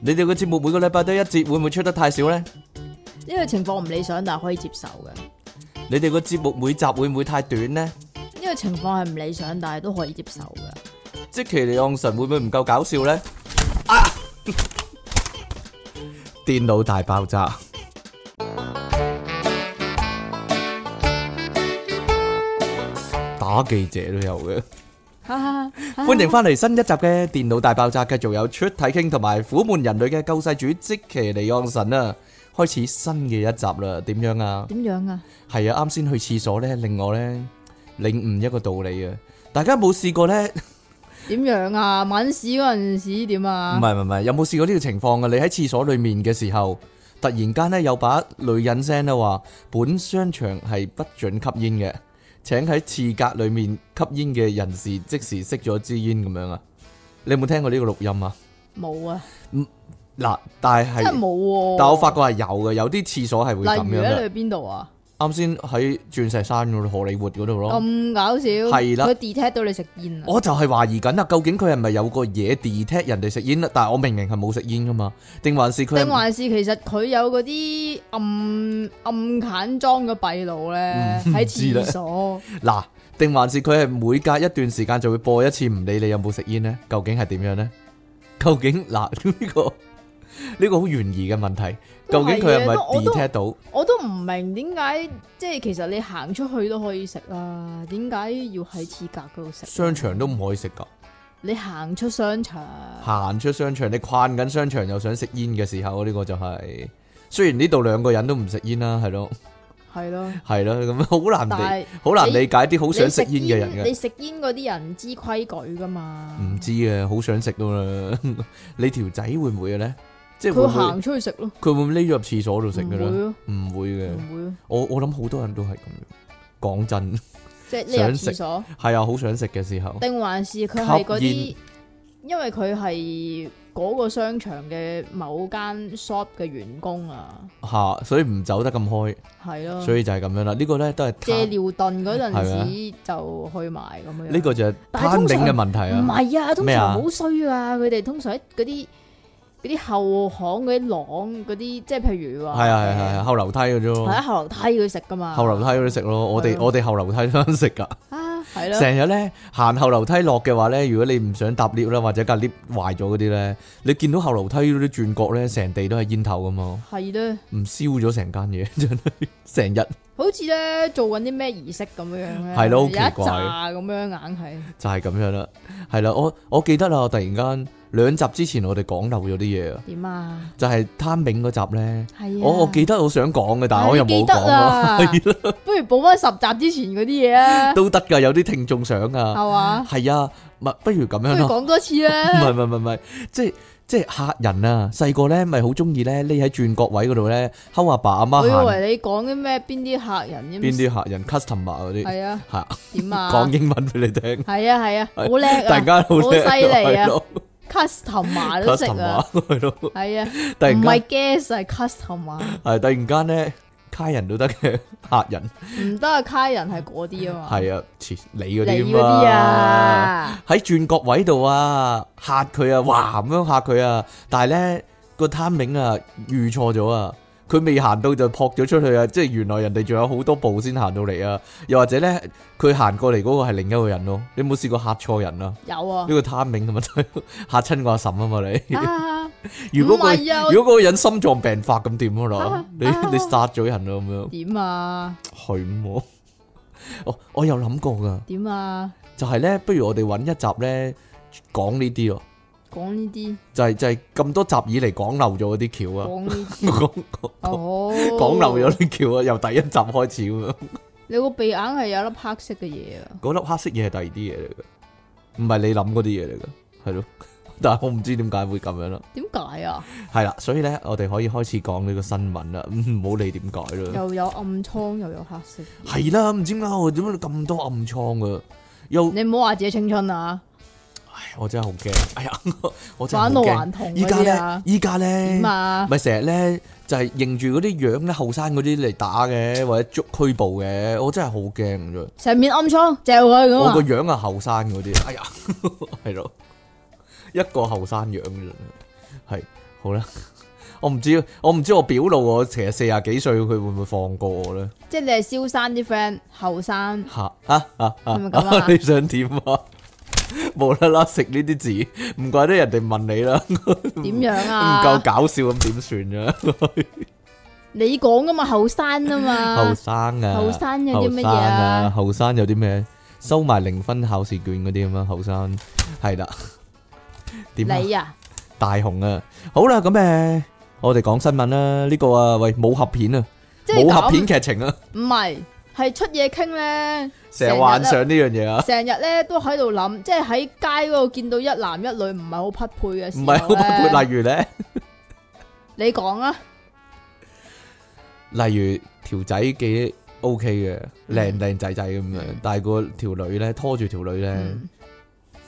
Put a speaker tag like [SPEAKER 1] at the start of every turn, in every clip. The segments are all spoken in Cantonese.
[SPEAKER 1] 你哋個節目每個禮拜都一節，會唔會出得太少呢？
[SPEAKER 2] 呢個情況唔理想，但係可以接受嘅。
[SPEAKER 1] 你哋個節目每集會唔會太短呢？
[SPEAKER 2] 呢個情況係唔理想，但係都可以接受 嘅。
[SPEAKER 1] 即其尼昂神會唔會唔夠搞笑呢？啊！ 電腦大爆炸。打記者都有嘅，
[SPEAKER 2] 哈哈
[SPEAKER 1] 歡迎翻嚟新一集嘅電腦大爆炸，繼續有出體傾同埋苦悶人類嘅救世主即其尼昂神啊！開始新嘅一集啦，點樣啊？
[SPEAKER 2] 點樣啊？
[SPEAKER 1] 係啊，啱先去廁所呢，令我呢領悟一個道理啊！大家有冇試過呢？
[SPEAKER 2] 點樣啊？晚市嗰陣時點啊
[SPEAKER 1] 唔？係唔係唔係，有冇試過呢個情況啊？你喺廁所裏面嘅時候，突然間咧有把女人聲咧話，本商場係不准吸煙嘅，請喺廁格裏面吸煙嘅人士即時熄咗支煙咁樣啊！你有冇聽過呢個錄音啊？
[SPEAKER 2] 冇啊，
[SPEAKER 1] 嗱，但係
[SPEAKER 2] 真係冇喎。
[SPEAKER 1] 但我發覺係有嘅，有啲廁所係會咁
[SPEAKER 2] 例如
[SPEAKER 1] 樣
[SPEAKER 2] 咧，
[SPEAKER 1] 嘅。
[SPEAKER 2] 你去邊度啊？
[SPEAKER 1] 啱先喺鑽石山嗰度，荷里活嗰度咯，
[SPEAKER 2] 咁搞笑，
[SPEAKER 1] 係啦
[SPEAKER 2] 佢 detect 到你食煙啊？
[SPEAKER 1] 我就係懷疑緊啦，究竟佢係咪有個嘢 detect 人哋食煙啦？但係我明明係冇食煙噶嘛，定還是佢係
[SPEAKER 2] 定還是其實佢有嗰啲暗暗砍裝嘅閉路咧，
[SPEAKER 1] 嗯
[SPEAKER 2] 喺
[SPEAKER 1] 知啦
[SPEAKER 2] 廁所
[SPEAKER 1] 嗱，定還是佢係每隔一段時間就會播一次，唔理你有冇食煙呢？究竟係點樣呢？究竟嗱 呢、個呢、個好懸疑嘅問題，究
[SPEAKER 2] 都
[SPEAKER 1] 竟
[SPEAKER 2] 係嘅
[SPEAKER 1] 佢係咪
[SPEAKER 2] 都我都
[SPEAKER 1] detect 到？
[SPEAKER 2] 我都唔明點解，即係其實你行出去都可以食啦，點解要喺廁格嗰度食？啊
[SPEAKER 1] 商場都唔可以食噶，
[SPEAKER 2] 你行出商場，
[SPEAKER 1] 行出商場，你逛緊商場又想食煙嘅時候，呢、個就係、雖然呢度兩個人都唔食煙啦，係咯，
[SPEAKER 2] 係咯，
[SPEAKER 1] 係咯，咁好難
[SPEAKER 2] 但
[SPEAKER 1] 理
[SPEAKER 2] 係
[SPEAKER 1] 好難理解啲好
[SPEAKER 2] 好
[SPEAKER 1] 想食煙嘅人嘅
[SPEAKER 2] 你。食煙嗰啲人知規矩噶嘛？
[SPEAKER 1] 唔知啊，好想食到啦！ 你條仔會唔會嘅咧？即係會
[SPEAKER 2] 佢
[SPEAKER 1] 唔會
[SPEAKER 2] 行出去食咯，
[SPEAKER 1] 佢會唔會匿咗入廁所度食嘅
[SPEAKER 2] 唔會
[SPEAKER 1] 咧
[SPEAKER 2] 咯？
[SPEAKER 1] 唔會嘅。
[SPEAKER 2] 唔會咯，
[SPEAKER 1] 我我諗好多人都係咁樣。講真，
[SPEAKER 2] 即係匿入
[SPEAKER 1] 想食
[SPEAKER 2] 廁所，
[SPEAKER 1] 係啊，好想食嘅時候，
[SPEAKER 2] 定還是佢係嗰
[SPEAKER 1] 吸
[SPEAKER 2] 啲，因為佢係嗰個商場嘅某間 shop 嘅員工啊，
[SPEAKER 1] 吓、所以唔走得咁開，
[SPEAKER 2] 係咯，
[SPEAKER 1] 所以就係咁樣啦。呢、個咧都係
[SPEAKER 2] 嗯借
[SPEAKER 1] 攤
[SPEAKER 2] 尿遁嗰陣
[SPEAKER 1] 係啊
[SPEAKER 2] 時就去埋咁樣。
[SPEAKER 1] 呢個就係
[SPEAKER 2] 但係
[SPEAKER 1] 攤
[SPEAKER 2] 通常
[SPEAKER 1] 領嘅問題
[SPEAKER 2] 唔
[SPEAKER 1] 啊。
[SPEAKER 2] 係啊，通
[SPEAKER 1] 咩啊
[SPEAKER 2] 常好衰噶，佢哋通常喺嗰啲嗰啲後巷嗰啲廊嗰啲，即係譬如話
[SPEAKER 1] 係啊係啊係啊，後樓梯嘅啫
[SPEAKER 2] 係喺
[SPEAKER 1] 喎，
[SPEAKER 2] 後樓梯佢食噶嘛，
[SPEAKER 1] 後樓梯嗰啲食咯。我哋
[SPEAKER 2] 係啊
[SPEAKER 1] 我哋後樓梯都食噶，
[SPEAKER 2] 啊係咯，
[SPEAKER 1] 成日咧行後樓梯落嘅話咧，如果你唔想搭 lift 啦，或者架 lift 壞咗嗰啲咧，你見到後樓梯嗰啲轉角咧，成地都係煙頭咁嘛，
[SPEAKER 2] 係咧，
[SPEAKER 1] 唔燒咗成間嘢，真係成日
[SPEAKER 2] 好似咧做緊啲咩儀式咁樣樣咧，
[SPEAKER 1] 係咯好
[SPEAKER 2] 有
[SPEAKER 1] 奇
[SPEAKER 2] 一
[SPEAKER 1] 怪
[SPEAKER 2] 扎咁樣硬係，
[SPEAKER 1] 就係咁樣啦，係啦，我我記得啦，我突然間兩集之前我哋講漏咗啲嘢啊，
[SPEAKER 2] 點啊？
[SPEAKER 1] 就係攤餅嗰集咧，
[SPEAKER 2] 係啊，
[SPEAKER 1] 我我記得我想講嘅，但係
[SPEAKER 2] 係
[SPEAKER 1] 我又冇
[SPEAKER 2] 記得啦
[SPEAKER 1] 講喎，係咯，
[SPEAKER 2] 不如補翻十集之前嗰啲嘢啊，
[SPEAKER 1] 都得㗎，有啲聽眾想啊，
[SPEAKER 2] 係嘛？
[SPEAKER 1] 係啊，咪不如咁
[SPEAKER 2] 不
[SPEAKER 1] 樣
[SPEAKER 2] 如
[SPEAKER 1] 咯，
[SPEAKER 2] 講多次
[SPEAKER 1] 唔
[SPEAKER 2] 啦，
[SPEAKER 1] 係唔係唔係，即係即係嚇人啊！細個咧咪好中意咧匿喺轉角位嗰度咧，睺阿爸阿媽
[SPEAKER 2] 我以
[SPEAKER 1] 行
[SPEAKER 2] 為你講啲咩邊啲客人
[SPEAKER 1] 邊
[SPEAKER 2] 邊
[SPEAKER 1] 啲客人 customer 嗰啲，
[SPEAKER 2] 係啊？
[SPEAKER 1] 嚇
[SPEAKER 2] 點啊？
[SPEAKER 1] 講英文俾你聽，
[SPEAKER 2] 係啊係啊，好
[SPEAKER 1] 突
[SPEAKER 2] 叻
[SPEAKER 1] 然
[SPEAKER 2] 啊
[SPEAKER 1] 間好
[SPEAKER 2] 好
[SPEAKER 1] 叻，
[SPEAKER 2] 犀利
[SPEAKER 1] 係
[SPEAKER 2] 啊
[SPEAKER 1] 咯
[SPEAKER 2] ！customer 都食啊
[SPEAKER 1] customer，。係咯，
[SPEAKER 2] 系啊，
[SPEAKER 1] 突然間。
[SPEAKER 2] 唔係 guess 係 customer，
[SPEAKER 1] 系突然間咧，卡人都得嘅，嚇人
[SPEAKER 2] 唔得啊！卡人係嗰啲啊嘛，
[SPEAKER 1] 係啊，切你嗰
[SPEAKER 2] 你
[SPEAKER 1] 啲
[SPEAKER 2] 嗰啲
[SPEAKER 1] 嘛，
[SPEAKER 2] 啊，
[SPEAKER 1] 喺轉角位度啊，嚇佢啊，哇咁樣嚇佢啊，但係咧個 timing 啊預錯咗啊，佢未行到就撲咗出去啊，即係原來人哋仲有好多步先行到嚟啊，又或者咧佢行過嚟嗰個係另一個人咯，你有冇試過嚇錯人啊？
[SPEAKER 2] 有啊
[SPEAKER 1] 呢，個 timing 咁啊真係，嚇親個阿嬸啊嘛你，
[SPEAKER 2] 啊，
[SPEAKER 1] 如果
[SPEAKER 2] 唔
[SPEAKER 1] 個
[SPEAKER 2] 係啊我
[SPEAKER 1] 如果嗰個人心臟病發咁點啊啦
[SPEAKER 2] 啊，
[SPEAKER 1] 你你殺咗人咯咁樣。
[SPEAKER 2] 點啊，
[SPEAKER 1] 係咁喎，我我有諗過噶，
[SPEAKER 2] 點啊，
[SPEAKER 1] 就係、咧，不如我哋揾一集咧講呢啲咯，
[SPEAKER 2] 講呢啲，
[SPEAKER 1] 就係、就係、咁多集以嚟講漏咗嗰啲橋啊，
[SPEAKER 2] 講呢 啲，
[SPEAKER 1] 講講
[SPEAKER 2] 哦，
[SPEAKER 1] 講漏咗啲橋啊，由第一集開始咁樣，
[SPEAKER 2] 你個鼻硬係有粒黑色嘅嘢 啊，
[SPEAKER 1] 嗰粒黑色嘢係第二啲嘢嚟嘅，唔係你諗嗰啲嘢嚟嘅，係咯， 但係我唔知點解會咁樣啦，
[SPEAKER 2] 點解啊？
[SPEAKER 1] 係啦，所以咧我哋可以開始講呢個新聞啦， 唔好理點解啦。
[SPEAKER 2] 又有暗瘡又有黑色，
[SPEAKER 1] 係啦，唔知點解我點解咁多暗瘡啊？又
[SPEAKER 2] 你唔好話自己青春啊，
[SPEAKER 1] 唉我真係好驚，哎呀， 我真係好
[SPEAKER 2] 返老
[SPEAKER 1] 驚
[SPEAKER 2] 還。童
[SPEAKER 1] 依
[SPEAKER 2] 嗰
[SPEAKER 1] 家
[SPEAKER 2] 啲
[SPEAKER 1] 咧
[SPEAKER 2] 啊，，
[SPEAKER 1] 依家咧
[SPEAKER 2] 點，啊？
[SPEAKER 1] 咪成日咧就係認住嗰啲樣咧後生嗰啲嚟打嘅，或者捉拘捕嘅，我真係好驚啫！
[SPEAKER 2] 成面暗瘡，嚼佢咁
[SPEAKER 1] 我個
[SPEAKER 2] 啊，
[SPEAKER 1] 樣啊後 生嗰啲，哎呀，係咯，一個後生樣嘅啫，係好啦，我唔知，我唔知我表露我其實四廿幾歲，佢會唔會放過我咧？
[SPEAKER 2] 即係你係蕭生啲 friend，後生
[SPEAKER 1] 吓啊啊啊！
[SPEAKER 2] 係咪咁啊
[SPEAKER 1] 你想點啊？無啦啦食呢啲字，唔怪得人哋問你啦，
[SPEAKER 2] 點樣
[SPEAKER 1] 嗯唔夠
[SPEAKER 2] 啊？
[SPEAKER 1] 搞笑咁點算啫？
[SPEAKER 2] 你講噶嘛，後生 啊
[SPEAKER 1] 後
[SPEAKER 2] 嘛，
[SPEAKER 1] 生啊，
[SPEAKER 2] 後生有啲乜
[SPEAKER 1] 後
[SPEAKER 2] 嘢
[SPEAKER 1] 生啊？
[SPEAKER 2] 啊？
[SPEAKER 1] 後生有啲咩？收埋零分考試卷嗰啲咁啊，後生係 啦。點啊？
[SPEAKER 2] 你啊，
[SPEAKER 1] 大雄啊，好啦，咁誒，我哋講新聞啦。呢個啊，喂，武俠片啊，
[SPEAKER 2] 即係
[SPEAKER 1] 武俠片
[SPEAKER 2] 咁，
[SPEAKER 1] 劇情啊，
[SPEAKER 2] 唔係係出嘢傾咧，
[SPEAKER 1] 成
[SPEAKER 2] 成
[SPEAKER 1] 日
[SPEAKER 2] 日
[SPEAKER 1] 幻想呢樣嘢啊，
[SPEAKER 2] 成日咧都喺度諗，即係喺街嗰度見到一男一女唔係好匹配嘅時
[SPEAKER 1] 唔
[SPEAKER 2] 候
[SPEAKER 1] 係好包括，
[SPEAKER 2] 咧，
[SPEAKER 1] 例如咧，
[SPEAKER 2] 你講啊，
[SPEAKER 1] 例如條仔幾 O K 嘅，靚
[SPEAKER 2] 嗯
[SPEAKER 1] 靚仔仔咁樣，但係個條女咧拖住條女咧，
[SPEAKER 2] 嗯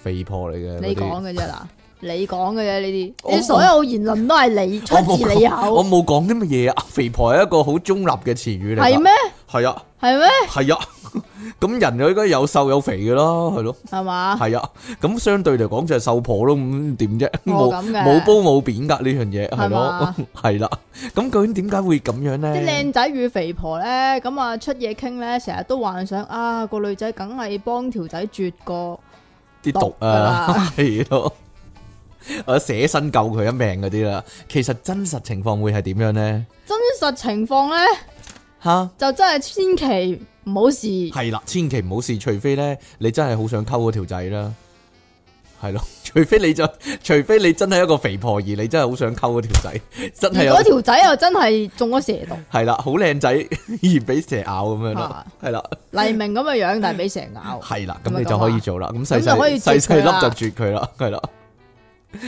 [SPEAKER 1] 肥婆嚟嘅，
[SPEAKER 2] 你
[SPEAKER 1] 嗰啲
[SPEAKER 2] 講嘅啫嗱，你講嘅啫呢
[SPEAKER 1] 我
[SPEAKER 2] 啲，你所有言論都係你出
[SPEAKER 1] 我冇
[SPEAKER 2] 自你
[SPEAKER 1] 講我
[SPEAKER 2] 口，
[SPEAKER 1] 冇講啲乜嘢啊！肥婆係一個好中立嘅詞語嚟㗎，
[SPEAKER 2] 係咩？
[SPEAKER 1] 係啊，
[SPEAKER 2] 係咩？
[SPEAKER 1] 係啊，咁人就應該有瘦有肥嘅咯，係咯，
[SPEAKER 2] 係嘛？
[SPEAKER 1] 係啊，咁相對嚟講就係瘦婆咯，咁點啫？
[SPEAKER 2] 哦
[SPEAKER 1] 冇
[SPEAKER 2] 咁嘅
[SPEAKER 1] 冇褒冇貶㗎呢樣嘢，係咯
[SPEAKER 2] 嘛，
[SPEAKER 1] 係啦。咁究竟點解會咁樣
[SPEAKER 2] 啲
[SPEAKER 1] 咧？
[SPEAKER 2] 靚仔與肥婆咧，咁啊出嘢傾咧，成日都幻想啊個女仔梗係幫條仔絕過，
[SPEAKER 1] 啲毒
[SPEAKER 2] 毒㗎啦
[SPEAKER 1] 啊， 係咯。我捨身救佢一命嗰啲啦，其實真實情況會係點樣咧？
[SPEAKER 2] 真實情況咧
[SPEAKER 1] 吓，
[SPEAKER 2] 就真係千祈唔好試，
[SPEAKER 1] 係啦，千祈唔好試，除非咧你真係好想溝嗰條仔啦，係咯， 除非你就，除非你真係一個肥婆而你真係好想溝嗰條仔，真係啊
[SPEAKER 2] 而
[SPEAKER 1] 有
[SPEAKER 2] 嗰條仔又真係中咗蛇毒，
[SPEAKER 1] 係啦，好靚仔而俾蛇咬咁樣啦，係啦，
[SPEAKER 2] 黎明咁嘅樣，但係俾蛇 咬，
[SPEAKER 1] 係啦，
[SPEAKER 2] 啊咁
[SPEAKER 1] 咁
[SPEAKER 2] 咪
[SPEAKER 1] 你就
[SPEAKER 2] 咁
[SPEAKER 1] 可以
[SPEAKER 2] 啊
[SPEAKER 1] 做啦，咁細
[SPEAKER 2] 咁就可以
[SPEAKER 1] 細細
[SPEAKER 2] 絕
[SPEAKER 1] 細
[SPEAKER 2] 佢啦
[SPEAKER 1] 粒就絕佢啦，係啦，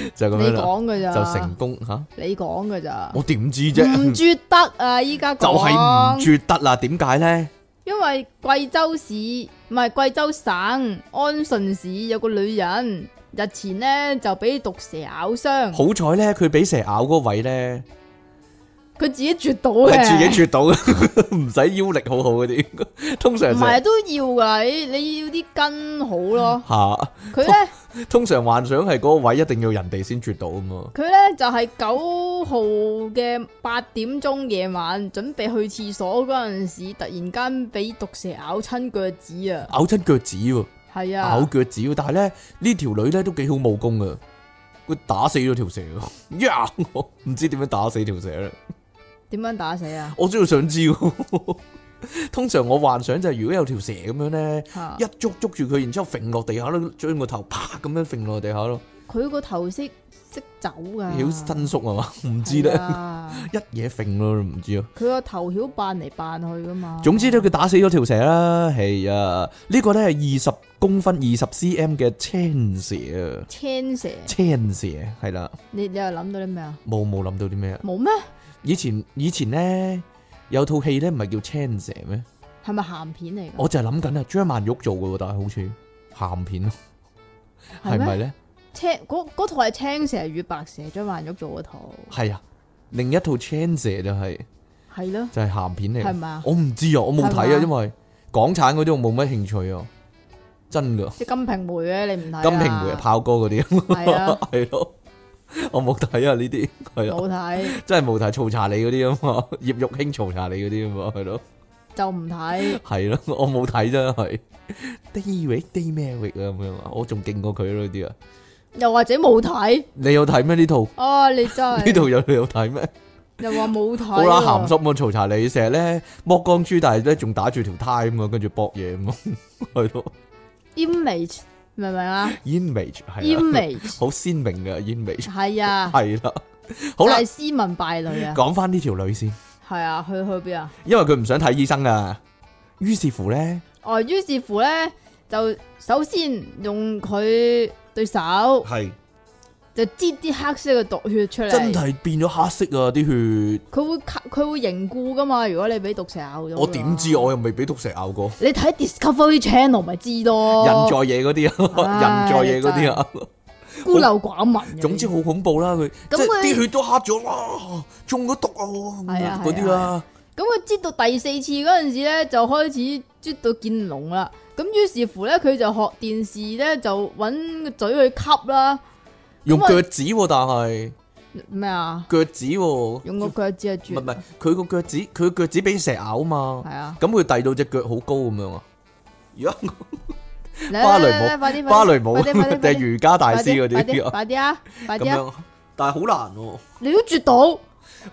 [SPEAKER 1] 就
[SPEAKER 2] 你
[SPEAKER 1] 咁樣啦，
[SPEAKER 2] 講嘅咋，
[SPEAKER 1] 就成功吓，
[SPEAKER 2] 你講嘅咋，
[SPEAKER 1] 我點知
[SPEAKER 2] 唔
[SPEAKER 1] 啫？
[SPEAKER 2] 絕得啊！依家
[SPEAKER 1] 就係唔
[SPEAKER 2] 講，
[SPEAKER 1] 絕得啦，點解咧？
[SPEAKER 2] 因為貴州市唔係貴州省安順市有個女人日前咧就俾毒蛇咬傷。
[SPEAKER 1] 好彩咧，佢俾蛇咬嗰位咧。
[SPEAKER 2] 佢自己絕到嘅，
[SPEAKER 1] 係自己啜到， 唔使腰力好好嗰啲。 通常
[SPEAKER 2] 唔
[SPEAKER 1] 成
[SPEAKER 2] 係都要㗎，你你要啲筋好咯。
[SPEAKER 1] 吓，
[SPEAKER 2] 佢咧
[SPEAKER 1] 通常幻想係嗰個位一定要人哋先啜到啊嘛。
[SPEAKER 2] 佢咧就係九號嘅八點鐘夜晚，準備去廁所嗰陣時，突然間俾毒蛇咬親腳趾啊！
[SPEAKER 1] 咬親腳趾喎，
[SPEAKER 2] 係
[SPEAKER 1] 咬
[SPEAKER 2] 啊，
[SPEAKER 1] 腳趾喎。但係咧呢條女咧都幾好武功噶，佢打死咗條蛇喎。 呀，我唔知點樣打死條蛇咧，
[SPEAKER 2] 點樣打死啊？
[SPEAKER 1] 我真係想知喎。 通常我幻想就係如果有條蛇咁樣咧，
[SPEAKER 2] 嚇
[SPEAKER 1] 一捉捉住佢，然之後揈落地下咯，將個頭啪咁樣揈落地下咯，
[SPEAKER 2] 佢個頭識識走㗎，
[SPEAKER 1] 曉 伸縮啊嘛，唔知咧
[SPEAKER 2] 係，啊
[SPEAKER 1] 一嘢揈咯，唔知啊。
[SPEAKER 2] 佢個頭曉扮嚟扮去㗎嘛。
[SPEAKER 1] 總之咧，佢打死咗條蛇啦，係啊，呢個咧係二十公分、二十 cm 嘅青蛇啊，
[SPEAKER 2] 青蛇，
[SPEAKER 1] 青蛇係啦，
[SPEAKER 2] 你你又諗到啲咩啊？
[SPEAKER 1] 冇冇諗到啲咩啊？
[SPEAKER 2] 冇咩？
[SPEAKER 1] 以前以前咧有套戲咧唔係叫青蛇
[SPEAKER 2] 嗯
[SPEAKER 1] 咩？
[SPEAKER 2] 係咪鹹片嚟㗎？
[SPEAKER 1] 我就係諗緊啊，張曼玉做嘅喎，但係好似鹹片咯，係
[SPEAKER 2] 係咩
[SPEAKER 1] 咪咧？
[SPEAKER 2] 青嗰嗰套係青蛇與白蛇，張曼玉做嗰套，
[SPEAKER 1] 係啊，另一套青蛇就係、
[SPEAKER 2] 係咯，
[SPEAKER 1] 就係、鹹片嚟
[SPEAKER 2] 係
[SPEAKER 1] 嘅，
[SPEAKER 2] 咪啊？
[SPEAKER 1] 我唔知啊，我冇睇
[SPEAKER 2] 係
[SPEAKER 1] 啊，
[SPEAKER 2] 嘛
[SPEAKER 1] 因為港產嗰啲我冇乜興趣啊，真噶。
[SPEAKER 2] 即係金瓶梅嘅，你唔睇啊
[SPEAKER 1] 金瓶梅啊，炮哥嗰啲，
[SPEAKER 2] 係啊
[SPEAKER 1] 係咯，我冇睇啊呢啲，係咯，
[SPEAKER 2] 冇睇
[SPEAKER 1] 真係冇睇，嘈查你嗰啲啊嘛，葉玉卿嘈查你嗰啲啊嘛，係咯，
[SPEAKER 2] 就唔睇，
[SPEAKER 1] 係咯， 我冇睇真係，David Day 咩 i 啊咁樣啊，我仲勁過佢咯呢啲啊，
[SPEAKER 2] 又或者冇睇
[SPEAKER 1] 你有睇咩呢套？
[SPEAKER 2] 啊！你真
[SPEAKER 1] 呢
[SPEAKER 2] 係
[SPEAKER 1] 套有你有睇咩？
[SPEAKER 2] 又話冇睇，
[SPEAKER 1] 好啦，鹹濕啊！嘈查你成日咧剝光豬，但係咧仲打住條呔咁啊，跟住搏嘢咁啊， 係咯
[SPEAKER 2] image 明唔明啊
[SPEAKER 1] ，image 係啊，
[SPEAKER 2] ？image
[SPEAKER 1] 好鮮明嘅 image
[SPEAKER 2] 係 啊，
[SPEAKER 1] 係啦，好
[SPEAKER 2] 就
[SPEAKER 1] 啦
[SPEAKER 2] 係，斯文敗類啊，
[SPEAKER 1] 講翻呢條女先。
[SPEAKER 2] 係啊，去去邊啊？
[SPEAKER 1] 因為佢唔想睇醫生啊。於是乎咧，
[SPEAKER 2] 哦，於是乎咧，就首先用佢對手
[SPEAKER 1] 係
[SPEAKER 2] 就擠啲黑色嘅毒血出嚟，
[SPEAKER 1] 真係變咗黑色啊！啲血，
[SPEAKER 2] 佢會吸佢會凝固噶嘛？如果你俾毒蛇咬咗，
[SPEAKER 1] 我點知？
[SPEAKER 2] 哦
[SPEAKER 1] 我又未俾毒蛇咬過，
[SPEAKER 2] 你睇 Discovery Channel 咪知咯，
[SPEAKER 1] 人在嘢嗰啲啊，
[SPEAKER 2] 哦唉
[SPEAKER 1] 人在嘢嗰啲啊，
[SPEAKER 2] 孤陋寡聞嘅。
[SPEAKER 1] 總之好恐怖啦！佢即
[SPEAKER 2] 咁
[SPEAKER 1] 係
[SPEAKER 2] 佢
[SPEAKER 1] 啲血都黑咗，哇，中咗毒啊！
[SPEAKER 2] 係啊
[SPEAKER 1] 嗰啲啦，
[SPEAKER 2] 咁佢擠到第四次嗰陣時咧，就開始擠到見龍啦。咁於是乎咧，佢就學電視咧，就揾個嘴去吸啦。
[SPEAKER 1] 用
[SPEAKER 2] 咁啊
[SPEAKER 1] 腳趾喎，但係
[SPEAKER 2] 咩啊？
[SPEAKER 1] 腳趾喎，
[SPEAKER 2] 用個腳趾
[SPEAKER 1] 唔
[SPEAKER 2] 去
[SPEAKER 1] 係唔
[SPEAKER 2] 啜
[SPEAKER 1] 係，佢個腳趾，佢腳趾俾石咬嘛
[SPEAKER 2] 係，啊！
[SPEAKER 1] 咁佢遞到只腳好高咁樣啊！如果
[SPEAKER 2] 嚟
[SPEAKER 1] 芭蕾
[SPEAKER 2] 嚟嚟
[SPEAKER 1] 舞
[SPEAKER 2] 嚟快 啲！
[SPEAKER 1] 芭蕾舞
[SPEAKER 2] 快 啲快啲
[SPEAKER 1] 定
[SPEAKER 2] 快
[SPEAKER 1] 係
[SPEAKER 2] 啲
[SPEAKER 1] 瑜伽大師嗰
[SPEAKER 2] 快啲
[SPEAKER 1] 啲啊
[SPEAKER 2] 快啲啊！快
[SPEAKER 1] 咁
[SPEAKER 2] 啲啊！
[SPEAKER 1] 樣，但係好難喎，
[SPEAKER 2] 你都啜到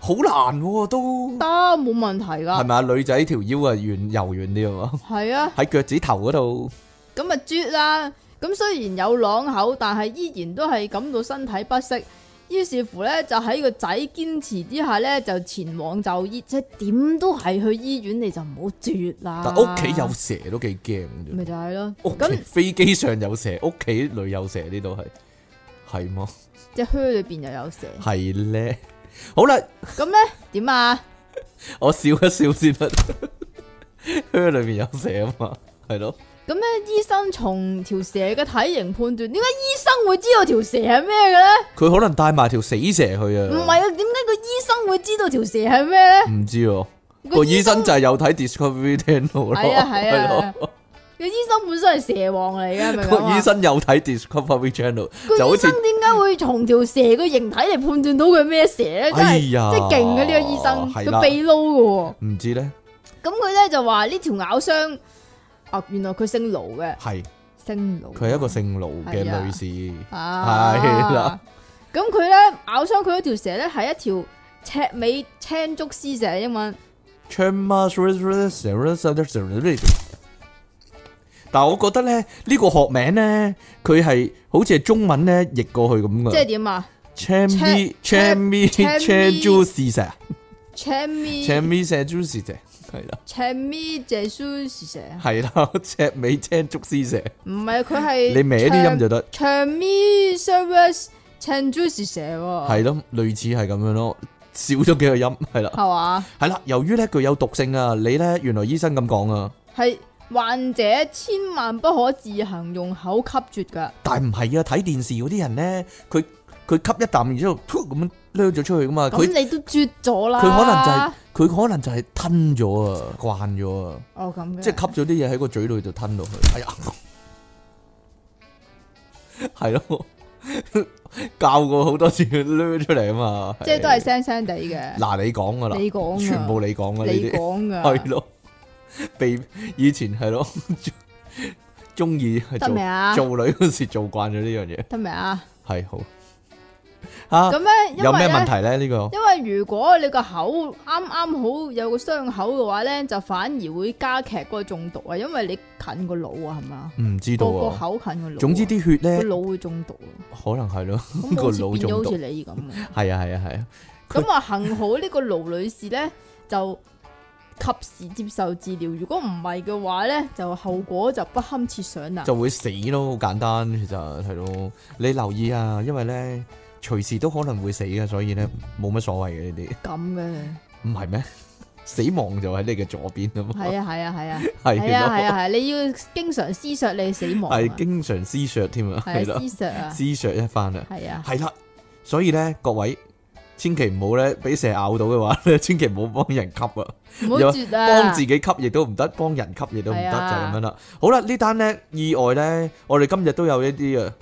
[SPEAKER 1] 好難喎都，
[SPEAKER 2] 得冇問題
[SPEAKER 1] 係
[SPEAKER 2] 㗎，
[SPEAKER 1] 咪啊？女仔條腰啊，圓柔軟啲啊嘛，
[SPEAKER 2] 係啊！
[SPEAKER 1] 喺腳趾頭嗰度，
[SPEAKER 2] 咁咪啜啦。咁啊雖然有朗口，但係依然都係感到身體不適。於是乎咧，就喺個仔堅持之下咧，就前往就醫。即係點都係去醫院，你就唔好啜啦。
[SPEAKER 1] 但屋企有蛇都幾驚嘅啫
[SPEAKER 2] 咪就係咯。
[SPEAKER 1] 屋企
[SPEAKER 2] 咁
[SPEAKER 1] 飛機上有蛇，屋企裏有蛇呢度係係麼？
[SPEAKER 2] 只靴裏邊又有蛇，
[SPEAKER 1] 係咧。好啦，
[SPEAKER 2] 咁咧點啊？
[SPEAKER 1] 我笑一笑先啦。 靴裏面有蛇啊嘛，係咯。
[SPEAKER 2] 咁咧，醫生從條蛇嘅體型判斷，點解醫生會知道條蛇係咩嘅咧？
[SPEAKER 1] 佢可能帶埋條死蛇去啊。
[SPEAKER 2] 唔係啊，點解個醫生會知道條蛇係咩咧？
[SPEAKER 1] 唔知哦。個醫生就係有睇 Discovery Channel 咯，
[SPEAKER 2] 係啊係啊
[SPEAKER 1] 係咯。
[SPEAKER 2] 個醫生本身係蛇王嚟嘅，係咪咁
[SPEAKER 1] 個
[SPEAKER 2] 啊
[SPEAKER 1] 醫？生有睇 Discovery Channel，就
[SPEAKER 2] 個
[SPEAKER 1] 好
[SPEAKER 2] 醫生
[SPEAKER 1] 似
[SPEAKER 2] 點解會從條蛇嘅形體嚟判斷到佢咩蛇咧？真
[SPEAKER 1] 哎
[SPEAKER 2] 係
[SPEAKER 1] 呀，
[SPEAKER 2] 真係勁嘅呢個醫生，
[SPEAKER 1] 係
[SPEAKER 2] 佢
[SPEAKER 1] 啦，
[SPEAKER 2] 鼻撈嘅喎。
[SPEAKER 1] 唔知咧，
[SPEAKER 2] 咁佢咧就話呢條咬傷，啊原來佢姓盧嘅，
[SPEAKER 1] 係
[SPEAKER 2] 姓盧。
[SPEAKER 1] 佢係一個姓盧嘅
[SPEAKER 2] 係啊
[SPEAKER 1] 女士。
[SPEAKER 2] 啊，
[SPEAKER 1] 係啦。
[SPEAKER 2] 咁佢咧咬傷佢嗰條蛇咧係一條赤尾青竹絲蛇，英文
[SPEAKER 1] Chama- 但係我覺得咧，呢、個學名咧，佢係好似係中文咧譯過去咁
[SPEAKER 2] 即係
[SPEAKER 1] 嘅。
[SPEAKER 2] 點啊
[SPEAKER 1] Chammy Chammy
[SPEAKER 2] Cham-
[SPEAKER 1] Chanju 是蛇
[SPEAKER 2] 赤尾
[SPEAKER 1] ，Chammy 蛇 j u 是蛇，係啦，
[SPEAKER 2] 赤尾蛇蘇蛇，
[SPEAKER 1] 係啦，赤尾青竹絲蛇，
[SPEAKER 2] 唔係佢係
[SPEAKER 1] 你歪啲音就得，
[SPEAKER 2] 赤尾 service 青竹蛇喎，
[SPEAKER 1] 係咯，類似係咁樣咯，少咗幾個音，係啦，
[SPEAKER 2] 係嘛？
[SPEAKER 1] 係啦，由於咧具有毒性啊，你咧原來醫生咁講啊，
[SPEAKER 2] 係患者千萬不可自行用口吸啜噶，
[SPEAKER 1] 但係唔係啊，睇電視嗰啲人咧，佢佢吸一啖，然之後噗咁樣掠咗出去噶嘛，佢
[SPEAKER 2] 咁。你都啜咗啦。
[SPEAKER 1] 佢可能就係佢可能就係吞咗啊，
[SPEAKER 2] 嗯
[SPEAKER 1] 慣咗啊，
[SPEAKER 2] 哦咁嘅，
[SPEAKER 1] 即係吸咗啲嘢喺個嘴裏度吞落去。 哎呀，係咯，教過好多次，掠出嚟啊嘛。
[SPEAKER 2] 即係都係聲聲地嘅。
[SPEAKER 1] 嗱，你講噶啦，
[SPEAKER 2] 你講㗎
[SPEAKER 1] 全部你講噶呢
[SPEAKER 2] 你
[SPEAKER 1] 啲，
[SPEAKER 2] 講噶
[SPEAKER 1] 係咯，被以前係咯，中意係
[SPEAKER 2] 得未啊？
[SPEAKER 1] 做做女嗰時做慣咗呢樣嘢，
[SPEAKER 2] 得未啊？
[SPEAKER 1] 係好啊。
[SPEAKER 2] 咁咧，因
[SPEAKER 1] 有
[SPEAKER 2] 為
[SPEAKER 1] 咩問
[SPEAKER 2] 咧，
[SPEAKER 1] 題咧？呢個
[SPEAKER 2] 因為如果你個口啱啱好有個傷口嘅話咧，就反而會加劇嗰個中毒啊，因為你近個腦啊，係嘛？
[SPEAKER 1] 唔知道
[SPEAKER 2] 個個
[SPEAKER 1] 啊。
[SPEAKER 2] 口近個腦啊。
[SPEAKER 1] 總之啲血咧
[SPEAKER 2] 個，腦會中毒啊，
[SPEAKER 1] 可能係咯。
[SPEAKER 2] 咁
[SPEAKER 1] 個
[SPEAKER 2] 好似
[SPEAKER 1] 腦
[SPEAKER 2] 變
[SPEAKER 1] 中
[SPEAKER 2] 咗好
[SPEAKER 1] 毒
[SPEAKER 2] 似你咁啊。
[SPEAKER 1] 係啊係啊係啊，佢
[SPEAKER 2] 咁啊，幸好呢個盧女士咧就及時接受治療，如果唔係嘅話咧，就後果就不堪設想啦。
[SPEAKER 1] 就會死咯，好簡單其實係咯。你留意啊，因為咧隨時都可能會死嘅，所以咧冇乜所謂嘅呢
[SPEAKER 2] 咁 嘅，
[SPEAKER 1] 啲，唔係咩？死亡就喺你嘅左邊啊嘛，
[SPEAKER 2] 係啊，係啊，係啊，係 啊，係
[SPEAKER 1] 係
[SPEAKER 2] 啊，
[SPEAKER 1] 咯，
[SPEAKER 2] 係，你要經常思索你嘅死亡啊，
[SPEAKER 1] 係經常思索添啊，係
[SPEAKER 2] 係啊，
[SPEAKER 1] 啦，
[SPEAKER 2] 思索啊，
[SPEAKER 1] 思索一番啊，
[SPEAKER 2] 係啊，
[SPEAKER 1] 係啦，所以咧各位。千祈唔好咧，俾蛇咬到嘅話咧，千祈唔好幫人吸啊！
[SPEAKER 2] 唔好
[SPEAKER 1] 有
[SPEAKER 2] 絕
[SPEAKER 1] 幫
[SPEAKER 2] 啊
[SPEAKER 1] 自，己吸亦都唔得，幫人吸亦都唔得，
[SPEAKER 2] 係
[SPEAKER 1] 就係
[SPEAKER 2] 啊
[SPEAKER 1] 咁樣啦。好啦，呢單咧意外咧，我哋今日都有一啲啊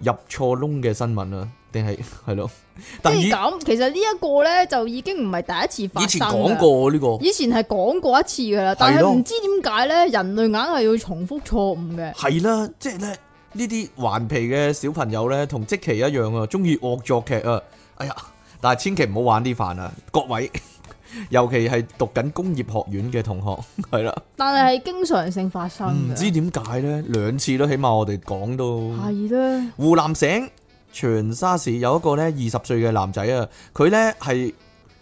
[SPEAKER 1] 入錯窿嘅新聞啊，定係 係咯？
[SPEAKER 2] 即
[SPEAKER 1] 但以
[SPEAKER 2] 係咁。其實呢一個咧就已經唔係第一次發
[SPEAKER 1] 以前
[SPEAKER 2] 生㗎
[SPEAKER 1] 講，過呢個
[SPEAKER 2] 以前係講過一次噶啦，但係
[SPEAKER 1] 係咯
[SPEAKER 2] 唔知點解咧，人類硬係要重複錯誤嘅，
[SPEAKER 1] 係啦，即係咧呢啲頑皮嘅小朋友咧，同積淇一樣啊，中意惡作劇啊。哎呀，但係千祈唔好玩呢飯啊，各位， 尤其係讀緊工業學院嘅同學，係啦，
[SPEAKER 2] 但係係經常性發生
[SPEAKER 1] 唔
[SPEAKER 2] 嘅，
[SPEAKER 1] 知點解咧，兩次都起碼我哋講到。
[SPEAKER 2] 係啦。
[SPEAKER 1] 湖南省長沙市有一個咧二十歲嘅男仔啊，佢咧係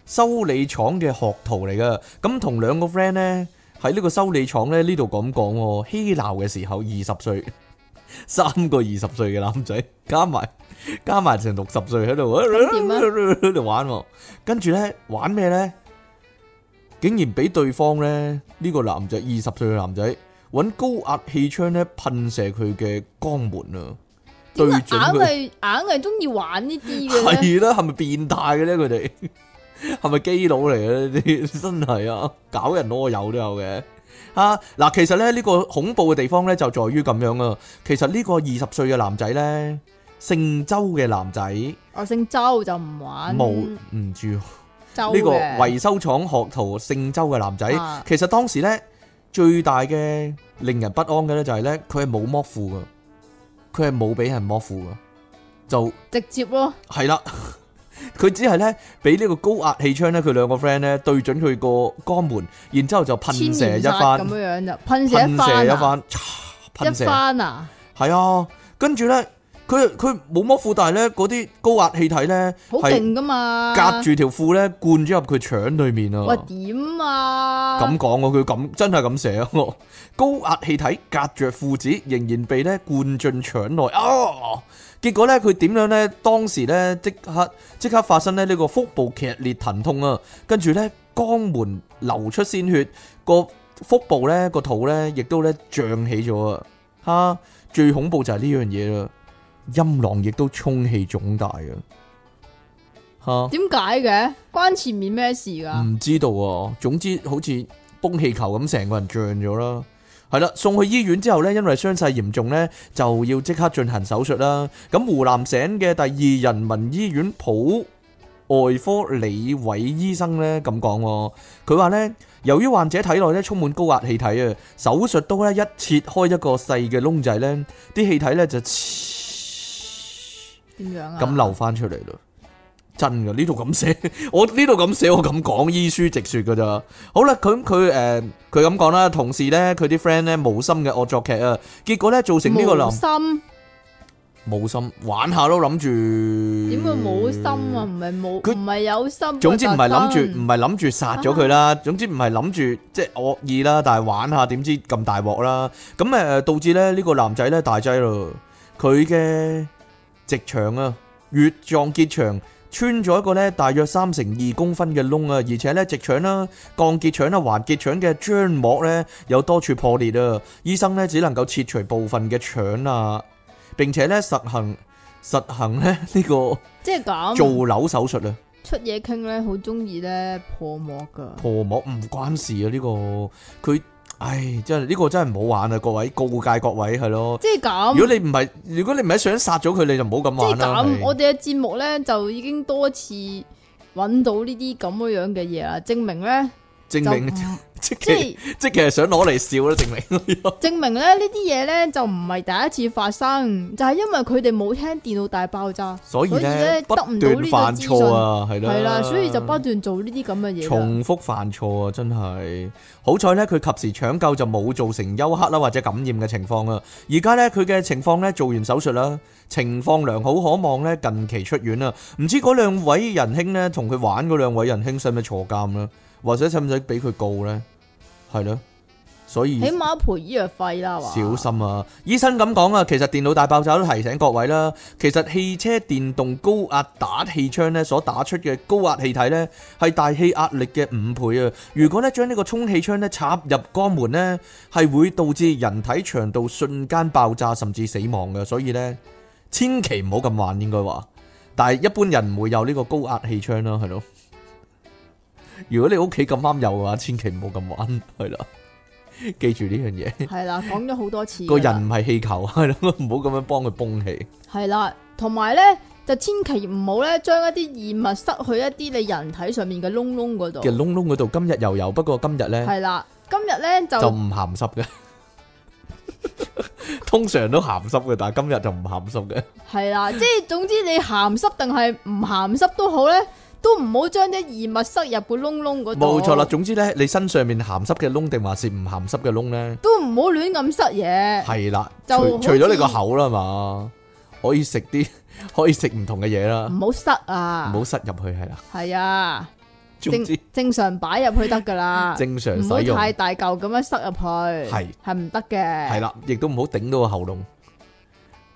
[SPEAKER 1] 修理廠嘅學徒嚟噶，咁同兩個 friend 咧喺呢個修理廠咧呢度咁講喎，嬉鬧嘅時候二十歲， 三個二十歲嘅男仔加埋加埋成六十歲喺度
[SPEAKER 2] 點啊
[SPEAKER 1] 喺度玩喎，跟住咧玩咩咧？竟然俾對方咧呢個男仔二十歲嘅男仔揾高壓氣槍咧噴射佢嘅肛門啊！對
[SPEAKER 2] 點解
[SPEAKER 1] 準
[SPEAKER 2] 硬
[SPEAKER 1] 佢。
[SPEAKER 2] 係硬係中意玩呢啲嘅咧？
[SPEAKER 1] 係啦，係咪變態嘅咧？佢哋 係咪基佬嚟嘅呢 啲？真係啊，搞人啰柚都有嘅。啊，嗱，其實咧呢、呢個恐怖嘅地方咧就在於咁樣啊。其實呢個二十歲嘅男仔咧，姓周嘅男仔，
[SPEAKER 2] 我姓周就唔玩
[SPEAKER 1] 無唔住
[SPEAKER 2] 嗯周
[SPEAKER 1] 呢個
[SPEAKER 2] 嘅
[SPEAKER 1] 維修廠學徒姓周嘅男仔
[SPEAKER 2] 啊，
[SPEAKER 1] 其實當時呢，最大嘅令人不安嘅呢，就係呢，佢係冇剝褲噶，佢係冇俾人剝褲噶，就
[SPEAKER 2] 直接咯，
[SPEAKER 1] 係啦。 佢只係呢，俾呢個高壓氣槍呢，佢兩個 friend 呢對準佢個肛門，然之後就
[SPEAKER 2] 千
[SPEAKER 1] 噴射
[SPEAKER 2] 年
[SPEAKER 1] 一
[SPEAKER 2] 殺
[SPEAKER 1] 番
[SPEAKER 2] 咁，樣樣就噴射
[SPEAKER 1] 噴射
[SPEAKER 2] 一
[SPEAKER 1] 一
[SPEAKER 2] 番啊
[SPEAKER 1] 番，
[SPEAKER 2] 一
[SPEAKER 1] 噴射。
[SPEAKER 2] 番啊，
[SPEAKER 1] 系啊，跟住咧，佢佢冇摸褲，但係咧嗰啲高壓氣體咧
[SPEAKER 2] 好
[SPEAKER 1] 係
[SPEAKER 2] 勁噶嘛，
[SPEAKER 1] 隔住條褲咧灌咗入佢腸裏面
[SPEAKER 2] 喂
[SPEAKER 1] 啊！
[SPEAKER 2] 點啊？
[SPEAKER 1] 咁講喎，佢咁真係咁寫喎， 高壓氣體隔着褲子，仍然被咧灌進腸內啊！結果咧，佢點樣咧？當時咧即刻即刻發生咧呢個腹部劇烈疼痛啊！跟住咧肛門流出鮮血，個腹部咧個肚咧亦都咧脹起咗啊！嚇，最恐怖就係呢樣嘢啦，陰囊亦都充氣腫大啊！嚇、
[SPEAKER 2] 點解嘅？關前面咩事㗎？
[SPEAKER 1] 唔知道啊，總之好似崩氣球咁，成個人脹咗啦。係啦，送去醫院之後呢，因為傷勢嚴重呢，就要即刻進行手術啦。咁湖南省嘅第二人民醫院普外科李偉醫生呢咁講喎，佢話呢，由於患者體內呢充滿高壓氣體啊，手術刀呢一切開一個細嘅窿仔呢，啲氣體呢就咁
[SPEAKER 2] 點樣啊？
[SPEAKER 1] 流翻出嚟啦。真噶，呢度咁寫， 我呢度咁寫，我咁講，醫書直說噶咋。好啦，咁佢誒佢咁講啦，同時咧佢啲 friend 咧無心嘅惡作劇啊，結果咧造成呢個
[SPEAKER 2] 無
[SPEAKER 1] 男
[SPEAKER 2] 心
[SPEAKER 1] 無心玩下咯，諗住
[SPEAKER 2] 點會冇心啊？？唔係冇，
[SPEAKER 1] 佢
[SPEAKER 2] 唔係有心。啊
[SPEAKER 1] 總之唔係諗住，
[SPEAKER 2] 特登
[SPEAKER 1] 唔係諗住殺咗佢啦。總之唔係諗住即係惡意啦，但係玩下點知咁大鑊啦。咁誒導致咧呢個男仔咧大劑咯，佢嘅直腸啊乙狀結腸穿咗一個咧大約三成二公分嘅窿啊，而且咧直腸啦、降結腸啦、橫結腸嘅漿膜咧有多處破裂啊。醫生咧只能夠切除部分嘅腸啊，並且咧實行實行咧呢個
[SPEAKER 2] 即係咁
[SPEAKER 1] 造瘤手術啊。
[SPEAKER 2] 出嘢傾咧，好中意咧破膜㗎。
[SPEAKER 1] 破膜唔關事啊！呢、個佢，唉，真係呢、個真係唔好玩啊！各位告戒各位係咯。
[SPEAKER 2] 即係咁。
[SPEAKER 1] 如果你唔係，如果你唔係想殺咗佢，你就唔好咁
[SPEAKER 2] 即係
[SPEAKER 1] 玩啦。
[SPEAKER 2] 咁，
[SPEAKER 1] 係
[SPEAKER 2] 我哋嘅節目咧就已經多次揾到呢啲咁樣樣嘅嘢啦，證明咧
[SPEAKER 1] 證
[SPEAKER 2] 就
[SPEAKER 1] 明
[SPEAKER 2] 唔
[SPEAKER 1] 即
[SPEAKER 2] 即
[SPEAKER 1] 其
[SPEAKER 2] 係
[SPEAKER 1] 即其係想攞嚟笑啦，證明
[SPEAKER 2] 證明咧呢啲嘢咧就唔係第一次發生，就係因為佢哋冇聽電腦大爆炸，
[SPEAKER 1] 所以
[SPEAKER 2] 所以
[SPEAKER 1] 咧
[SPEAKER 2] 咧
[SPEAKER 1] 不
[SPEAKER 2] 得唔到呢個
[SPEAKER 1] 斷犯錯啊，係啦，
[SPEAKER 2] 係啦，所以就不斷做呢啲咁嘅嘢啦。
[SPEAKER 1] 重複犯錯啊，真係好彩呢，佢及時搶救就冇造成休克啦或者感染嘅情況啊。而家呢，佢嘅情況呢，做完手術啦，情況良好，可望呢近期出院啦。唔知嗰兩位仁兄呢，同佢玩嗰兩位仁兄使唔使坐監啦，或者使唔使俾佢告呢？係咯，所以
[SPEAKER 2] 起碼賠醫藥費啦，係
[SPEAKER 1] 小
[SPEAKER 2] 嘛
[SPEAKER 1] 心啊！醫生咁講啊，其實電腦大爆炸都提醒各位啦，其實汽車電動高壓打氣槍咧所打出嘅高壓氣體咧，係大氣壓力嘅五倍啊！如果咧將呢個充氣槍咧插入肛門咧，係會導致人體腸道瞬間爆炸甚至死亡嘅，所以咧千祈唔好咁玩應該話。但係一般人唔會有呢個高壓氣槍啦，係咯。如果你屋企咁啱有嘅話，千祈唔好咁玩，係啦。記住呢樣嘢。
[SPEAKER 2] 係啦，講咗好多次㗎
[SPEAKER 1] 個
[SPEAKER 2] 啦。
[SPEAKER 1] 人唔係氣 球，係咯，唔好咁樣幫佢泵氣。
[SPEAKER 2] 係啦，同埋咧就千祈唔好咧將一啲異物塞去一啲你人體上面嘅窿窿嗰
[SPEAKER 1] 嘅
[SPEAKER 2] 度。
[SPEAKER 1] 窿窿嗰度今日又有，不過今日咧
[SPEAKER 2] 係啦，今日咧
[SPEAKER 1] 就
[SPEAKER 2] 就
[SPEAKER 1] 唔鹹濕 嘅，通常都鹹濕嘅，但係今日就唔鹹濕嘅。
[SPEAKER 2] 係啦， 即係總之你鹹濕定係唔鹹濕都好咧，都唔好將啲異物塞入個窿窿嗰度。
[SPEAKER 1] 冇錯啦，，總之咧，你身上面鹹濕嘅窿定還是唔鹹濕嘅窿咧，
[SPEAKER 2] 都唔好亂咁塞嘢。
[SPEAKER 1] 係啦，
[SPEAKER 2] 就
[SPEAKER 1] 除
[SPEAKER 2] 好
[SPEAKER 1] 除咗你個
[SPEAKER 2] 似
[SPEAKER 1] 口啦嘛，可以食 啲可以食唔同嘅嘢啦，
[SPEAKER 2] 唔好塞
[SPEAKER 1] 唔
[SPEAKER 2] 啊！
[SPEAKER 1] 好塞入去係啦。
[SPEAKER 2] 係啊，
[SPEAKER 1] 總
[SPEAKER 2] 正
[SPEAKER 1] 之
[SPEAKER 2] 正常擺入去得噶啦，
[SPEAKER 1] 正常
[SPEAKER 2] 唔
[SPEAKER 1] 使
[SPEAKER 2] 好
[SPEAKER 1] 用
[SPEAKER 2] 太大嚿咁樣塞入去，係係唔得嘅。
[SPEAKER 1] 係，啦，亦都唔好頂到個喉嚨，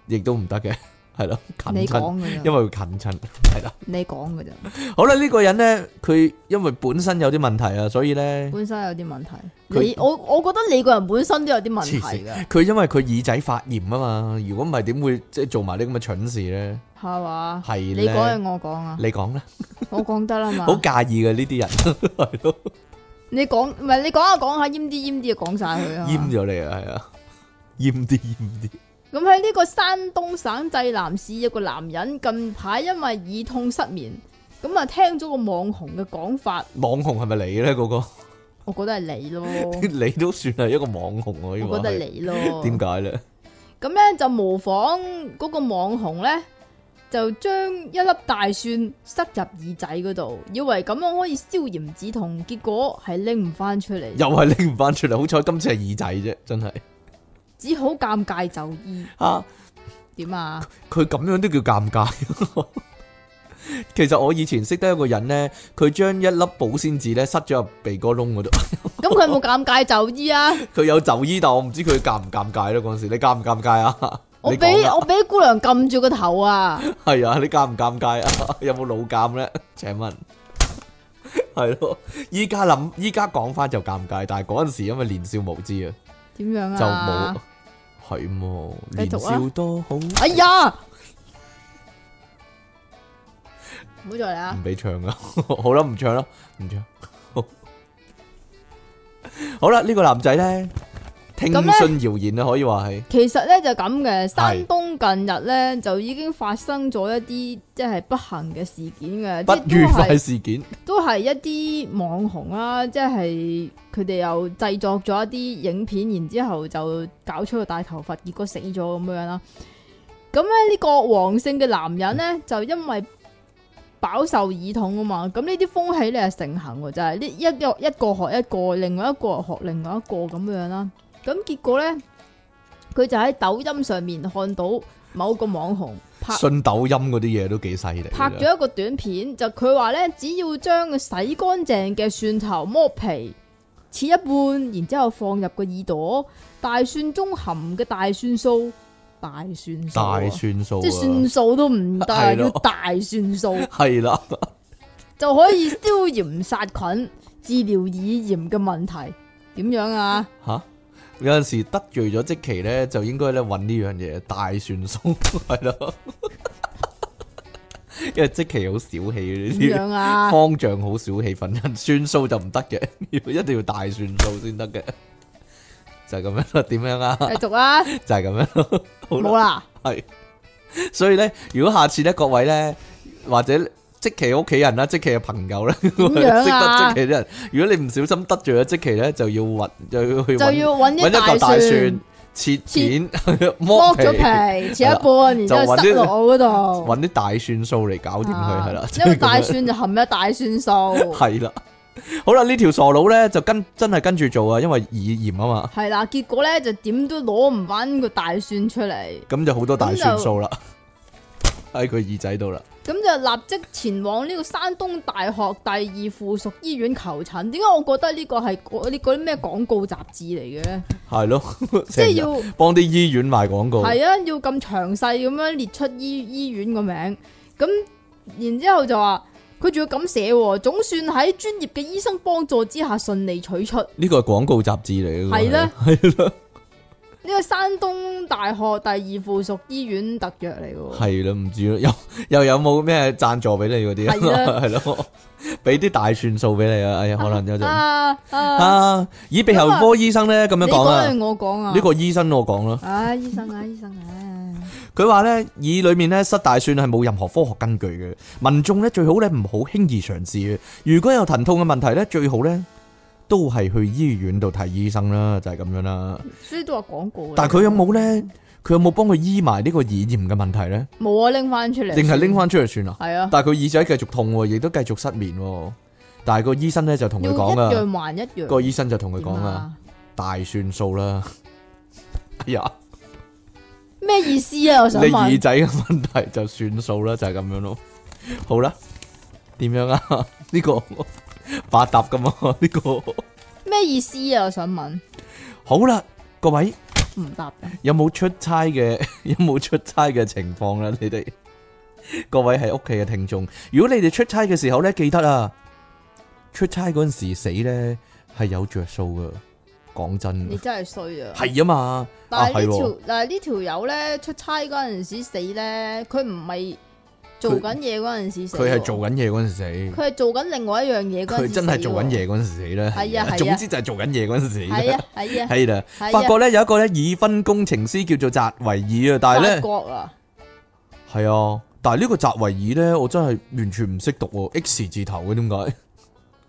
[SPEAKER 1] 亦都唔 得嘅，係咯，近
[SPEAKER 2] 你
[SPEAKER 1] 親，
[SPEAKER 2] 講嘅
[SPEAKER 1] 因
[SPEAKER 2] 啫，
[SPEAKER 1] 為會近親係啦。
[SPEAKER 2] 你講 嘅啫，
[SPEAKER 1] 好啦，呢、個人呢，佢因為本身有啲問題啊，所以呢，
[SPEAKER 2] 本身有啲問題。
[SPEAKER 1] 佢
[SPEAKER 2] 你我我覺得你個人本身都有啲問題
[SPEAKER 1] 黐
[SPEAKER 2] 㗎，
[SPEAKER 1] 佢因為佢耳仔發炎啊嘛，如果唔係點會即係做埋啲咁嘅蠢事呢？
[SPEAKER 2] 係嘛？
[SPEAKER 1] 係
[SPEAKER 2] 啊你講
[SPEAKER 1] 咧，
[SPEAKER 2] 定我講啊？
[SPEAKER 1] 你講啦，
[SPEAKER 2] 我講得啦嘛
[SPEAKER 1] 好。介意嘅呢啲人，係咯，
[SPEAKER 2] 你講唔係你講下講下，奄啲奄啲就講晒佢啊！
[SPEAKER 1] 阉咗你啊，係啊，阉啲阉啲，
[SPEAKER 2] 咁喺呢個山東省濟南市有個男人近排因為耳痛失眠，咁啊聽咗個網紅嘅講法，
[SPEAKER 1] 網紅係咪你咧？嗰、個
[SPEAKER 2] 哦我覺得係你咯，
[SPEAKER 1] 你都算係一個網紅喎，呢
[SPEAKER 2] 我覺
[SPEAKER 1] 個
[SPEAKER 2] 得
[SPEAKER 1] 係
[SPEAKER 2] 係你咯。
[SPEAKER 1] 點解咧？
[SPEAKER 2] 咁咧就模仿嗰個網紅咧，就將一粒大蒜塞入耳仔嗰度，以為咁樣可以消炎止痛，結果係拎唔翻出嚟，
[SPEAKER 1] 又係拎唔翻出嚟，好彩今次係耳仔啫，真係
[SPEAKER 2] 只好尷尬就醫。
[SPEAKER 1] 啊！
[SPEAKER 2] 點啊？
[SPEAKER 1] 佢咁樣都叫尷尬。其實我以前識得一個人咧，佢將一粒保鮮紙咧塞咗入鼻哥窿嗰度，
[SPEAKER 2] 咁佢有冇尷尬就醫啊？
[SPEAKER 1] 佢有就醫，但我唔知佢尷唔尷尬咯。嗰陣時你尷唔尷尬啊？
[SPEAKER 2] 我
[SPEAKER 1] 你講
[SPEAKER 2] 俾
[SPEAKER 1] 啦
[SPEAKER 2] 我俾姑娘撳住個 頭啊！
[SPEAKER 1] 係啊，你尷唔尷尬啊？有冇腦尷咧？請問係咯，依家諗，依家講翻就尷尬，但係嗰陣時因為年少無知啊，
[SPEAKER 2] 點樣
[SPEAKER 1] 就冇
[SPEAKER 2] 啊？
[SPEAKER 1] 係喎，
[SPEAKER 2] 繼
[SPEAKER 1] 年
[SPEAKER 2] 續啊
[SPEAKER 1] 少多好，
[SPEAKER 2] 哎呀！唔好再嚟啊！
[SPEAKER 1] 唔俾唱噶， 好啦，唔唱啦，唔唱。 好好啦，呢個男仔咧，聽
[SPEAKER 2] 咁呢
[SPEAKER 1] 信謠言啊，可以話係
[SPEAKER 2] 其實咧就咁嘅，山
[SPEAKER 1] 係
[SPEAKER 2] 東近日咧就已經發生咗一啲即係不幸嘅事件嘅，
[SPEAKER 1] 不
[SPEAKER 2] 即
[SPEAKER 1] 愉
[SPEAKER 2] 係都
[SPEAKER 1] 快
[SPEAKER 2] 係
[SPEAKER 1] 事件，
[SPEAKER 2] 都係一啲網紅啦，即係佢哋又製作咗一啲影片，然之後就搞出個大頭佛，結果死咗咁樣啦。咁咧呢個黃姓嘅男人咧就因為飽受耳痛啊嘛，咁呢啲風氣咧係盛行喎，就係呢一個一個學一個，另外一個學另外一個咁樣啦。咁結果咧，佢就喺抖音上面看到某個網紅拍
[SPEAKER 1] 信抖音嗰啲嘢都幾犀利㗎。
[SPEAKER 2] 拍咗一個短片，就佢話咧，只要將洗乾淨嘅蒜頭剝皮，切一半，然之後放入個耳朵，大蒜中含嘅大蒜素，大蒜素啊、
[SPEAKER 1] 大算數啊，
[SPEAKER 2] 即係蒜素都唔得啊，
[SPEAKER 1] 係咯
[SPEAKER 2] 要大蒜素
[SPEAKER 1] 係啦，
[SPEAKER 2] 就可以消炎殺菌，治療耳炎嘅問題。點樣 啊？
[SPEAKER 1] 吓有陣時得罪咗即期咧，就應該咧揾呢樣嘢大算數 係咯，因為即期好小氣呢
[SPEAKER 2] 點
[SPEAKER 1] 啲。
[SPEAKER 2] 樣啊？
[SPEAKER 1] 方丈好少氣氛， 算數就唔得嘅， 要一定要大算數先得嘅， 就係、咁樣啦。點樣啊？
[SPEAKER 2] 繼續啊！
[SPEAKER 1] 就係、咁樣咯。 好
[SPEAKER 2] 冇
[SPEAKER 1] 啦，
[SPEAKER 2] 啦，
[SPEAKER 1] 係。所以咧，如果下次咧，各位咧，或者即其屋企人啦，即其嘅朋友咧， 識
[SPEAKER 2] 樣
[SPEAKER 1] 得
[SPEAKER 2] 啊
[SPEAKER 1] 即其啲人，如果你唔小心得罪咗即其咧，就要揾，就要去
[SPEAKER 2] 就
[SPEAKER 1] 揾
[SPEAKER 2] 要揾
[SPEAKER 1] 揾
[SPEAKER 2] 啲
[SPEAKER 1] 一嚿大
[SPEAKER 2] 蒜
[SPEAKER 1] 蒜切片
[SPEAKER 2] 剝
[SPEAKER 1] 剝
[SPEAKER 2] 咗
[SPEAKER 1] 皮，
[SPEAKER 2] 皮，切一半，然之 後
[SPEAKER 1] 就
[SPEAKER 2] 塞
[SPEAKER 1] 搵啲
[SPEAKER 2] 落我嗰度。
[SPEAKER 1] 揾啲大蒜素嚟搞掂佢，係啦
[SPEAKER 2] 啊，因為
[SPEAKER 1] 就 係咁
[SPEAKER 2] 大
[SPEAKER 1] 樣
[SPEAKER 2] 蒜就含咗大蒜素，
[SPEAKER 1] 系啦，好啦，呢条傻佬咧就跟真系跟住做啊，因为耳炎啊嘛，
[SPEAKER 2] 係啦，結果咧就點都攞唔翻個大蒜出嚟，
[SPEAKER 1] 咁就好多大蒜素啦，喺佢耳仔度啦。
[SPEAKER 2] 咁就立即前往呢個山東大學第二附屬醫院求診。點解我覺得呢個係嗰啲嗰啲咩廣告雜誌嚟嘅咧？
[SPEAKER 1] 系 咯，
[SPEAKER 2] 即
[SPEAKER 1] 即
[SPEAKER 2] 係要
[SPEAKER 1] 帮啲医院賣廣告，
[SPEAKER 2] 係啊，要咁詳細咁樣列出醫醫院個名，咁然之後就話佢仲要咁寫喎，總算喺專業嘅醫生幫助之下順利取出。
[SPEAKER 1] 呢個係廣告雜誌嚟嘅，
[SPEAKER 2] 係啦
[SPEAKER 1] 係啦，
[SPEAKER 2] 呢個山東大學第二附屬醫院特約嚟嘅喎，
[SPEAKER 1] 係啦，啊唔知啦，又又有冇咩贊助俾你嗰啲
[SPEAKER 2] 係啦
[SPEAKER 1] 啊？ 係咯，俾啲大蒜數俾你啊！哎呀，可能有陣
[SPEAKER 2] 啊啊！
[SPEAKER 1] 啊，耳鼻喉科醫生咧咁樣
[SPEAKER 2] 你
[SPEAKER 1] 講
[SPEAKER 2] 講
[SPEAKER 1] 啊，
[SPEAKER 2] 定我講啊？
[SPEAKER 1] 呢個醫生我講啦。
[SPEAKER 2] 啊，醫生啊，醫生啊，
[SPEAKER 1] 佢話咧，耳裏面咧塞大蒜係冇任何科學根據嘅，民眾咧最好咧唔好輕易嘗試嘅。如果有疼痛嘅問題咧，最好咧都係去醫院度睇醫生啦，
[SPEAKER 2] 嗯
[SPEAKER 1] 就係、咁樣啦。
[SPEAKER 2] 所以都話廣告嚟。啊
[SPEAKER 1] 但係佢有冇咧？佢有冇幫佢醫埋呢個耳炎嘅問題咧？
[SPEAKER 2] 冇啊，拎翻出嚟。
[SPEAKER 1] 定係拎？翻出嚟算啦？
[SPEAKER 2] 係啊，
[SPEAKER 1] 但係佢耳仔繼續痛喎，亦都繼續失眠喎。但係個醫生咧就同
[SPEAKER 2] 要
[SPEAKER 1] 佢講
[SPEAKER 2] 一
[SPEAKER 1] 啦，
[SPEAKER 2] 樣還一樣。
[SPEAKER 1] 個醫生就同佢講
[SPEAKER 2] 點
[SPEAKER 1] 啦，
[SPEAKER 2] 啊，
[SPEAKER 1] 大蒜數啦。 哎呀！
[SPEAKER 2] 咩意思啊？我想
[SPEAKER 1] 你耳
[SPEAKER 2] 問。
[SPEAKER 1] 仔嘅問題就算數啦，就係、咁樣咯。好啦，點樣啊？ 呢、個百搭噶嘛？ 呢、個
[SPEAKER 2] 咩意思啊？我想問，
[SPEAKER 1] 好啦，各位
[SPEAKER 2] 唔答嘅。
[SPEAKER 1] 有冇出差嘅？ 有冇出差嘅情況啊 咧？你哋各位喺屋企嘅聽眾，如果你哋出差嘅時候咧，記得啊，出差嗰陣時死咧係有着數噶。講
[SPEAKER 2] 你
[SPEAKER 1] 真，
[SPEAKER 2] 真係衰啊！
[SPEAKER 1] 係啊嘛，啊
[SPEAKER 2] 但係
[SPEAKER 1] 係
[SPEAKER 2] 呢
[SPEAKER 1] 喎
[SPEAKER 2] 條，但係呢條友咧出差嗰陣時死咧，佢唔係做緊嘢嗰陣時死喎。
[SPEAKER 1] 佢係做緊嘢嗰陣時死，
[SPEAKER 2] 佢係做緊另外一樣嘢嗰陣時
[SPEAKER 1] 佢真係做緊嘢嗰陣時死啦。
[SPEAKER 2] 係啊係啊
[SPEAKER 1] 總之就係做緊嘢嗰陣時死
[SPEAKER 2] 死
[SPEAKER 1] 啦
[SPEAKER 2] 喎。係啊 係啊
[SPEAKER 1] 係啦，
[SPEAKER 2] 係
[SPEAKER 1] 法
[SPEAKER 2] 啊。
[SPEAKER 1] 國咧有一個咧已婚工程師叫做澤維爾啊，但係
[SPEAKER 2] 法
[SPEAKER 1] 咧
[SPEAKER 2] 國啊，
[SPEAKER 1] 係啊，但係呢個澤維爾咧，我真係完全唔識讀喎，X 字頭嘅點解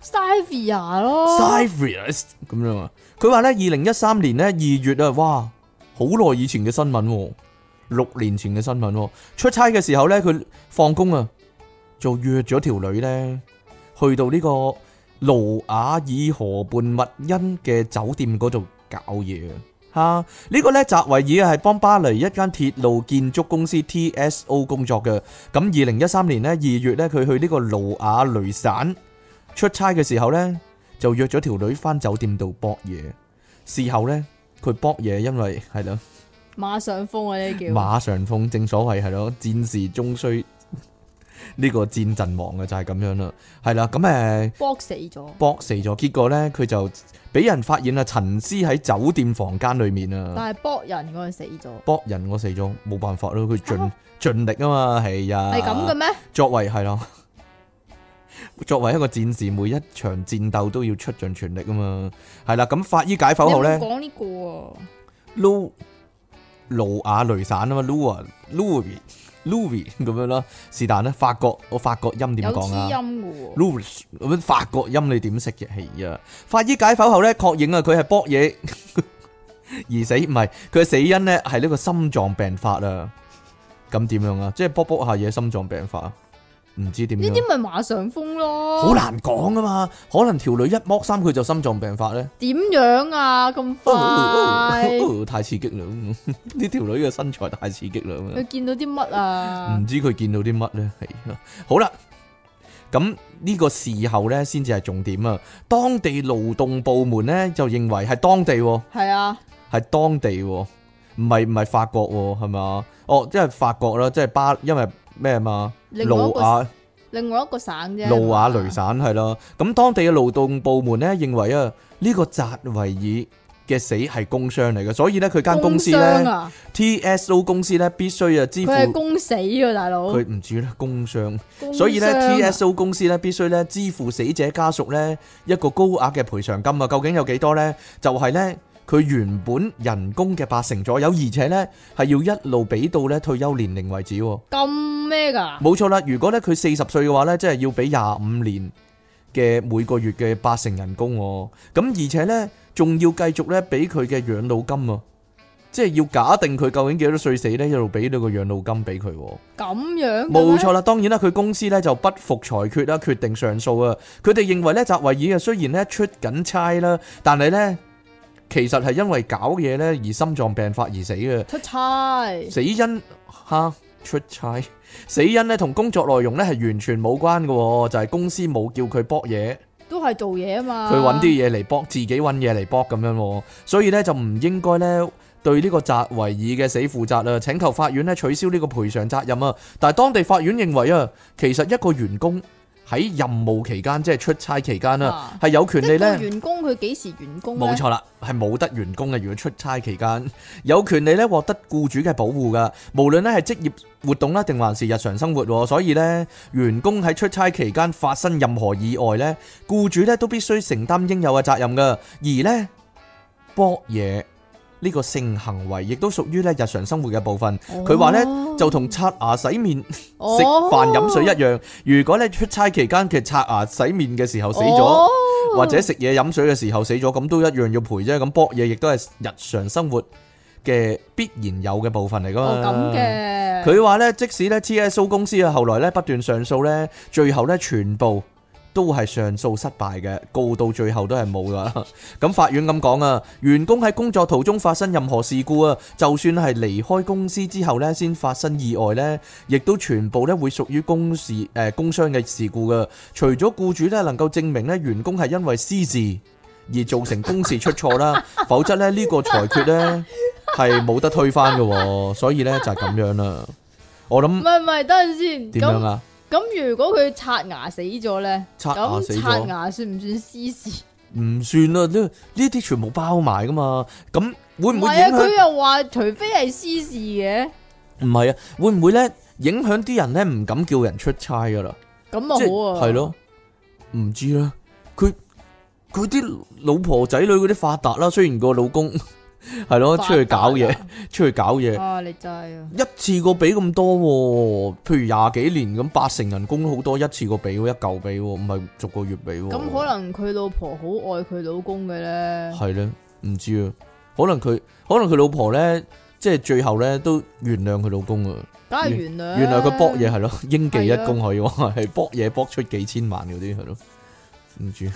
[SPEAKER 2] s i v i a 咯
[SPEAKER 1] s i v i u s 咁樣啊？佢話咧，二零一三年咧二月啊，哇，好耐以前嘅新聞喎，六年前嘅新聞喎。出差嘅時候咧，佢放工啊，就約咗條女咧，去到呢個盧瓦爾河畔密恩嘅酒店嗰度搞嘢啊！吓，呢個呢，澤維爾係幫巴黎一間鐵路建築公司 TSO 工作嘅。咁二零一三年呢，二月呢，佢去呢個盧瓦雷省出差嘅時候呢，就約咗條女翻酒店度搏嘢。事後呢，佢搏嘢，因為係咯
[SPEAKER 2] 馬上風啊呢啲叫。
[SPEAKER 1] 馬上風，正所謂係咯，戰士終須 呢個戰陣亡啊嘅就係咁樣啦。係啦，咁誒。
[SPEAKER 2] 搏死咗，
[SPEAKER 1] 搏死咗，結果呢，佢就俾人發現啊，陳屍喺酒店房間裏面啊，
[SPEAKER 2] 但係搏人嗰個死咗，
[SPEAKER 1] 搏人我死咗，冇辦法咯，佢盡
[SPEAKER 2] 啊
[SPEAKER 1] 盡力啊嘛，係啊，
[SPEAKER 2] 係咁嘅咩？
[SPEAKER 1] 作為係咯，作為一個戰士，每一場戰鬥都要出盡全力啊嘛，係啦，咁法醫解剖
[SPEAKER 2] 你
[SPEAKER 1] 後
[SPEAKER 2] 冇
[SPEAKER 1] 呢
[SPEAKER 2] 講呢個
[SPEAKER 1] Lu 盧瓦雷省啊嘛，Lu 啊 Louis Louis 咁樣啦，是但啦，法國我法國音
[SPEAKER 2] 喎，
[SPEAKER 1] 點
[SPEAKER 2] 有
[SPEAKER 1] 講啊
[SPEAKER 2] 黐？音嘅喎，
[SPEAKER 1] Louis 咁樣法國音你點識嘅？係啊，法醫解剖後咧，確認啊佢係搏 嘢而死，唔係佢嘅死因咧係呢個心臟病發啊。咁點樣啊？即係搏搏下嘢，心臟病發啊，唔知點
[SPEAKER 2] 呢
[SPEAKER 1] 樣，
[SPEAKER 2] 啲咪馬上風咯，
[SPEAKER 1] 好難講啊嘛。可能條女一剝衫佢就心臟病發咧。
[SPEAKER 2] 點樣啊？咁
[SPEAKER 1] 哦哦
[SPEAKER 2] 快，
[SPEAKER 1] 哦哦 太刺激啦！嗯呢條女嘅身材太刺激啦！咁樣
[SPEAKER 2] 佢見到啲乜啊
[SPEAKER 1] 唔？知佢見到啲乜呢？係啊好啦，咁呢個事後呢，先至係重點啊！當地勞動部門呢，就認為係當地喎，
[SPEAKER 2] 係啊，
[SPEAKER 1] 係當地喎，唔係唔係法國喎，係嘛？哦，即係法國啦，即係巴，因為咩嘛？
[SPEAKER 2] 另外一
[SPEAKER 1] 盧
[SPEAKER 2] 個
[SPEAKER 1] 瓦
[SPEAKER 2] 另外一個省啫，
[SPEAKER 1] 盧瓦雷省係啦，咁當地嘅勞動部門呢，認為啊，呢個扎維爾嘅死係工傷嚟嘅，所以呢，佢間公司
[SPEAKER 2] 傷
[SPEAKER 1] 呢
[SPEAKER 2] 啊，
[SPEAKER 1] TSO 公司呢，必須啊支付
[SPEAKER 2] 佢係公死㗎大佬，
[SPEAKER 1] 佢唔止啦工傷。
[SPEAKER 2] 工
[SPEAKER 1] 所以咧
[SPEAKER 2] 傷啊
[SPEAKER 1] ，TSO 公司咧必須咧支付死者家屬咧一個高額嘅賠償金啊！究竟有幾多呢？就係咧佢原本人工嘅八成左右，而且咧係要一路俾到咧退休年齡為止喎。
[SPEAKER 2] 咁咩㗎？
[SPEAKER 1] 冇錯啦，如果咧佢四十歲嘅話咧，即係要俾廿五年嘅每個月嘅八成人工喎。咁而且咧仲要繼續咧俾佢嘅養老金啊！即係要假定佢究竟幾多歲死咧，一路俾到個養老金俾佢喎。
[SPEAKER 2] 咁樣嘅咩
[SPEAKER 1] 冇錯啦，當然啦，佢公司咧就不服裁決啦，決定上訴啊。佢哋認為咧，澤維爾啊雖然咧出緊差啦，但係咧其實係因為搞嘢咧而心臟病發而死嘅。
[SPEAKER 2] 出差，
[SPEAKER 1] 死因哈出差，死因咧同工作內容咧係完全冇關嘅喎，就係、公司冇叫佢搏嘢，
[SPEAKER 2] 都係做嘢啊嘛，
[SPEAKER 1] 佢揾啲嘢嚟搏，自己揾嘢嚟搏咁樣喎，所以咧就唔應該咧。對呢個澤維爾嘅死負責啊，請求法院咧取消呢個賠償責任啊！但係當地法院認為啊，其實一個員工喺任務期間，即係出差期間啦，
[SPEAKER 2] 啊
[SPEAKER 1] 係有權利
[SPEAKER 2] 一個
[SPEAKER 1] 咧。
[SPEAKER 2] 員工佢幾時員工咧
[SPEAKER 1] 冇錯啦，係冇得員工嘅。如果出差期間， 有權利咧獲得僱主嘅保護噶，無論咧係職業活動啦，定還是日常生活喎。所以咧，員工喺出差期間發生任何意外咧，僱主咧都必須承擔應有嘅責任噶。而咧搏嘢呢個性行為，亦都屬於咧日常生活嘅部分。佢話咧
[SPEAKER 2] 哦
[SPEAKER 1] 就同刷牙、洗面、
[SPEAKER 2] 哦
[SPEAKER 1] 食飯、飲水一樣。如果咧出差期間嘅刷牙、洗面嘅時候死咗。
[SPEAKER 2] 哦
[SPEAKER 1] 或者食嘢飲水嘅時候死咗，咁都一樣要賠啫。咁搏嘢亦都係日常生活嘅必然有嘅部分嚟噶嘛。
[SPEAKER 2] 哦咁。嘅，
[SPEAKER 1] 呃佢話呢，即使呢 TSO 公司啊，後來呢不斷上訴呢，最後呢全部都係上訴失敗嘅，告到最後都係冇噶。 咁法院咁講啊，員工喺工作途中發生任何事故啊，就算係離開公司之後呢先發生意外呢，亦都全部呢會屬於公事誒、呃工傷嘅事故噶。除咗僱主呢能夠證明呢員工係因為私事而造成公事出錯啦， 否則咧呢個裁決呢係冇得推翻嘅喎，所以呢就係咁樣啦。我
[SPEAKER 2] 唔
[SPEAKER 1] 諗
[SPEAKER 2] 係唔係，等陣先。
[SPEAKER 1] 點樣
[SPEAKER 2] 咁
[SPEAKER 1] 啊？
[SPEAKER 2] 咁，如果佢刷牙死咗咧，
[SPEAKER 1] 刷牙死
[SPEAKER 2] 咁啊刷
[SPEAKER 1] 咗
[SPEAKER 2] 牙算唔算私事？
[SPEAKER 1] 唔算啦，呢呢啲全部包埋噶嘛。咁會
[SPEAKER 2] 唔
[SPEAKER 1] 唔會
[SPEAKER 2] 係啊，
[SPEAKER 1] 影響
[SPEAKER 2] 佢？又話除非係私事嘅，
[SPEAKER 1] 唔係啊，會唔會呢？影響啲人咧唔敢叫人出差噶啦，
[SPEAKER 2] 咁啊
[SPEAKER 1] 即
[SPEAKER 2] 好啊，
[SPEAKER 1] 係，咯，唔知啦，佢佢啲老婆仔女嗰啲發達啦，雖然個老公 係咯出去搞嘢，出去搞嘢。
[SPEAKER 2] 啊你真係啊，
[SPEAKER 1] 一次過俾咁多、喎，譬如廿幾年咁，八成人工都好多，一次過俾喎一嚿俾喎，唔係逐個月俾喎。
[SPEAKER 2] 咁可能佢老婆好愛佢老公嘅咧，
[SPEAKER 1] 係咧，唔知啊，可能佢可能佢老婆咧，即係最後咧都原諒佢老公啊。
[SPEAKER 2] 梗係原諒，
[SPEAKER 1] 原來佢搏嘢係咯，英記一
[SPEAKER 2] 係啊
[SPEAKER 1] 公可以話係搏嘢搏出幾千萬嗰啲係咯，唔知呢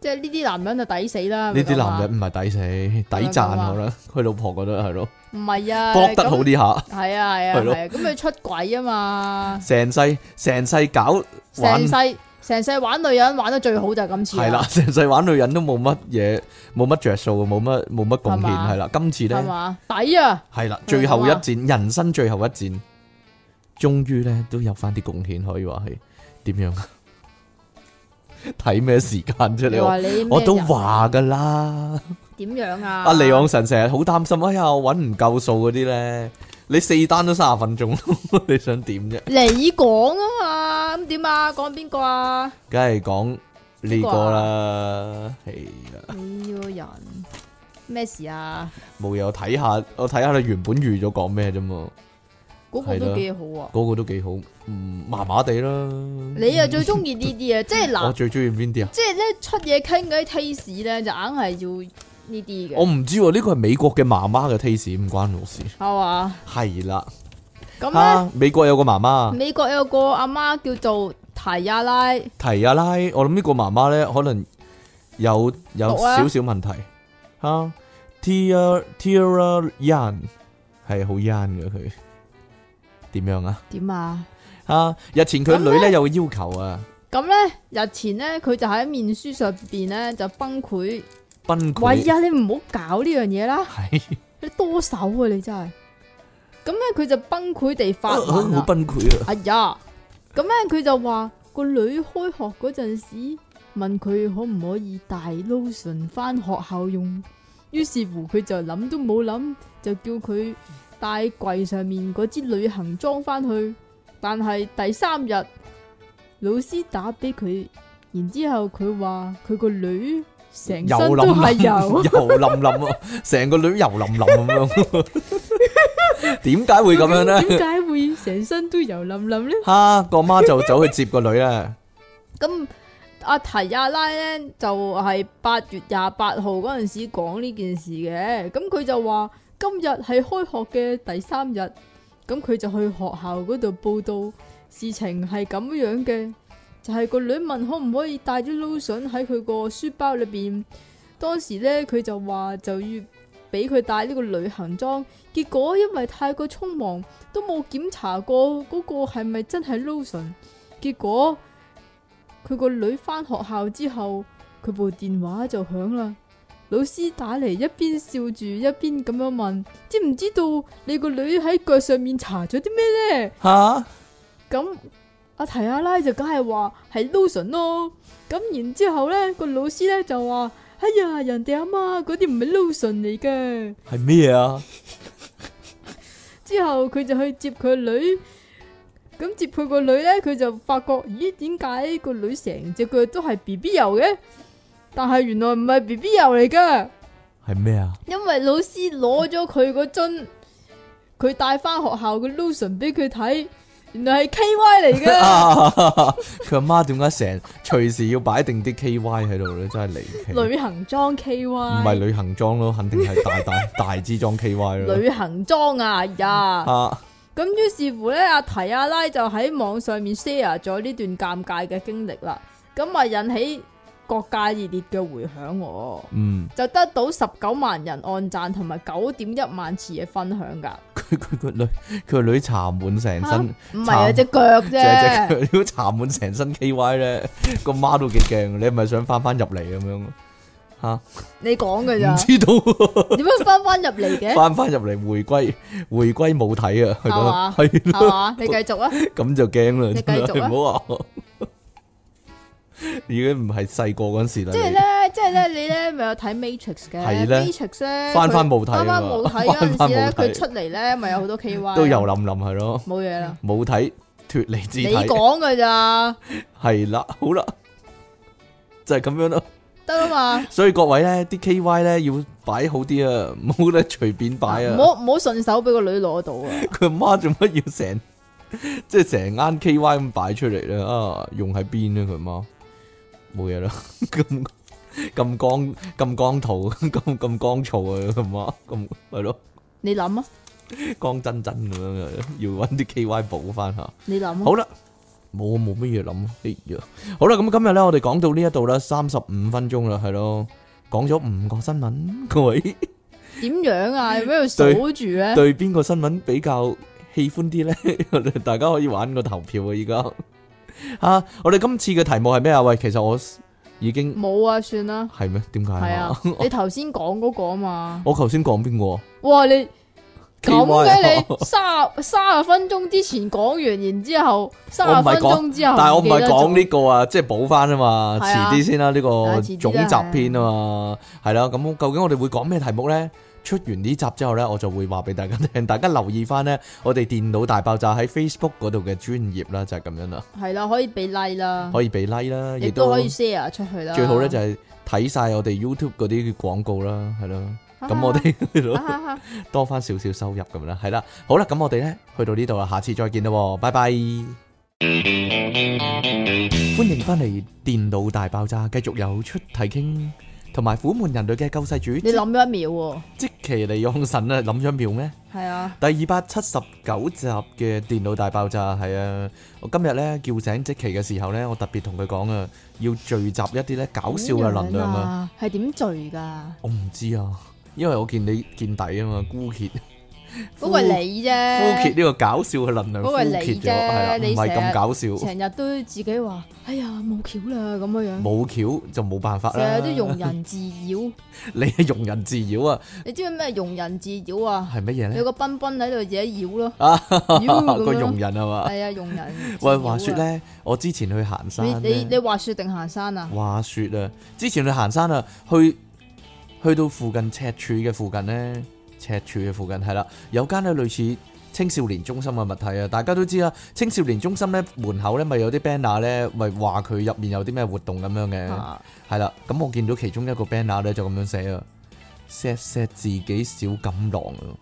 [SPEAKER 2] 即係呢啲男人就抵死啦，係咪
[SPEAKER 1] 啲
[SPEAKER 2] 咁啊
[SPEAKER 1] 男人唔係抵死，抵賺可能 佢老婆覺得係咯，
[SPEAKER 2] 唔係啊，
[SPEAKER 1] 搏得好
[SPEAKER 2] 咁，
[SPEAKER 1] 啲下，
[SPEAKER 2] 係啊係啊
[SPEAKER 1] 係
[SPEAKER 2] 係
[SPEAKER 1] 咯
[SPEAKER 2] 啊，咁佢出軌啊嘛，
[SPEAKER 1] 成世成世搞玩
[SPEAKER 2] 成世成世玩女人玩得最好就係咁次啊
[SPEAKER 1] 係啦，， 成世玩女人都冇乜嘢，冇乜着數，冇乜冇乜貢獻
[SPEAKER 2] 係嘛
[SPEAKER 1] 係啦，今次
[SPEAKER 2] 係
[SPEAKER 1] 咧
[SPEAKER 2] 嘛，抵啊，
[SPEAKER 1] 係啦，最後一
[SPEAKER 2] 係嘛
[SPEAKER 1] 戰，人生最後一戰，終於咧都有翻啲貢獻可以話係點樣 啊？睇咩時間啫？你
[SPEAKER 2] 你
[SPEAKER 1] 話
[SPEAKER 2] 話你
[SPEAKER 1] 我都
[SPEAKER 2] 話
[SPEAKER 1] 話噶啦。
[SPEAKER 2] 點樣啊？
[SPEAKER 1] 阿李昂臣成日好擔心，哎呀，我揾唔夠數嗰啲咧，你四單都三十分鐘， 你想點啫？
[SPEAKER 2] 你講啊嘛，咁點啊？講邊個啊？
[SPEAKER 1] 梗係講呢個啦，係啊，
[SPEAKER 2] 你要哎人咩事啊？
[SPEAKER 1] 冇嘢，我睇下，我睇下你原本預咗講咩啫嘛，
[SPEAKER 2] 嗰、個
[SPEAKER 1] 係咯
[SPEAKER 2] 都幾好啊！
[SPEAKER 1] 嗰、個都幾好，嗯，麻麻地啦。
[SPEAKER 2] 你啊最中意呢啲啊，即係
[SPEAKER 1] 我
[SPEAKER 2] 嗱，
[SPEAKER 1] 最中意邊啲啊？
[SPEAKER 2] 即係咧出嘢傾嗰啲 taste 咧，就硬係要呢啲
[SPEAKER 1] 我
[SPEAKER 2] 嘅，
[SPEAKER 1] 唔知喎，呢個係美國嘅媽媽嘅 taste，唔關我事。
[SPEAKER 2] 係嘛？
[SPEAKER 1] 係啦，
[SPEAKER 2] 咁咧、
[SPEAKER 1] 啊，美國有個媽媽
[SPEAKER 2] 美國有個阿媽叫做提亞拉，
[SPEAKER 1] 提阿拉，我諗呢個媽媽咧，可能有有
[SPEAKER 2] 讀啊
[SPEAKER 1] 少少問題吓。Tia Tia Yan 係好 Yan 嘅佢，點樣啊？
[SPEAKER 2] 點啊？
[SPEAKER 1] 啊！日前佢女咧有個要求啊，
[SPEAKER 2] 咁咧日前咧佢就喺面書上邊咧就崩潰，喂
[SPEAKER 1] 崩潰
[SPEAKER 2] 呀！你唔好搞呢樣嘢啦！
[SPEAKER 1] 係
[SPEAKER 2] 你多手啊！你真係，咁咧佢就崩潰地發文
[SPEAKER 1] 哦好
[SPEAKER 2] 啦。
[SPEAKER 1] 崩潰啊！
[SPEAKER 2] 哎呀，咁咧佢就話個女開學嗰陣時問佢可唔可以大 lotion 翻學校用，於是乎佢就諗都冇諗，就叫佢帶櫃上面嗰支旅行裝翻去。但係第三日老師打俾佢，然之後佢話佢個女成身
[SPEAKER 1] 油
[SPEAKER 2] 都
[SPEAKER 1] 淋
[SPEAKER 2] 係
[SPEAKER 1] 淋，
[SPEAKER 2] 油。
[SPEAKER 1] 油淋淋啊！成個女油淋淋咁樣， 點解會咁樣
[SPEAKER 2] 究竟
[SPEAKER 1] 咧？
[SPEAKER 2] 點解會成身都油淋淋咧？
[SPEAKER 1] 哈！個媽就 走去接個女啦，
[SPEAKER 2] 咁阿提亞拉咧就係八月廿八號嗰陣時講呢件事嘅，咁佢就話今日係開學嘅第三日，咁佢就去學校嗰度報道事情係咁樣嘅，就係、個女問可唔可以帶啲 lotion 喺佢個書包裏邊，當時咧佢就話就要。俾佢帶呢個旅行裝，結果因為太過匆忙，都冇檢查過嗰個係咪真係 lotion，結果佢個女返學校之後，佢部電話就響啦。老師打嚟，一邊笑住一邊咁樣問：知唔知道你個女喺腳上面搽咗啲咩呢？
[SPEAKER 1] 吓！
[SPEAKER 2] 咁阿提阿拉就梗係話係 lotion 咯。咁然之後呢，個老師呢就話：哎呀，人哋阿媽嗰啲唔係 lotion 嚟嘅。
[SPEAKER 1] 係咩啊？
[SPEAKER 2] 之後佢就去接佢女，咁接佢個女呢，佢就發覺，咦，點解個女成隻腳都係 B B 油嘅？但係原來唔係 B B 油嚟噶，
[SPEAKER 1] 係咩啊？
[SPEAKER 2] 因為老師攞咗佢嗰樽，佢帶翻學校嘅 lotion 俾佢睇，原來係 K Y 嚟嘅，
[SPEAKER 1] 佢阿媽點解成隨時要擺定啲 K Y 喺度咧？真係離奇。
[SPEAKER 2] 旅行裝 K
[SPEAKER 1] 唔
[SPEAKER 2] Y，
[SPEAKER 1] 係旅行裝咯，肯定係大大 大支裝 K Y 咯。
[SPEAKER 2] 旅行裝啊，哎呀！
[SPEAKER 1] 啊，
[SPEAKER 2] 咁於是乎咧，阿提阿拉就喺網上面 share 咗呢段尷尬嘅經歷啦，咁啊引起各界熱烈嘅回響喎，
[SPEAKER 1] 嗯，
[SPEAKER 2] 就得到十九萬人按讚同埋九點一萬次嘅分享噶，
[SPEAKER 1] 佢佢個女佢個女搽滿成身，
[SPEAKER 2] 唔係啊
[SPEAKER 1] 慘
[SPEAKER 2] 只腳 啫，
[SPEAKER 1] 啊隻隻腳都搽滿成身 K Y 咧，個媽都幾驚。你係咪想翻翻入嚟咁樣？
[SPEAKER 2] 你講嘅
[SPEAKER 1] 唔
[SPEAKER 2] 咋？
[SPEAKER 1] 知道
[SPEAKER 2] 點樣翻翻入嚟 嘅？
[SPEAKER 1] 翻翻入嚟回歸回歸母體啊，係
[SPEAKER 2] 係
[SPEAKER 1] 咯，
[SPEAKER 2] 嘛
[SPEAKER 1] 係
[SPEAKER 2] 係
[SPEAKER 1] 咯，
[SPEAKER 2] 嘛？你繼 續啊，
[SPEAKER 1] 咁就驚啦，
[SPEAKER 2] 你繼
[SPEAKER 1] 真係
[SPEAKER 2] 續啊
[SPEAKER 1] 唔好話我。已經唔係細個嗰陣時啦，
[SPEAKER 2] 即係
[SPEAKER 1] 你
[SPEAKER 2] 咧咧，即係咧，你咧咪有睇 Matrix 嘅
[SPEAKER 1] 係咧
[SPEAKER 2] ？Matrix 咧，
[SPEAKER 1] 翻翻
[SPEAKER 2] 佢
[SPEAKER 1] 冇睇啊
[SPEAKER 2] 翻翻
[SPEAKER 1] 嘛
[SPEAKER 2] 冇睇嗰陣時 咧，
[SPEAKER 1] 翻翻冇睇
[SPEAKER 2] 佢出嚟咧咪有好多 K Y 啊
[SPEAKER 1] 都油淋淋係咯，
[SPEAKER 2] 冇嘢啦，
[SPEAKER 1] 冇睇脱離肢
[SPEAKER 2] 你
[SPEAKER 1] 體
[SPEAKER 2] 講噶咋
[SPEAKER 1] 係啦，好啦，就係咁樣咯。
[SPEAKER 2] 得啦嘛，
[SPEAKER 1] 所以各位咧，啲 K Y 咧要擺好啲啊，唔好咧隨便擺
[SPEAKER 2] 唔
[SPEAKER 1] 啊。
[SPEAKER 2] 好唔好順手俾個女攞到 啊！
[SPEAKER 1] 佢阿媽做乜要成 即係成間 K Y 咁擺出嚟咧？啊，用喺邊咧？佢阿媽冇嘢啦， 咁咁光咁光圖 咁咁光燥啊！佢阿媽咁係咯，
[SPEAKER 2] 你諗啊，
[SPEAKER 1] 光真真咁樣啊，要揾啲 K Y 補翻下。
[SPEAKER 2] 你諗啊，
[SPEAKER 1] 好啦，冇冇乜嘢谂，哎呀，好啦，咁今日咧，我哋讲到呢一度啦，三十五分钟啦，系咯，讲咗五个新闻，各位
[SPEAKER 2] 點樣啊？有咩要數 住咧？
[SPEAKER 1] 对边个新闻比较喜欢 啲咧？大家可以玩个投票啊，依家 吓，我哋今次嘅题目系咩啊？喂，其实我已经
[SPEAKER 2] 冇啊，算啦，
[SPEAKER 1] 系咩？点解
[SPEAKER 2] 係啊
[SPEAKER 1] 啊？，
[SPEAKER 2] 你頭先講嗰個啊嘛，
[SPEAKER 1] 我头先讲边个啊？
[SPEAKER 2] 哇你咁
[SPEAKER 1] KY 啊
[SPEAKER 2] 嘅你三三十分鐘之前講完，然之後三
[SPEAKER 1] 我唔
[SPEAKER 2] 十
[SPEAKER 1] 係
[SPEAKER 2] 分
[SPEAKER 1] 講
[SPEAKER 2] 鐘之 後，
[SPEAKER 1] 但系我唔
[SPEAKER 2] 係
[SPEAKER 1] 係講呢個啊，即係補翻啊嘛，
[SPEAKER 2] 係啊
[SPEAKER 1] 遲啲先啦，呢
[SPEAKER 2] 係
[SPEAKER 1] 個
[SPEAKER 2] 遲
[SPEAKER 1] 總
[SPEAKER 2] 啲
[SPEAKER 1] 集
[SPEAKER 2] 啦
[SPEAKER 1] 篇啊嘛，係啦，咁究竟我哋會講咩題目咧？出完呢集之後咧，我就會話俾大家聽， 大家留意翻咧，我哋電腦大爆炸喺 Facebook 嗰度嘅專頁啦，就係咁樣啦，
[SPEAKER 2] 係啦，可以俾 like 啦，
[SPEAKER 1] 可以俾 like 啦，
[SPEAKER 2] 嗯亦
[SPEAKER 1] 亦
[SPEAKER 2] 都
[SPEAKER 1] 都
[SPEAKER 2] 可以 share 出去啦。
[SPEAKER 1] 最好咧就係睇晒我哋 YouTube 嗰啲廣告啦，係咯，
[SPEAKER 2] 啊
[SPEAKER 1] 咁我哋係咯
[SPEAKER 2] 哋
[SPEAKER 1] 多翻少少收入咁樣啦，係啦，好啦，咁我哋咧去到呢度啦，下次再見啦喎，拜拜！歡迎翻嚟《電腦大爆炸》，繼續有出題傾，同埋虎門人類嘅救世主
[SPEAKER 2] 你諗咗一秒喎，
[SPEAKER 1] 即其利用神啊，諗咗秒咩？
[SPEAKER 2] 係啊，
[SPEAKER 1] 第二百七十九集嘅《電腦大爆炸》係啊，我今日咧叫醒即其嘅時候咧，我特別同佢講啊，要聚集一啲咧搞笑嘅能量啊！
[SPEAKER 2] 啊，係點聚㗎？
[SPEAKER 1] 我唔知啊，因為我見你見底啊嘛，孤竭。
[SPEAKER 2] 嗰個係你
[SPEAKER 1] 枯竭
[SPEAKER 2] 啫，
[SPEAKER 1] 呢個搞笑嘅能量
[SPEAKER 2] 嗰
[SPEAKER 1] 枯
[SPEAKER 2] 個係你
[SPEAKER 1] 竭咗，
[SPEAKER 2] 啫
[SPEAKER 1] 係啦，唔
[SPEAKER 2] 你
[SPEAKER 1] 係
[SPEAKER 2] 成
[SPEAKER 1] 咁
[SPEAKER 2] 日
[SPEAKER 1] 搞笑，
[SPEAKER 2] 成日都自己話，哎呀冇橋啦咁樣樣，
[SPEAKER 1] 冇橋就冇辦法啦。
[SPEAKER 2] 成日都庸，人自 擾。
[SPEAKER 1] 你係庸人自擾啊，
[SPEAKER 2] 你知唔知咩庸人自擾啊？
[SPEAKER 1] 係乜嘢
[SPEAKER 2] 有
[SPEAKER 1] 咧？
[SPEAKER 2] 個賓賓喺度自己擾咯，
[SPEAKER 1] 啊，
[SPEAKER 2] 妖咁
[SPEAKER 1] 個
[SPEAKER 2] 樣
[SPEAKER 1] 庸人啊嘛。
[SPEAKER 2] 係啊，庸人。
[SPEAKER 1] 喂，話說，咧，我之前去行
[SPEAKER 2] 你
[SPEAKER 1] 山
[SPEAKER 2] 你你
[SPEAKER 1] 咧，
[SPEAKER 2] 滑雪定行山啊？
[SPEAKER 1] 話說啊，之前去行山啊，去去到附近赤柱嘅附近咧，赤柱嘅附近係啦，有間咧類似。青少年中心嘅物體啊，大家都知啊。青少年中心咧門口咧咪有啲 banner 咧，咪話佢入面有啲咩活動咁樣嘅。
[SPEAKER 2] 啊
[SPEAKER 1] 系啦，咁我見到其中一個 banner 咧就咁樣寫啊，錫錫自己小錦囊啊，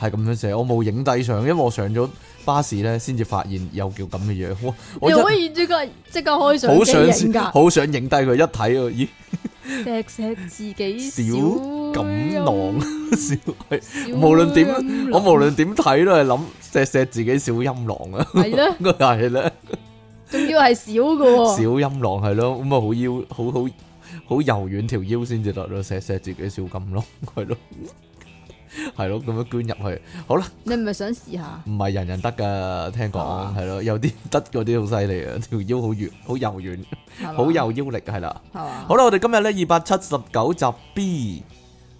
[SPEAKER 1] 係咁樣寫。我冇影低相，因為我上咗巴士咧先至發現有叫咁嘅樣。我
[SPEAKER 2] 你
[SPEAKER 1] 我
[SPEAKER 2] 可
[SPEAKER 1] 一
[SPEAKER 2] 以即刻即刻開
[SPEAKER 1] 好
[SPEAKER 2] 相機影
[SPEAKER 1] 想
[SPEAKER 2] 㗎。
[SPEAKER 1] 好想影低佢，一睇啊，咦，
[SPEAKER 2] 錫錫自己
[SPEAKER 1] 小
[SPEAKER 2] 咁
[SPEAKER 1] 錦囊，笑 係無論點我無論點睇都係諗錫錫自己小陰囊啊，
[SPEAKER 2] 係咧，
[SPEAKER 1] 咁係咧，
[SPEAKER 2] 仲要係少嘅
[SPEAKER 1] 小
[SPEAKER 2] 喎，
[SPEAKER 1] 陰囊係咯，咁啊好腰，好好好柔軟條腰先至得咯，錫錫自己小錦囊 係咯，係咯，咁樣捐入去。
[SPEAKER 2] 你唔係想試下？
[SPEAKER 1] 唔係人人得噶，聽講
[SPEAKER 2] 啊
[SPEAKER 1] 係咯，有啲得嗰啲好犀利啊， 條腰好軟，好柔軟，
[SPEAKER 2] 係嘛
[SPEAKER 1] 好有，腰力係啦。
[SPEAKER 2] 係嘛？
[SPEAKER 1] 好啦，我哋今日咧二百七十九集 B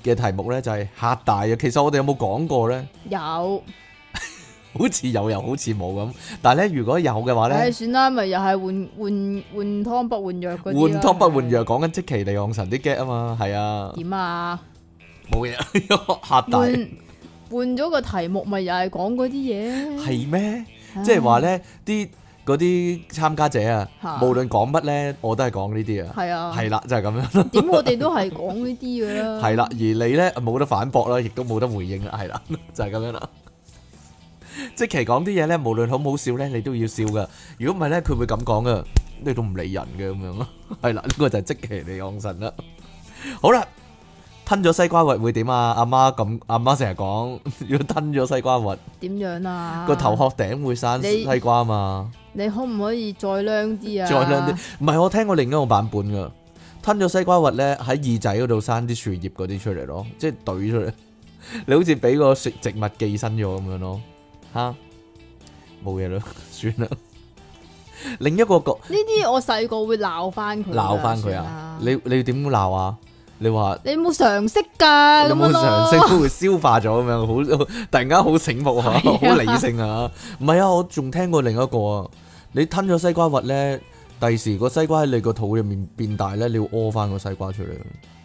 [SPEAKER 1] 嘅題目咧就係嚇大啊。其實我哋有冇講過咧？
[SPEAKER 2] 有，
[SPEAKER 1] 好似有又好似冇咁，但係咧如果有嘅話
[SPEAKER 2] 唉，
[SPEAKER 1] 咧，
[SPEAKER 2] 算啦，咪又係換換換湯不換藥嗰
[SPEAKER 1] 換
[SPEAKER 2] 啲啦啊
[SPEAKER 1] 湯不換藥，講緊即其利昂神啲 get 啊嘛，係啊，
[SPEAKER 2] 點啊？
[SPEAKER 1] 冇嘢 嚇大
[SPEAKER 2] 換換咗個題目，咪又係講嗰啲嘢，
[SPEAKER 1] 係咩？
[SPEAKER 2] 唉
[SPEAKER 1] 即係話，咧啲嗰啲參加者啊，
[SPEAKER 2] 嚇
[SPEAKER 1] 無論講乜咧，我都係講呢啲啊，
[SPEAKER 2] 係啊，
[SPEAKER 1] 係啦，就係咁樣。
[SPEAKER 2] 點我哋都係講呢啲噶啦，
[SPEAKER 1] 系啦，而你咧冇得反駁啦，亦都冇得回應啦，係啦， 就係咁樣啦。即其講啲嘢咧，無論好唔好笑咧，你都要笑噶。如果唔係咧，佢會咁講噶，你都唔理人嘅咁樣咯。 係啦，呢、個就係即其你講神啦。好啦，吞咗西瓜核會點啊？阿媽咁，阿媽成日講， 要吞咗西瓜核，
[SPEAKER 2] 點樣啊？
[SPEAKER 1] 個頭殼頂會生
[SPEAKER 2] 你
[SPEAKER 1] 西瓜嘛。
[SPEAKER 2] 你可唔可以再靚啲啊？
[SPEAKER 1] 再靚啲，唔係我聽過另一個版本噶，吞咗西瓜核咧喺耳仔嗰度生啲樹葉嗰啲出嚟咯，即係懟出嚟， 你好似俾個食植物寄生咗咁樣咯，吓冇嘢啦， 算啦。另一個角
[SPEAKER 2] 呢啲我細個會鬧翻佢㗎，
[SPEAKER 1] 鬧翻佢
[SPEAKER 2] 算
[SPEAKER 1] 啊
[SPEAKER 2] 啦！
[SPEAKER 1] 你你點鬧啊？你話
[SPEAKER 2] 你冇常識噶
[SPEAKER 1] 有
[SPEAKER 2] 咁
[SPEAKER 1] 冇
[SPEAKER 2] 樣
[SPEAKER 1] 常
[SPEAKER 2] 咯
[SPEAKER 1] 識都會消化咗咁樣，好突然間好醒目啊，好
[SPEAKER 2] 係啊
[SPEAKER 1] 理性啊！唔係啊，我仲聽過另一個啊，你吞咗西瓜核咧，第時個西瓜喺你個肚入面變大咧，你要屙翻個西瓜出嚟，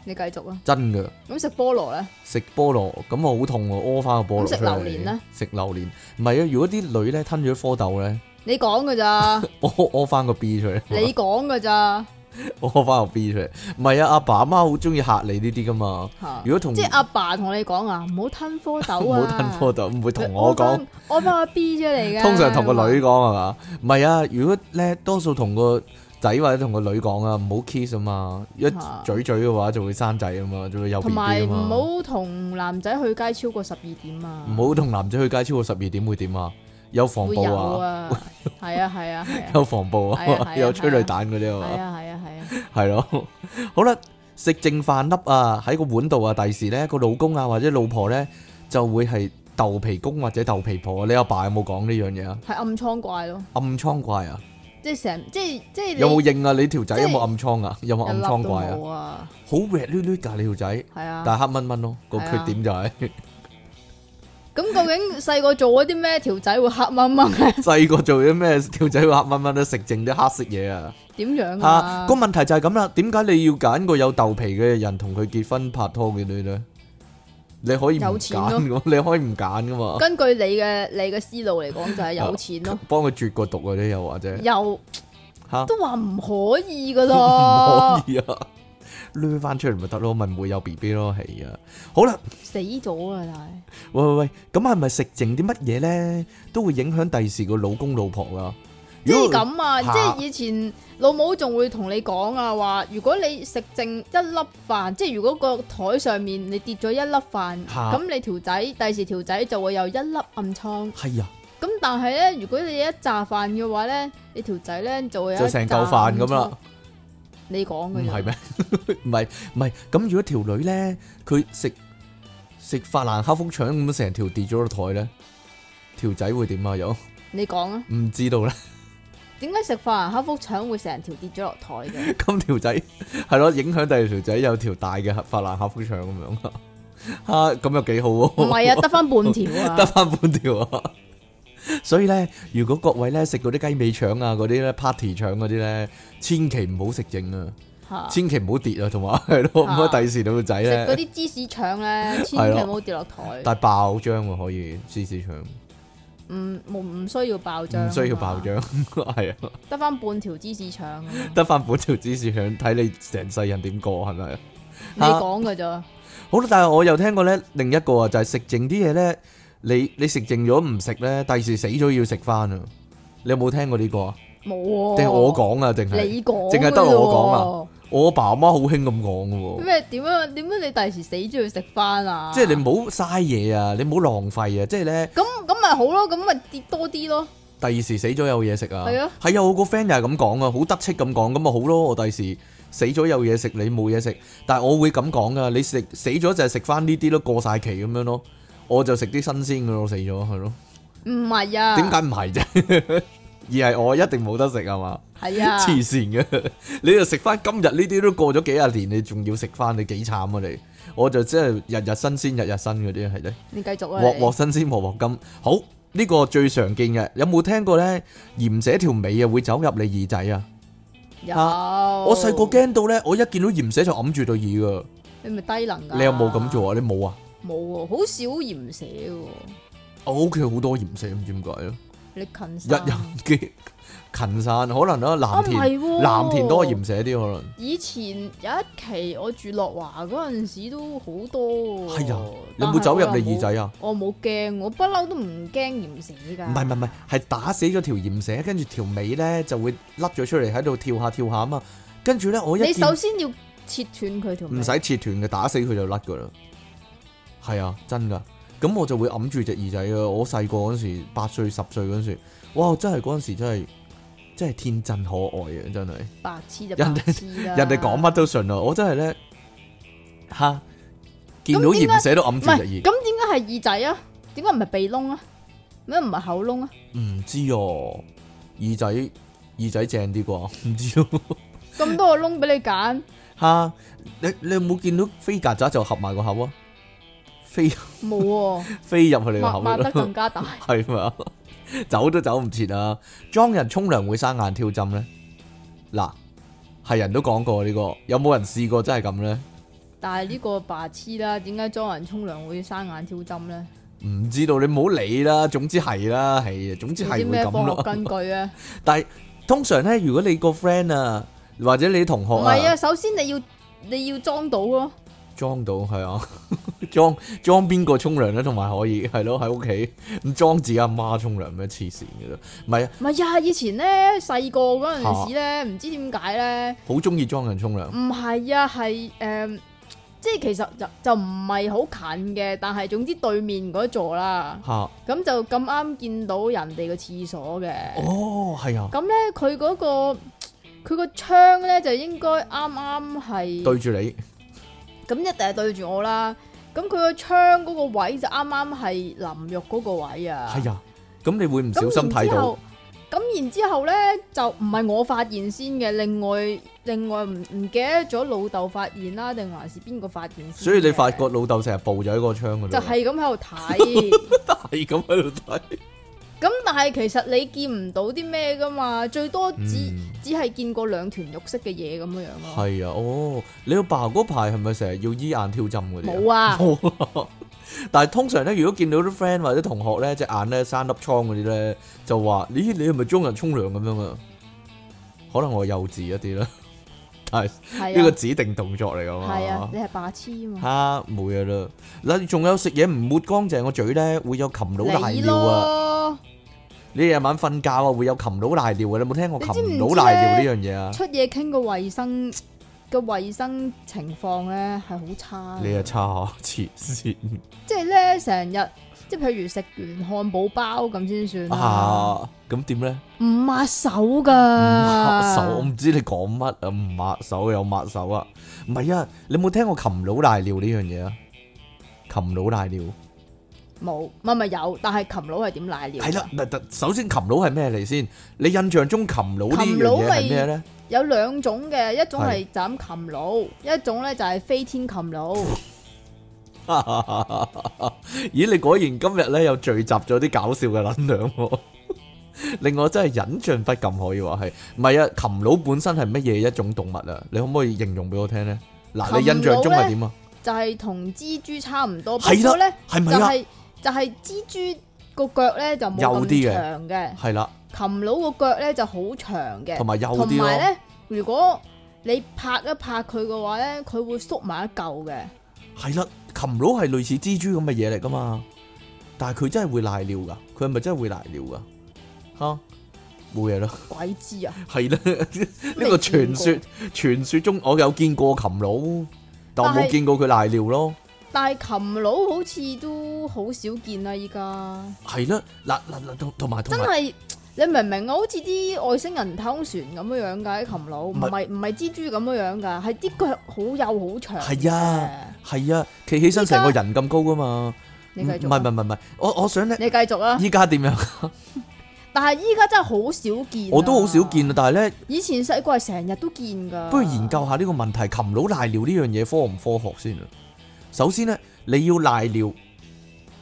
[SPEAKER 2] 你繼續啊。
[SPEAKER 1] 真嘅。
[SPEAKER 2] 咁食菠 蘿咧，
[SPEAKER 1] 食菠蘿咁我好痛喎，屙翻個菠蘿
[SPEAKER 2] 咁食
[SPEAKER 1] 出嚟
[SPEAKER 2] 榴蓮呢
[SPEAKER 1] 食榴蓮唔係啊！如果啲女咧吞咗啲蝌蚪咧，
[SPEAKER 2] 你講噶咋？
[SPEAKER 1] 屙屙翻個 B 出嚟，
[SPEAKER 2] 你講噶咋？
[SPEAKER 1] 屙翻個 B 出嚟。唔係啊，阿爸阿媽好中意嚇你呢啲噶嘛。
[SPEAKER 2] 嚇
[SPEAKER 1] 如果同
[SPEAKER 2] 即係阿爸同你講啊，唔好吞蝌蚪啊，
[SPEAKER 1] 唔好吞蝌蚪，唔會同我講。
[SPEAKER 2] 你屙返，我翻個 B 出嚟嘅。
[SPEAKER 1] 通常同個女講
[SPEAKER 2] 啊
[SPEAKER 1] 係嘛？唔係啊，如果咧多數同個仔或者同個女講啊，唔好 kiss 啊嘛，一
[SPEAKER 2] 啊
[SPEAKER 1] 嘴嘴嘅話就會生仔啊嘛，就會有 B
[SPEAKER 2] 同
[SPEAKER 1] B
[SPEAKER 2] 埋
[SPEAKER 1] 啊嘛。
[SPEAKER 2] 唔好同男仔去街超過十二點啊，
[SPEAKER 1] 唔好同男仔去街超過十二點會點啊？有防
[SPEAKER 2] 會
[SPEAKER 1] 暴
[SPEAKER 2] 有
[SPEAKER 1] 啊，
[SPEAKER 2] 啊，係啊係啊係啊
[SPEAKER 1] 有防暴
[SPEAKER 2] 係啊係
[SPEAKER 1] 啊，
[SPEAKER 2] 啊
[SPEAKER 1] 有催淚彈嗰啲啊
[SPEAKER 2] 係
[SPEAKER 1] 嘛，
[SPEAKER 2] 啊係啊係啊，
[SPEAKER 1] 係咯。 好啦，食剩飯粒啊，喺個碗度啊，第時咧個老公啊或者老婆咧就會係豆皮公或者豆皮婆。你阿爸有冇講呢樣嘢啊？
[SPEAKER 2] 係暗瘡怪咯，
[SPEAKER 1] 暗瘡怪啊，
[SPEAKER 2] 即係成即係即係你
[SPEAKER 1] 有冇認啊？你條仔有
[SPEAKER 2] 即
[SPEAKER 1] 冇
[SPEAKER 2] 係
[SPEAKER 1] 暗瘡啊？有冇暗
[SPEAKER 2] 一粒
[SPEAKER 1] 瘡
[SPEAKER 2] 都
[SPEAKER 1] 怪啊？
[SPEAKER 2] 冇啊？
[SPEAKER 1] 好 red 捋捋㗎，你條仔，
[SPEAKER 2] 係啊，
[SPEAKER 1] 但係黑蚊蚊咯，個
[SPEAKER 2] 係
[SPEAKER 1] 缺
[SPEAKER 2] 啊
[SPEAKER 1] 點就係
[SPEAKER 2] 咁究竟細個做咗啲咩條仔會黑掹掹 咧？
[SPEAKER 1] 細個做咗咩條仔會黑蚊蚊都食剩啲黑色嘢啊！
[SPEAKER 2] 點樣
[SPEAKER 1] 吓
[SPEAKER 2] 啊
[SPEAKER 1] 個？問題就係咁啦，點解你要揀個有豆皮嘅人同佢結婚拍拖嘅女咧？你可以唔
[SPEAKER 2] 有錢咯
[SPEAKER 1] 揀噶，你可以唔揀噶嘛？
[SPEAKER 2] 根據你嘅你嘅思路嚟講，就係有 錢咯，
[SPEAKER 1] 幫佢絕個毒嗰啲又或者
[SPEAKER 2] 又
[SPEAKER 1] 吓
[SPEAKER 2] 都話唔可以 噶
[SPEAKER 1] 唔
[SPEAKER 2] 咯，
[SPEAKER 1] 可以啊，掠翻出嚟咪得咯，咪唔會有 B B 咯，係啊。好啦，
[SPEAKER 2] 死咗啊！但係。
[SPEAKER 1] 喂喂喂，咁係咪食剩啲乜嘢咧，都會影響第時個老公老婆噶？
[SPEAKER 2] 即
[SPEAKER 1] 如
[SPEAKER 2] 係
[SPEAKER 1] 果
[SPEAKER 2] 咁啊！
[SPEAKER 1] 嚇
[SPEAKER 2] 即係以前老母仲會同你講啊，話如果你食剩一粒飯，即係如果個台上面你跌咗一粒飯，
[SPEAKER 1] 嚇
[SPEAKER 2] 咁你條仔第時條仔就會有一粒暗瘡。
[SPEAKER 1] 係啊，
[SPEAKER 2] 咁但係咧，如果你一炸飯嘅話咧，你條仔咧就會有一
[SPEAKER 1] 就成嚿飯咁啦
[SPEAKER 2] 紮暗瘡。你講
[SPEAKER 1] 唔
[SPEAKER 2] 嘅
[SPEAKER 1] 係
[SPEAKER 2] 啫，
[SPEAKER 1] 咩？ 唔係唔係，咁如果條女咧，佢食食法蘭克福腸咁成條跌咗落台咧，條仔會點啊？有
[SPEAKER 2] 你講啊？
[SPEAKER 1] 唔知道咧？
[SPEAKER 2] 點解食飯黑腹腸會成條跌咗落台 嘅？
[SPEAKER 1] 咁條仔係咯，影響第二條仔有條大嘅法蘭克福腸咁樣 啊？嚇咁又幾好
[SPEAKER 2] 唔
[SPEAKER 1] 喎！
[SPEAKER 2] 係啊，得翻半 條
[SPEAKER 1] 得
[SPEAKER 2] 啊！
[SPEAKER 1] 翻半條啊！ 所以咧，如果各位咧食嗰啲雞尾腸啊、嗰啲咧 party 腸嗰啲咧，千祈唔好食剩啊，
[SPEAKER 2] 嚇
[SPEAKER 1] 千祈唔好跌啊，同埋係咯，唔好第時你個仔
[SPEAKER 2] 啊食
[SPEAKER 1] 咧
[SPEAKER 2] 嗰。啲芝士腸咧，千
[SPEAKER 1] 係
[SPEAKER 2] 祈
[SPEAKER 1] 咯
[SPEAKER 2] 唔好跌落台。
[SPEAKER 1] 但係爆漿喎，可以芝士腸，唔
[SPEAKER 2] 唔嗯冇唔需要爆漿，啊
[SPEAKER 1] 需要爆，漿， 係啊，
[SPEAKER 2] 得翻半條芝士腸啊嘛。
[SPEAKER 1] 得翻半條芝士腸，睇你成世人點過係咪啊？
[SPEAKER 2] 你講嘅咋？
[SPEAKER 1] 好啦，但係我又聽過咧，另一個啊，就係食剩啲嘢咧，你你食剩咗唔食咧，第時死咗要食翻啊！你有冇聽過呢個啊？
[SPEAKER 2] 冇喎。
[SPEAKER 1] 定係我？講啊？定係
[SPEAKER 2] 哦你講
[SPEAKER 1] 淨
[SPEAKER 2] 係
[SPEAKER 1] 係得我啊我爸媽好興咁講嘅喎。
[SPEAKER 2] 咩？點樣？點樣？你第時死咗要食翻啊？
[SPEAKER 1] 即係你唔好嘥嘢啊！你唔好浪費啊！即係咧，
[SPEAKER 2] 咁咁咪好咯，咁咪跌多啲咯。
[SPEAKER 1] 第時死咗有嘢食啊！
[SPEAKER 2] 係啊
[SPEAKER 1] 係啊，我個 friend 又係咁講啊，好得戚咁講，咁咪好咯。我第時死咗有嘢食，你冇嘢食，但係我會咁講噶，你食死咗就係食翻呢啲咯，過晒期咁樣咯，我就食啲新鮮嘅咯，死咗係咯，
[SPEAKER 2] 唔係啊？
[SPEAKER 1] 點解？唔係啫？ 而係我一定冇得食係 嘛？
[SPEAKER 2] 係啊，
[SPEAKER 1] 黐線嘅， 你就食翻今日呢啲都過咗幾廿年，你仲要食翻，你幾慘啊你！我就即係日日新鮮，日日新嗰啲係咧。
[SPEAKER 2] 你繼續啊。
[SPEAKER 1] 鑊鑊新鮮，鑊鑊金。好，呢、個最常見嘅，有冇聽過咧？鹽蛇條尾啊，會走入你耳仔啊！
[SPEAKER 2] 你有。
[SPEAKER 1] 我細個，驚到咧，我一見到鹽蛇就揞住對耳噶。
[SPEAKER 2] 你咪低能㗎。
[SPEAKER 1] 你有冇咁？做啊？你冇啊？
[SPEAKER 2] 冇喎，好少鹽蛇喎。
[SPEAKER 1] 我屋企好多鹽蛇，唔知點解啊咯。
[SPEAKER 2] 你近
[SPEAKER 1] 日
[SPEAKER 2] 山
[SPEAKER 1] 日嘅勤散，可能啦，
[SPEAKER 2] 啊
[SPEAKER 1] 藍
[SPEAKER 2] 唔係
[SPEAKER 1] 田
[SPEAKER 2] 喎啊
[SPEAKER 1] 藍田多鹽蛇啲可能。
[SPEAKER 2] 以前有一期我住樂華嗰陣時都好多喎。
[SPEAKER 1] 係啊，有
[SPEAKER 2] 但係
[SPEAKER 1] 冇走入
[SPEAKER 2] 我又
[SPEAKER 1] 你耳
[SPEAKER 2] 冇
[SPEAKER 1] 仔啊？
[SPEAKER 2] 我冇驚，我不嬲都唔驚鹽蛇㗎。
[SPEAKER 1] 唔係唔係唔係，係打死咗條鹽蛇，跟住條尾咧就會甩咗出嚟喺度跳下跳下啊嘛。跟住咧，我一
[SPEAKER 2] 你
[SPEAKER 1] 見
[SPEAKER 2] 首先要切斷佢條尾
[SPEAKER 1] 唔使切斷嘅，打死佢就甩噶啦。係啊，真噶。咁我就會揞住隻耳仔啊！我細個嗰時，八歲十歲嗰時，哇！真係嗰陣時真係真係天真可愛啊！真係
[SPEAKER 2] 白痴就
[SPEAKER 1] 人
[SPEAKER 2] 白
[SPEAKER 1] 哋
[SPEAKER 2] 痴 啦。
[SPEAKER 1] 人哋講乜都信啊！我真係咧吓，見到
[SPEAKER 2] 咁點解啊
[SPEAKER 1] 鹽蛇都揞
[SPEAKER 2] 唔
[SPEAKER 1] 住隻
[SPEAKER 2] 係咁點
[SPEAKER 1] 耳，
[SPEAKER 2] 解係耳仔啊？點解唔係鼻窿啊？咩唔係口窿啊？
[SPEAKER 1] 唔知哦，耳仔耳仔正啲啩， 唔知啊咯
[SPEAKER 2] 咁多個窿俾你揀，
[SPEAKER 1] 吓。你你有冇見到飛曱甴就合埋個口啊？飛
[SPEAKER 2] 冇喎，
[SPEAKER 1] 飛入去 你個口啊
[SPEAKER 2] 擘擘
[SPEAKER 1] 度
[SPEAKER 2] 得更加大。
[SPEAKER 1] 係嘛？走都走唔切啊！裝人沖涼會生眼挑針咧，嗱，係人都講過呢、個，有冇人試過真係咁咧？
[SPEAKER 2] 但係呢個白痴啦，點解裝人沖涼會生眼挑針咧？
[SPEAKER 1] 唔知道你唔好理啦，總之係啦，係啊，總之
[SPEAKER 2] 有
[SPEAKER 1] 係
[SPEAKER 2] 啲
[SPEAKER 1] 會
[SPEAKER 2] 咩
[SPEAKER 1] 咁
[SPEAKER 2] 科學根
[SPEAKER 1] 咯。
[SPEAKER 2] 據啊？
[SPEAKER 1] 但係通常咧，如果你個 friend 啊，或者你同
[SPEAKER 2] 唔
[SPEAKER 1] 學
[SPEAKER 2] 係
[SPEAKER 1] 啊
[SPEAKER 2] 啊，，首先你要你要裝到咯，
[SPEAKER 1] 裝到係啊， 裝裝邊個沖涼咧，同埋可以係咯喺屋企唔裝自己阿媽沖涼咩黐線嘅咯，唔係啊，
[SPEAKER 2] 唔係啊，以前咧細個嗰陣時咧，唔知點解咧，
[SPEAKER 1] 好中意裝人沖涼，
[SPEAKER 2] 唔係啊，係誒、嗯即係其實就就唔係好近嘅，但係總之對面嗰座啦，
[SPEAKER 1] 嚇、
[SPEAKER 2] 咁就咁啱見到人哋個廁所嘅。
[SPEAKER 1] 哦係啊，
[SPEAKER 2] 咁咧，佢嗰、個佢個窗咧就應該啱啱係，
[SPEAKER 1] 對住你
[SPEAKER 2] 咁一定係對住我啦。咁佢個窗嗰個位就啱啱係淋浴嗰個位啊。
[SPEAKER 1] 係啊，咁你會唔小
[SPEAKER 2] 咁
[SPEAKER 1] 心
[SPEAKER 2] 然
[SPEAKER 1] 睇
[SPEAKER 2] 之
[SPEAKER 1] 到
[SPEAKER 2] 後，咁然之後咧就唔係我發現先嘅，另外另外唔唔記得咗老豆發現啦，定還是邊個發現先嘅？
[SPEAKER 1] 所以你發覺老豆成日暴咗喺個窗嗰度，
[SPEAKER 2] 就係咁喺度睇。
[SPEAKER 1] 係咁喺度睇，
[SPEAKER 2] 咁但係其實你見唔到啲咩噶嘛，最多只、
[SPEAKER 1] 嗯
[SPEAKER 2] 只係見過兩團肉色嘅嘢咁樣樣咯。
[SPEAKER 1] 係啊，哦，你阿爸嗰排係咪成日要醫眼挑針嗰啲啊？
[SPEAKER 2] 冇 啊，
[SPEAKER 1] 冇啊！但係通常咧，如果見到啲 friend 或者同學咧隻眼咧生粒瘡嗰啲咧，就話：咦，你係咪中人沖涼咁樣啊？可能我幼稚一啲啦，但係呢
[SPEAKER 2] 係
[SPEAKER 1] 個
[SPEAKER 2] 啊，
[SPEAKER 1] 指定動作嚟噶
[SPEAKER 2] 係啊
[SPEAKER 1] 嘛，。
[SPEAKER 2] 你係白痴啊嘛，
[SPEAKER 1] 嚇冇嘢啦！嗱，仲有食嘢唔抹乾淨個嘴咧，會有擒佬瀨
[SPEAKER 2] 你
[SPEAKER 1] 尿啊！
[SPEAKER 2] 咯，
[SPEAKER 1] 你夜晚瞓覺啊，會有擒佬瀨尿啊！你有冇聽過
[SPEAKER 2] 你知唔
[SPEAKER 1] 擒佬瀨
[SPEAKER 2] 知
[SPEAKER 1] 尿呢樣嘢啊？
[SPEAKER 2] 出嘢傾個衞生嘅衞生情況咧係好差嘅。
[SPEAKER 1] 你啊差黐 線
[SPEAKER 2] 即係咧成日，即係譬如食完漢堡包咁先算啦，
[SPEAKER 1] 啊！咁點咧？
[SPEAKER 2] 唔抹手
[SPEAKER 1] 唔抹
[SPEAKER 2] 噶，
[SPEAKER 1] 手，我唔知你講乜啊！唔抹手又抹手啊！唔係啊，你有冇聽過擒佬瀨尿呢樣嘢啊？擒佬瀨尿
[SPEAKER 2] 冇，唔係唔係有，但係琴佬係點瀨尿？
[SPEAKER 1] 係啦，，嗱，嗱首先擒佬係咩嚟先？你印象中擒佬呢樣
[SPEAKER 2] 擒佬
[SPEAKER 1] 嘢
[SPEAKER 2] 咪
[SPEAKER 1] 係咩咧？
[SPEAKER 2] 有兩種嘅，一種
[SPEAKER 1] 係
[SPEAKER 2] 係就咁琴佬，一種咧就係飛天琴佬。
[SPEAKER 1] 咦，你果然今日咧又聚集咗啲搞笑嘅能量喎， 令我真係忍俊不禁，可以話係。唔係啊，擒佬本身係乜嘢一種動物啊？你可唔可以形容俾我聽咧？嗱，你印象中係點啊？
[SPEAKER 2] 就係同蜘蛛差唔多，不
[SPEAKER 1] 係啦
[SPEAKER 2] 過咧
[SPEAKER 1] 係
[SPEAKER 2] 就
[SPEAKER 1] 咪啊？
[SPEAKER 2] 係就係蜘蛛個腳咧就冇
[SPEAKER 1] 幼啲
[SPEAKER 2] 咁
[SPEAKER 1] 嘅
[SPEAKER 2] 長嘅，
[SPEAKER 1] 係啦，
[SPEAKER 2] 琴佬個腳咧就好長嘅，
[SPEAKER 1] 同埋幼
[SPEAKER 2] 同
[SPEAKER 1] 啲
[SPEAKER 2] 埋
[SPEAKER 1] 咯。
[SPEAKER 2] 咧如果你拍一拍佢嘅話咧，佢會縮埋一嚿嘅。
[SPEAKER 1] 係啦，琴佬係類似蜘蛛咁嘅嘢嚟噶嘛，但係佢真係會瀨尿噶，佢係咪真係會瀨尿噶？吓，冇嘢啦，
[SPEAKER 2] 鬼知啊！
[SPEAKER 1] 係啦，呢個
[SPEAKER 2] 未見
[SPEAKER 1] 傳
[SPEAKER 2] 過
[SPEAKER 1] 說傳說中我有見過琴佬，但我
[SPEAKER 2] 但
[SPEAKER 1] 冇
[SPEAKER 2] 係
[SPEAKER 1] 見過佢瀨尿咯。
[SPEAKER 2] 但係琴佬好似都好少見啦，依家
[SPEAKER 1] 係啦，嗱嗱嗱，同同埋同
[SPEAKER 2] 真
[SPEAKER 1] 埋
[SPEAKER 2] 係你明唔明啊？好似啲外星人太空船咁樣樣㗎，啲琴佬唔
[SPEAKER 1] 係
[SPEAKER 2] 係唔係蜘蛛咁樣樣㗎，係啲腳好幼好長。
[SPEAKER 1] 係啊，係啊，企起身成個
[SPEAKER 2] 依
[SPEAKER 1] 人咁高噶嘛，唔
[SPEAKER 2] 你繼
[SPEAKER 1] 係唔
[SPEAKER 2] 續啊，
[SPEAKER 1] 係唔係，我我想咧，
[SPEAKER 2] 你繼續啊！
[SPEAKER 1] 依家點樣？
[SPEAKER 2] 但係依家真係好少見，
[SPEAKER 1] 我都好少見。啊，但係咧，
[SPEAKER 2] 以前細個係成日都見㗎。
[SPEAKER 1] 不如研究下呢個問題，擒佬瀨尿呢樣嘢科唔科學先啊？首先咧，你要瀨尿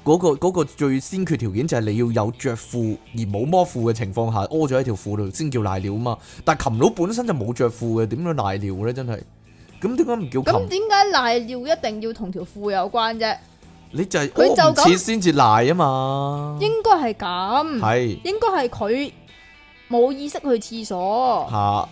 [SPEAKER 1] 嗰、個嗰個最先決條件就係你要有着褲而冇摸褲嘅情況下，屙咗喺條褲度先叫瀨尿啊嘛。但係擒佬本身就冇着褲嘅，點樣瀨尿咧？真係，咁點解唔叫
[SPEAKER 2] 咁
[SPEAKER 1] 擒？
[SPEAKER 2] 點解瀨尿一定要同條褲有關啫？
[SPEAKER 1] 你就係
[SPEAKER 2] 佢就
[SPEAKER 1] 屙唔切
[SPEAKER 2] 咁
[SPEAKER 1] 先至瀨啊嘛。
[SPEAKER 2] 應該係咁，
[SPEAKER 1] 係
[SPEAKER 2] 應該係佢冇意識去廁所。
[SPEAKER 1] 嚇，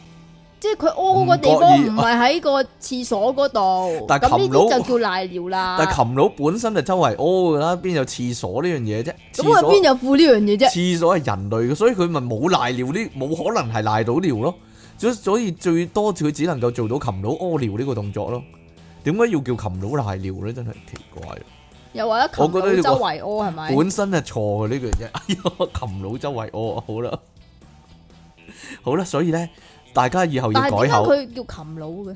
[SPEAKER 2] 即係佢屙嗰個地方唔係喺個廁所嗰度，
[SPEAKER 1] 但係
[SPEAKER 2] 咁呢
[SPEAKER 1] 琴佬
[SPEAKER 2] 啲就叫瀨尿啦。
[SPEAKER 1] 但係擒佬本身就周圍屙㗎啦，邊有廁所呢樣嘢啫？
[SPEAKER 2] 咁佢
[SPEAKER 1] 廁所
[SPEAKER 2] 邊有褲呢樣嘢啫？
[SPEAKER 1] 廁所係人類嘅，所以佢咪冇瀨尿呢，冇可能係瀨到尿咯。所所以最多佢只能夠做到擒佬屙尿呢個動作咯。點解要叫擒佬瀨尿咧？真係奇怪。
[SPEAKER 2] 又或者琴
[SPEAKER 1] 我覺得呢個
[SPEAKER 2] 佬周圍屙係咪？
[SPEAKER 1] 本身係錯嘅呢句啫。 哎呀，擒佬周圍屙，好啦，好啦，所以咧，大家以後要
[SPEAKER 2] 但係
[SPEAKER 1] 改
[SPEAKER 2] 點解
[SPEAKER 1] 口，
[SPEAKER 2] 佢叫琴佬嘅？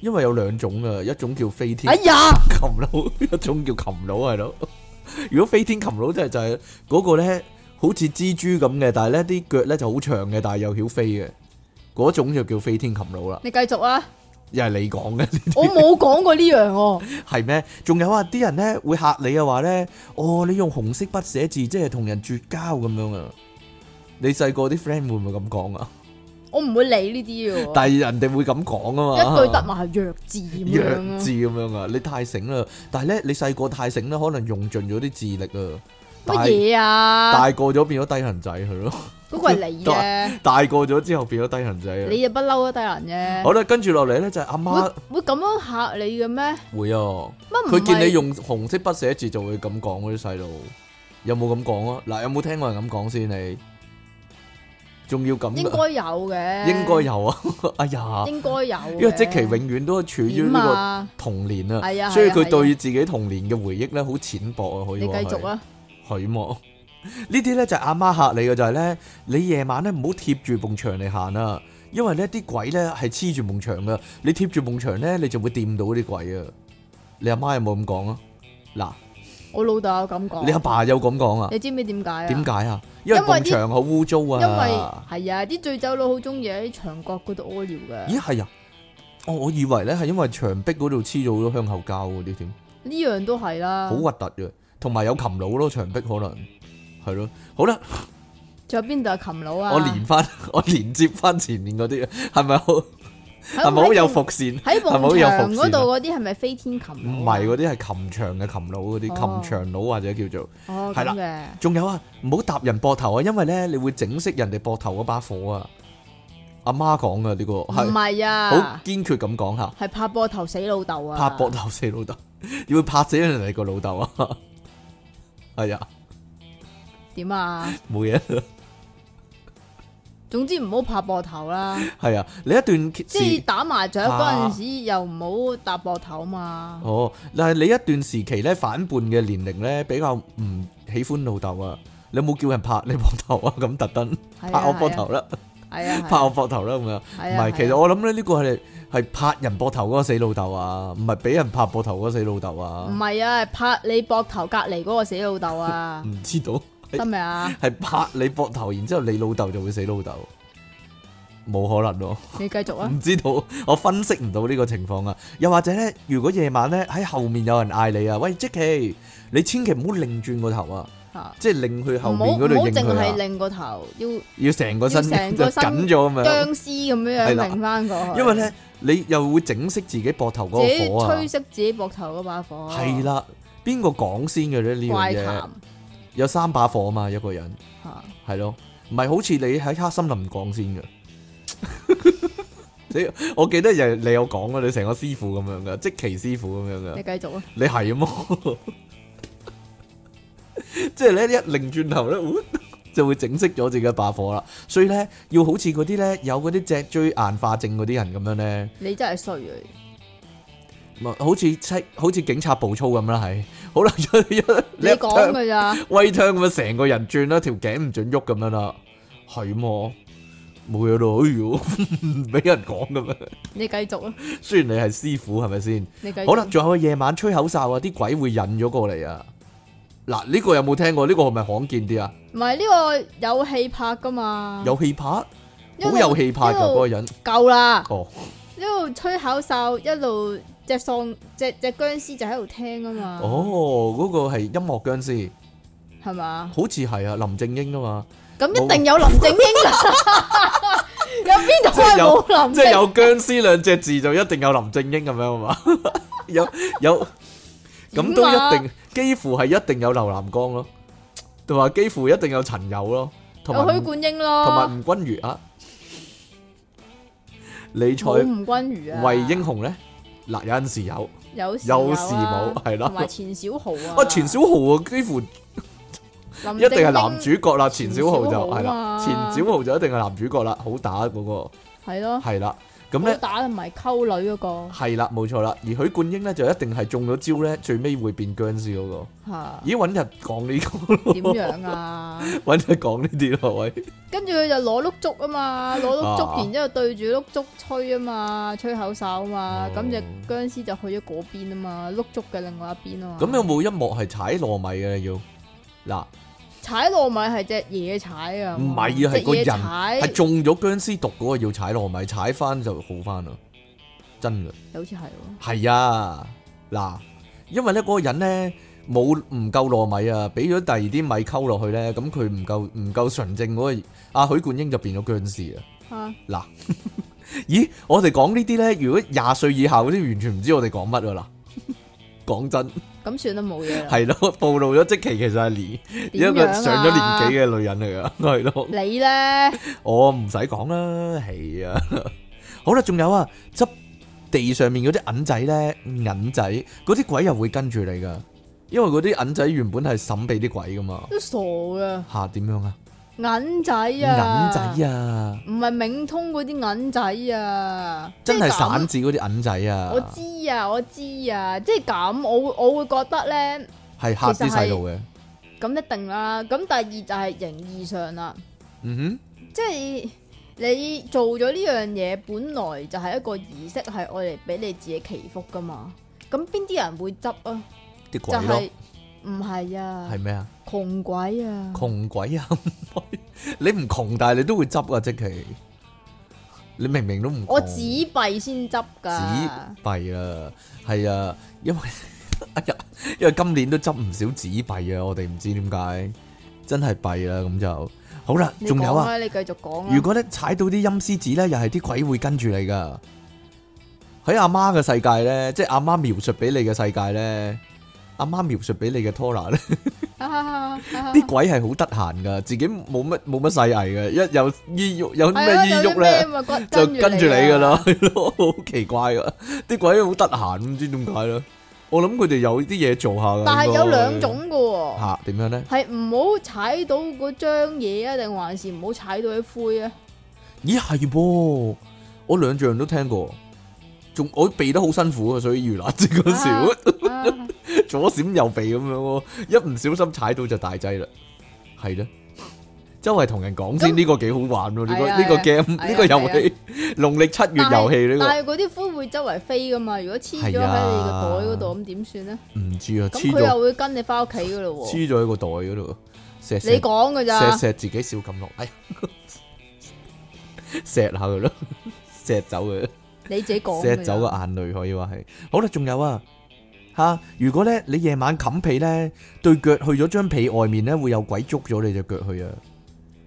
[SPEAKER 1] 因為有兩種啊，一種叫飛天
[SPEAKER 2] 哎呀，
[SPEAKER 1] 擒佬，一種叫擒佬係咯。如果飛天擒佬就係就係嗰個咧，好似蜘蛛咁嘅，但係咧啲腳咧就好長嘅，但係又曉飛嘅，嗰種就叫飛天擒佬啦。
[SPEAKER 2] 你繼續啊！
[SPEAKER 1] 又係你講嘅，
[SPEAKER 2] 我冇講過呢樣喎，
[SPEAKER 1] 係咩？仲有啊，啲人咧會嚇你嘅話咧，哦，你用紅色筆寫字，即係同人絕交咁樣啊！你細個啲 friend 會唔會咁講啊？
[SPEAKER 2] 我唔會理呢啲嘅喎。
[SPEAKER 1] 但係人哋會咁講啊
[SPEAKER 2] 哦一
[SPEAKER 1] 嘛，
[SPEAKER 2] 句得埋係弱智咁
[SPEAKER 1] 弱
[SPEAKER 2] 樣咯
[SPEAKER 1] 智咁樣啊！你太醒啦，但係咧你細個太醒咧，可能用盡咗啲智力啊。但
[SPEAKER 2] 乜
[SPEAKER 1] 係
[SPEAKER 2] 嘢啊？
[SPEAKER 1] 大個咗變咗低能仔佢 咯，
[SPEAKER 2] 嗰個係你啫，
[SPEAKER 1] 大個咗之後變咗低能仔啊！
[SPEAKER 2] 你就不嬲都低能啫。
[SPEAKER 1] 好啦，跟住落嚟咧就係阿媽
[SPEAKER 2] 會會咁樣嚇你嘅咩？
[SPEAKER 1] 會啊。
[SPEAKER 2] 乜唔
[SPEAKER 1] 佢見你
[SPEAKER 2] 係
[SPEAKER 1] 用紅色筆寫字就會咁講嗰啲細路，有冇咁講啊？嗱，有冇聽過人咁講先？你仲要咁㗎？啊
[SPEAKER 2] 應該有嘅，
[SPEAKER 1] 應該有啊！ 哎呀，
[SPEAKER 2] 應該有。
[SPEAKER 1] 因為即其永遠都處於
[SPEAKER 2] 點
[SPEAKER 1] 呢個
[SPEAKER 2] 啊？
[SPEAKER 1] 童年
[SPEAKER 2] 係啊係
[SPEAKER 1] 啊，
[SPEAKER 2] 啊
[SPEAKER 1] 所以佢
[SPEAKER 2] 係啊
[SPEAKER 1] 對自己童年嘅回憶咧好淺薄啊，可以
[SPEAKER 2] 你
[SPEAKER 1] 話
[SPEAKER 2] 繼
[SPEAKER 1] 係
[SPEAKER 2] 續，啊！
[SPEAKER 1] 許莫。 呢啲咧就係阿媽嚇你嘅，就係咧你夜晚咧唔好貼住埲牆嚟行啊，因為咧啲鬼咧係黐住埲牆噶，你貼住埲牆咧你就會掂到啲鬼啊！你阿媽有冇咁講啊？嗱。
[SPEAKER 2] 我老豆有咁講。
[SPEAKER 1] 你阿爸有咁講啊？
[SPEAKER 2] 你知唔知點解啊？
[SPEAKER 1] 點解啊？因為
[SPEAKER 2] 因為
[SPEAKER 1] 埲
[SPEAKER 2] 啲
[SPEAKER 1] 牆好污糟
[SPEAKER 2] 因為
[SPEAKER 1] 啊！
[SPEAKER 2] 係啊，啲醉酒佬好中意喺牆角嗰度屙尿嘅。
[SPEAKER 1] 咦係啊！我我以為咧係因為牆壁嗰度黐咗好多香口膠嗰啲添，
[SPEAKER 2] 呢樣都係啦。
[SPEAKER 1] 好啊核突嘅，同埋有擒佬咯，牆壁可能係咯。好啦，
[SPEAKER 2] 仲有邊度係琴佬啊？
[SPEAKER 1] 我連翻 我連接翻前面嗰啲，啊係咪好
[SPEAKER 2] 喺
[SPEAKER 1] 係咪好有伏線？
[SPEAKER 2] 喺
[SPEAKER 1] 係咪好有
[SPEAKER 2] 埲
[SPEAKER 1] 伏
[SPEAKER 2] 牆
[SPEAKER 1] 線啊
[SPEAKER 2] 嗰度嗰啲係咪飛天琴
[SPEAKER 1] 唔
[SPEAKER 2] 佬啊？
[SPEAKER 1] 係嗰啲係擒牆嘅擒佬嗰啲，
[SPEAKER 2] 哦
[SPEAKER 1] 擒牆佬或者叫做。
[SPEAKER 2] 哦，
[SPEAKER 1] 係
[SPEAKER 2] 咁
[SPEAKER 1] 啦
[SPEAKER 2] 嘅。
[SPEAKER 1] 仲有啊，唔好搭人膊頭啊，因為咧你會整熄人哋膊頭嗰把火啊！阿媽講噶呢個
[SPEAKER 2] 唔
[SPEAKER 1] 係
[SPEAKER 2] 係
[SPEAKER 1] 好
[SPEAKER 2] 啊，
[SPEAKER 1] 堅決咁講下。
[SPEAKER 2] 係拍膊頭死老豆啊！
[SPEAKER 1] 拍膊頭 死老豆，要拍死人哋個老豆啊！ 係啊，
[SPEAKER 2] 點啊？
[SPEAKER 1] 冇嘢 啦，
[SPEAKER 2] 總之唔好拍膊 頭啦，
[SPEAKER 1] 係啊，你一段時
[SPEAKER 2] 即係打麻雀嗰
[SPEAKER 1] 啊
[SPEAKER 2] 陣時又唔好搭膊頭嘛。
[SPEAKER 1] 哦，但係你一段時期咧反叛嘅年齡咧比較唔喜歡老豆啊，你有冇叫人拍你膊頭啊？咁特登
[SPEAKER 2] 係
[SPEAKER 1] 拍
[SPEAKER 2] 啊
[SPEAKER 1] 我膊頭啦，
[SPEAKER 2] 係啊，
[SPEAKER 1] 拍
[SPEAKER 2] 係啊
[SPEAKER 1] 我膊頭啦咁樣，唔
[SPEAKER 2] 係啊，
[SPEAKER 1] 係，其
[SPEAKER 2] 係
[SPEAKER 1] 實
[SPEAKER 2] 啊
[SPEAKER 1] 我諗咧呢個係係拍人膊頭嗰個死老豆啊，唔係俾人拍膊頭嗰個死老豆
[SPEAKER 2] 唔
[SPEAKER 1] 啊，，
[SPEAKER 2] 係啊，係拍你膊頭隔離嗰個死老豆啊
[SPEAKER 1] 唔知道
[SPEAKER 2] 得未啊？
[SPEAKER 1] 係拍你膊頭，然之後你老豆就會死老豆，冇可能咯。
[SPEAKER 2] 你繼續啊，
[SPEAKER 1] 唔知道，我分析唔到呢個情況啊。又或者咧，如果夜晚咧喺後面有人嗌你啊，喂，即奇，你千祈唔好擰轉個頭啊，
[SPEAKER 2] 嚇
[SPEAKER 1] 即係擰去
[SPEAKER 2] 唔好
[SPEAKER 1] 後
[SPEAKER 2] 唔
[SPEAKER 1] 面嗰
[SPEAKER 2] 好
[SPEAKER 1] 度應
[SPEAKER 2] 淨
[SPEAKER 1] 佢
[SPEAKER 2] 係
[SPEAKER 1] 啊，
[SPEAKER 2] 擰個頭，要
[SPEAKER 1] 要成個身
[SPEAKER 2] 要 成
[SPEAKER 1] 就
[SPEAKER 2] 個身
[SPEAKER 1] 緊咗咁樣，
[SPEAKER 2] 僵屍咁樣
[SPEAKER 1] 啊係啦
[SPEAKER 2] 樣擰翻過去。
[SPEAKER 1] 因為咧你又會整熄自己膊頭
[SPEAKER 2] 自
[SPEAKER 1] 嗰
[SPEAKER 2] 己
[SPEAKER 1] 個火啊
[SPEAKER 2] 吹，熄自己膊頭嗰把火。啊
[SPEAKER 1] 係，啦，邊個講先嘅咧呢
[SPEAKER 2] 怪
[SPEAKER 1] 樣嘢
[SPEAKER 2] 談？啊
[SPEAKER 1] 有三把火啊嘛，一個人
[SPEAKER 2] 嚇，
[SPEAKER 1] 係咯，唔係好似你喺黑森林講先嘅。 你我記得又你有講啊，你成個師傅咁樣噶，即奇師傅咁樣噶
[SPEAKER 2] 你。繼續啊。
[SPEAKER 1] 你係啊嘛， 即係咧一擰轉頭咧，呜就會整熄咗自己嘅把火啦。所以咧，要好似嗰啲咧有嗰啲脊椎硬化症嗰啲人咁樣咧，
[SPEAKER 2] 你真係衰啊！
[SPEAKER 1] 咪好似七好似警察步操咁啦，係好啦， 一一
[SPEAKER 2] 你
[SPEAKER 1] 一
[SPEAKER 2] 講啊噶咋？
[SPEAKER 1] 威槍咁樣成個人轉啦，條頸唔准喐咁樣啦，係嘛？冇嘢咯，哎呦， 唔俾人講咁樣。
[SPEAKER 2] 你繼續啊！
[SPEAKER 1] 雖然你係師傅，係咪先？
[SPEAKER 2] 你繼續。
[SPEAKER 1] 好啦，仲有夜晚吹口哨啊，啲鬼會引咗過嚟啊！嗱，呢個有冇聽過？呢個係咪罕見啲啊？
[SPEAKER 2] 唔係呢個有氣魄噶嘛？
[SPEAKER 1] 有氣魄，好
[SPEAKER 2] 啊因為
[SPEAKER 1] 有氣魄㗎
[SPEAKER 2] 因為
[SPEAKER 1] 嗰個人。
[SPEAKER 2] 夠啦！
[SPEAKER 1] 哦，
[SPEAKER 2] 一路吹口哨，一路隻喪隻隻僵屍就喺度聽啊嘛。
[SPEAKER 1] 哦，嗰個係音樂僵屍，
[SPEAKER 2] 係嘛？
[SPEAKER 1] 好似係啊，林正英啊嘛，
[SPEAKER 2] 咁一定有林正英噶， 有邊個
[SPEAKER 1] 即係有
[SPEAKER 2] 係冇林
[SPEAKER 1] 即係
[SPEAKER 2] 正？
[SPEAKER 1] 有僵屍兩隻字就一定有林正英咁樣啊嘛， 有有咁都
[SPEAKER 2] 啊
[SPEAKER 1] 一定，幾乎係一定有劉南光咯，同埋幾乎一定有陳友咯，同
[SPEAKER 2] 有
[SPEAKER 1] 埋
[SPEAKER 2] 許
[SPEAKER 1] 吳
[SPEAKER 2] 冠英
[SPEAKER 1] 同
[SPEAKER 2] 咯，
[SPEAKER 1] 埋吳君如啊，李賽。
[SPEAKER 2] 冇吳君如啊，
[SPEAKER 1] 為英雄咧，嗱有陣時有，
[SPEAKER 2] 有時
[SPEAKER 1] 有
[SPEAKER 2] 時
[SPEAKER 1] 時冇係啦
[SPEAKER 2] 同埋錢小豪 啊，
[SPEAKER 1] 啊錢小豪啊，幾乎一
[SPEAKER 2] 豪
[SPEAKER 1] 定係男主角啦，錢小豪就
[SPEAKER 2] 錢小豪啊
[SPEAKER 1] 係啦，
[SPEAKER 2] 嘛
[SPEAKER 1] 錢小豪就一定係男主角啦，好打嗰
[SPEAKER 2] 哦
[SPEAKER 1] 個
[SPEAKER 2] 係咯，
[SPEAKER 1] 係啦，咁
[SPEAKER 2] 好
[SPEAKER 1] 咧
[SPEAKER 2] 打同埋溝女嗰個
[SPEAKER 1] 係啦，冇錯啦，而許冠英咧就一定係中咗招咧，最尾會變僵屍嗰個，
[SPEAKER 2] 吓
[SPEAKER 1] 咦揾日講呢個
[SPEAKER 2] 點
[SPEAKER 1] 咯，
[SPEAKER 2] 樣 啊？
[SPEAKER 1] 揾日講呢啲咯，喂，
[SPEAKER 2] 跟住佢就攞碌竹啊嘛，攞碌
[SPEAKER 1] 啊
[SPEAKER 2] 竹，然之後對住碌竹吹啊嘛，吹口哨啊嘛
[SPEAKER 1] 哦，
[SPEAKER 2] 咁只僵屍就去咗嗰邊啊嘛，碌竹嘅另外一邊啊嘛。
[SPEAKER 1] 咁有冇一幕係踩糯米嘅要嗱
[SPEAKER 2] 踩糯米係隻野踩啊？
[SPEAKER 1] 唔係啊係個人
[SPEAKER 2] 隻野踩
[SPEAKER 1] 係中咗僵屍毒嗰個要踩糯米，踩翻就好翻啦，真嘅。
[SPEAKER 2] 好似係喎，
[SPEAKER 1] 系啊，嗱，因為咧嗰個人咧冇唔夠糯米啊，俾咗第二啲米溝落去咧，咁佢唔夠唔夠純正嗰、個，阿許冠英就變咗僵屍啊，
[SPEAKER 2] 啊，
[SPEAKER 1] 嗱，咦，我哋講呢啲咧，如果廿歲以下嗰啲，完全唔知我哋講乜 啊嗱。講真，
[SPEAKER 2] 咁算啦，冇嘢啦。
[SPEAKER 1] 係咯，暴露咗即其其實係年
[SPEAKER 2] 點
[SPEAKER 1] 一個
[SPEAKER 2] 樣
[SPEAKER 1] 上咗
[SPEAKER 2] 啊
[SPEAKER 1] 年紀嘅女人嚟噶，係咯。
[SPEAKER 2] 你咧
[SPEAKER 1] 我唔使講啦，係啊。好啦，仲有啊，執地上面嗰啲銀仔咧，銀仔嗰啲鬼又會跟住你噶，因為嗰啲銀仔原本係審俾啲鬼噶嘛。
[SPEAKER 2] 都傻噶，
[SPEAKER 1] 吓點樣啊？
[SPEAKER 2] 銀仔啊，
[SPEAKER 1] 銀仔啊！
[SPEAKER 2] 唔係冥通嗰啲銀仔啊，
[SPEAKER 1] 真係
[SPEAKER 2] 即係咁
[SPEAKER 1] 散紙嗰啲銀仔啊，
[SPEAKER 2] 我知啊，我知啊，即係咁，我會我會覺得咧，
[SPEAKER 1] 係嚇啲細路嘅。
[SPEAKER 2] 咁一定啦。咁第二就係形意上啦，
[SPEAKER 1] 嗯
[SPEAKER 2] 即係你做咗呢樣嘢，本來就係一個儀式，係我嚟俾你自己祈福噶嘛。咁邊啲人會執啊？
[SPEAKER 1] 哼，啲鬼
[SPEAKER 2] 就
[SPEAKER 1] 咯，
[SPEAKER 2] 係唔係啊
[SPEAKER 1] 係？咩啊？
[SPEAKER 2] 窮鬼啊！
[SPEAKER 1] 窮鬼啊！你唔窮，但係你都會執啊！即其你明明都唔窮
[SPEAKER 2] 我紙幣先執噶
[SPEAKER 1] 紙，幣啊，係啊，因為 哎呀，因為今年都執唔少紙幣啊，我哋唔知點解，真係弊啦咁就好啦。
[SPEAKER 2] 你
[SPEAKER 1] 仲有
[SPEAKER 2] 講
[SPEAKER 1] 啊，
[SPEAKER 2] 啦，你繼續講啊。
[SPEAKER 1] 如果咧踩到啲陰司紙咧，又係啲鬼會跟住你噶。喺阿媽嘅世界咧，即係阿媽描述俾你嘅世界咧，阿媽描述俾你嘅 Tora 咧，
[SPEAKER 2] Ờ.
[SPEAKER 1] 啲鬼係好得閒噶，自己冇乜冇乜細藝嘅，一有衣喐有咩衣
[SPEAKER 2] 係啊有啲
[SPEAKER 1] 喐咧，
[SPEAKER 2] 咪跟
[SPEAKER 1] 就跟住你噶
[SPEAKER 2] 啊
[SPEAKER 1] 啦，係咯，好奇怪噶，啲鬼好得閒，唔知點解咧。我諗佢哋有啲嘢做下噶。
[SPEAKER 2] 但係有
[SPEAKER 1] 應該
[SPEAKER 2] 兩種嘅喎，
[SPEAKER 1] 吓點樣咧？
[SPEAKER 2] 係唔好踩到嗰張嘢啊，定還是唔好踩到啲 灰啊？
[SPEAKER 1] 咦係噃，我兩樣都聽過，仲我避得好辛苦啊，所以遇難節嗰時、
[SPEAKER 2] 啊啊
[SPEAKER 1] 左閃右避咁樣咯，一唔小心踩到就大劑啦，係咧。周圍同人講先，
[SPEAKER 2] 咁
[SPEAKER 1] 呢個幾好玩喎！呢個
[SPEAKER 2] 係啊
[SPEAKER 1] 呢個
[SPEAKER 2] 係啊
[SPEAKER 1] game
[SPEAKER 2] 係啊
[SPEAKER 1] 呢個遊戲，農曆七月
[SPEAKER 2] 但係
[SPEAKER 1] 遊戲呢
[SPEAKER 2] 但係嗰啲灰會周圍飛噶嘛，如果黐咗喺你
[SPEAKER 1] 係啊
[SPEAKER 2] 個袋嗰度，咁點算咧？
[SPEAKER 1] 個唔知啊，
[SPEAKER 2] 咁
[SPEAKER 1] 黐
[SPEAKER 2] 佢又
[SPEAKER 1] 咗
[SPEAKER 2] 會跟你翻屋企噶咯喎。
[SPEAKER 1] 黐咗喺個袋嗰度，石石
[SPEAKER 2] 你講噶咋
[SPEAKER 1] 錫？錫自己小錦落，哎，錫下佢咯，錫走佢。
[SPEAKER 2] 你自己講㗎咋
[SPEAKER 1] 錫走個啊眼淚可以話係。好啦，仲有啊，吓如果咧你夜晚冚被咧，對腳去咗張被外面咧，會有鬼捉咗你隻腳去啊！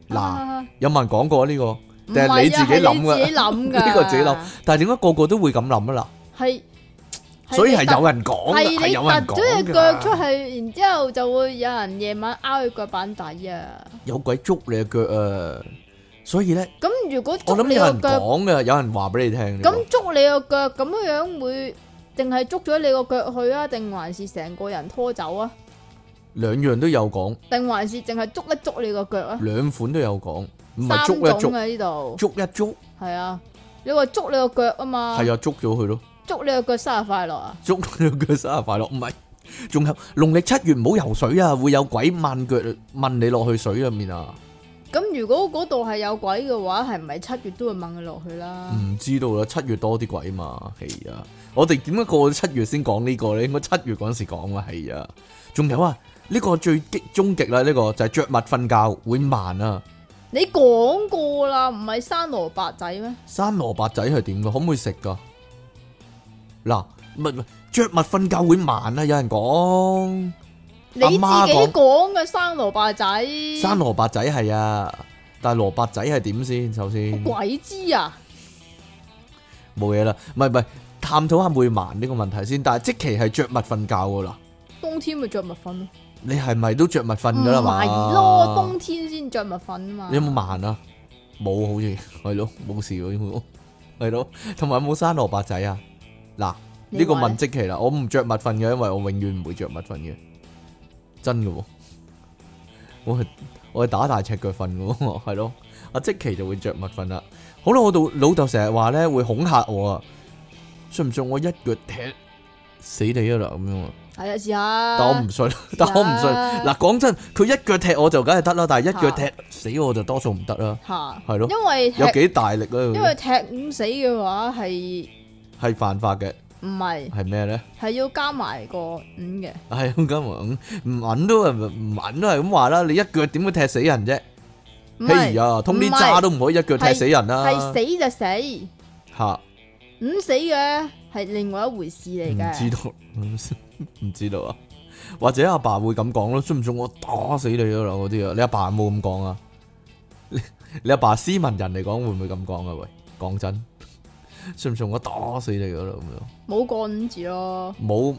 [SPEAKER 1] 嗱，
[SPEAKER 2] 啊
[SPEAKER 1] 有冇人講過呢個？
[SPEAKER 2] 唔
[SPEAKER 1] 定係你
[SPEAKER 2] 係啊
[SPEAKER 1] 自己諗㗎
[SPEAKER 2] 係你自己諗 㗎。
[SPEAKER 1] 呢個自己諗，但係點解個個都會咁諗啊？
[SPEAKER 2] 係
[SPEAKER 1] 嗱，所以
[SPEAKER 2] 你突
[SPEAKER 1] 係有人講
[SPEAKER 2] 係
[SPEAKER 1] 㗎，係
[SPEAKER 2] 你
[SPEAKER 1] 有人
[SPEAKER 2] 突咗
[SPEAKER 1] 講
[SPEAKER 2] 只
[SPEAKER 1] 㗎
[SPEAKER 2] 腳出去，然之後就會有人夜晚拗佢腳板底啊！
[SPEAKER 1] 有鬼捉你隻腳啊！所以咧，
[SPEAKER 2] 咁如果捉
[SPEAKER 1] 我諗
[SPEAKER 2] 你
[SPEAKER 1] 有
[SPEAKER 2] 個
[SPEAKER 1] 人
[SPEAKER 2] 腳，
[SPEAKER 1] 講嘅，有人話俾你聽呢個。
[SPEAKER 2] 咁捉你個腳咁樣樣會，定係捉咗你個腳去啊？定還是成個人拖走啊？
[SPEAKER 1] 兩樣都有講，
[SPEAKER 2] 定還是淨係捉一捉你個腳啊？
[SPEAKER 1] 兩款都有講，唔係
[SPEAKER 2] 三
[SPEAKER 1] 捉一
[SPEAKER 2] 種
[SPEAKER 1] 捉，
[SPEAKER 2] 啊呢度，
[SPEAKER 1] 捉一捉，
[SPEAKER 2] 係啊！你話捉你個腳啊嘛？
[SPEAKER 1] 係啊，捉咗佢咯。
[SPEAKER 2] 捉你個腳生日快樂啊！
[SPEAKER 1] 祝佢生日快樂，唔係，仲有農曆七月唔好游水啊，會有鬼掹腳掹你落去水入面啊，
[SPEAKER 2] 咁如果嗰度係有鬼嘅話，係唔係七月都會掹佢落去啦？
[SPEAKER 1] 唔知道啦，七月多啲鬼嘛，係啊，我哋點解過咗七月先講呢個咧？應該七月嗰陣時講啊，係啊，仲有啊，呢個最激終極啦，呢個就係着襪瞓覺會慢啊，
[SPEAKER 2] 你講過啦，唔係生蘿蔔仔咩？
[SPEAKER 1] 生蘿蔔仔係點噶？可唔可以食噶？嗱，唔係唔係着襪瞓覺會慢啊，有人講。
[SPEAKER 2] 你自己
[SPEAKER 1] 阿媽
[SPEAKER 2] 講嘅生蘿蔔仔，
[SPEAKER 1] 生蘿蔔仔係啊，但係蘿蔔仔係點先？首先
[SPEAKER 2] 鬼知啊！
[SPEAKER 1] 冇嘢啦，唔係唔係，探討下每晚呢個問題先。但係即期係着襪瞓覺噶啦，
[SPEAKER 2] 冬天咪着襪瞓咯，
[SPEAKER 1] 你係咪都着襪瞓噶啦
[SPEAKER 2] 唔
[SPEAKER 1] 嘛？
[SPEAKER 2] 係咯，冬天先着襪瞓啊嘛。
[SPEAKER 1] 你有冇慢啊？冇好似係咯，冇事喎應該係咯，同埋有冇生蘿蔔仔啊？嗱，
[SPEAKER 2] 你
[SPEAKER 1] 呢個
[SPEAKER 2] 話呢
[SPEAKER 1] 問即期啦，我唔着襪瞓嘅，因為我永遠唔會着襪瞓嘅，真嘅喎，我係我係打大赤腳瞓嘅喎， 係咯，阿即期就會着襪瞓啦。好啦，我老老豆成日話咧會恐嚇我啊，信唔信我一腳踢死你啊啦咁樣啊？
[SPEAKER 2] 係啊，試下。
[SPEAKER 1] 但我唔信，但我唔信。嗱，講真，佢一腳踢我就梗係得啦，但係一腳踢死我就多數唔得啦。
[SPEAKER 2] 吓，
[SPEAKER 1] 係咯
[SPEAKER 2] 因為踢
[SPEAKER 1] 有幾大力咧？
[SPEAKER 2] 因為踢唔死嘅話係
[SPEAKER 1] 係犯法嘅，
[SPEAKER 2] 唔係
[SPEAKER 1] 係咩咧？
[SPEAKER 2] 係要加埋個五嘅？
[SPEAKER 1] 係咁咁唔唔揾都係唔揾都係咁話啦。你一腳點會踢死人啫？
[SPEAKER 2] 唔
[SPEAKER 1] 譬如
[SPEAKER 2] 係
[SPEAKER 1] 啊，通
[SPEAKER 2] 唔
[SPEAKER 1] 啲
[SPEAKER 2] 係
[SPEAKER 1] 渣都唔可以一腳踢死人啦
[SPEAKER 2] 係。死就死，
[SPEAKER 1] 嚇，
[SPEAKER 2] 唔死嘅係另外一回事嚟
[SPEAKER 1] 唔
[SPEAKER 2] 嘅。
[SPEAKER 1] 知道， 唔知道啊。或者阿爸會咁講咯，信唔信我打死你啊？嗰啲啊，你阿爸有冇咁講啊？你你阿爸斯文人嚟講，會唔會咁講啊？喂，講真，信唔信我打死你噶啦咁樣？
[SPEAKER 2] 冇過五字咯，
[SPEAKER 1] 冇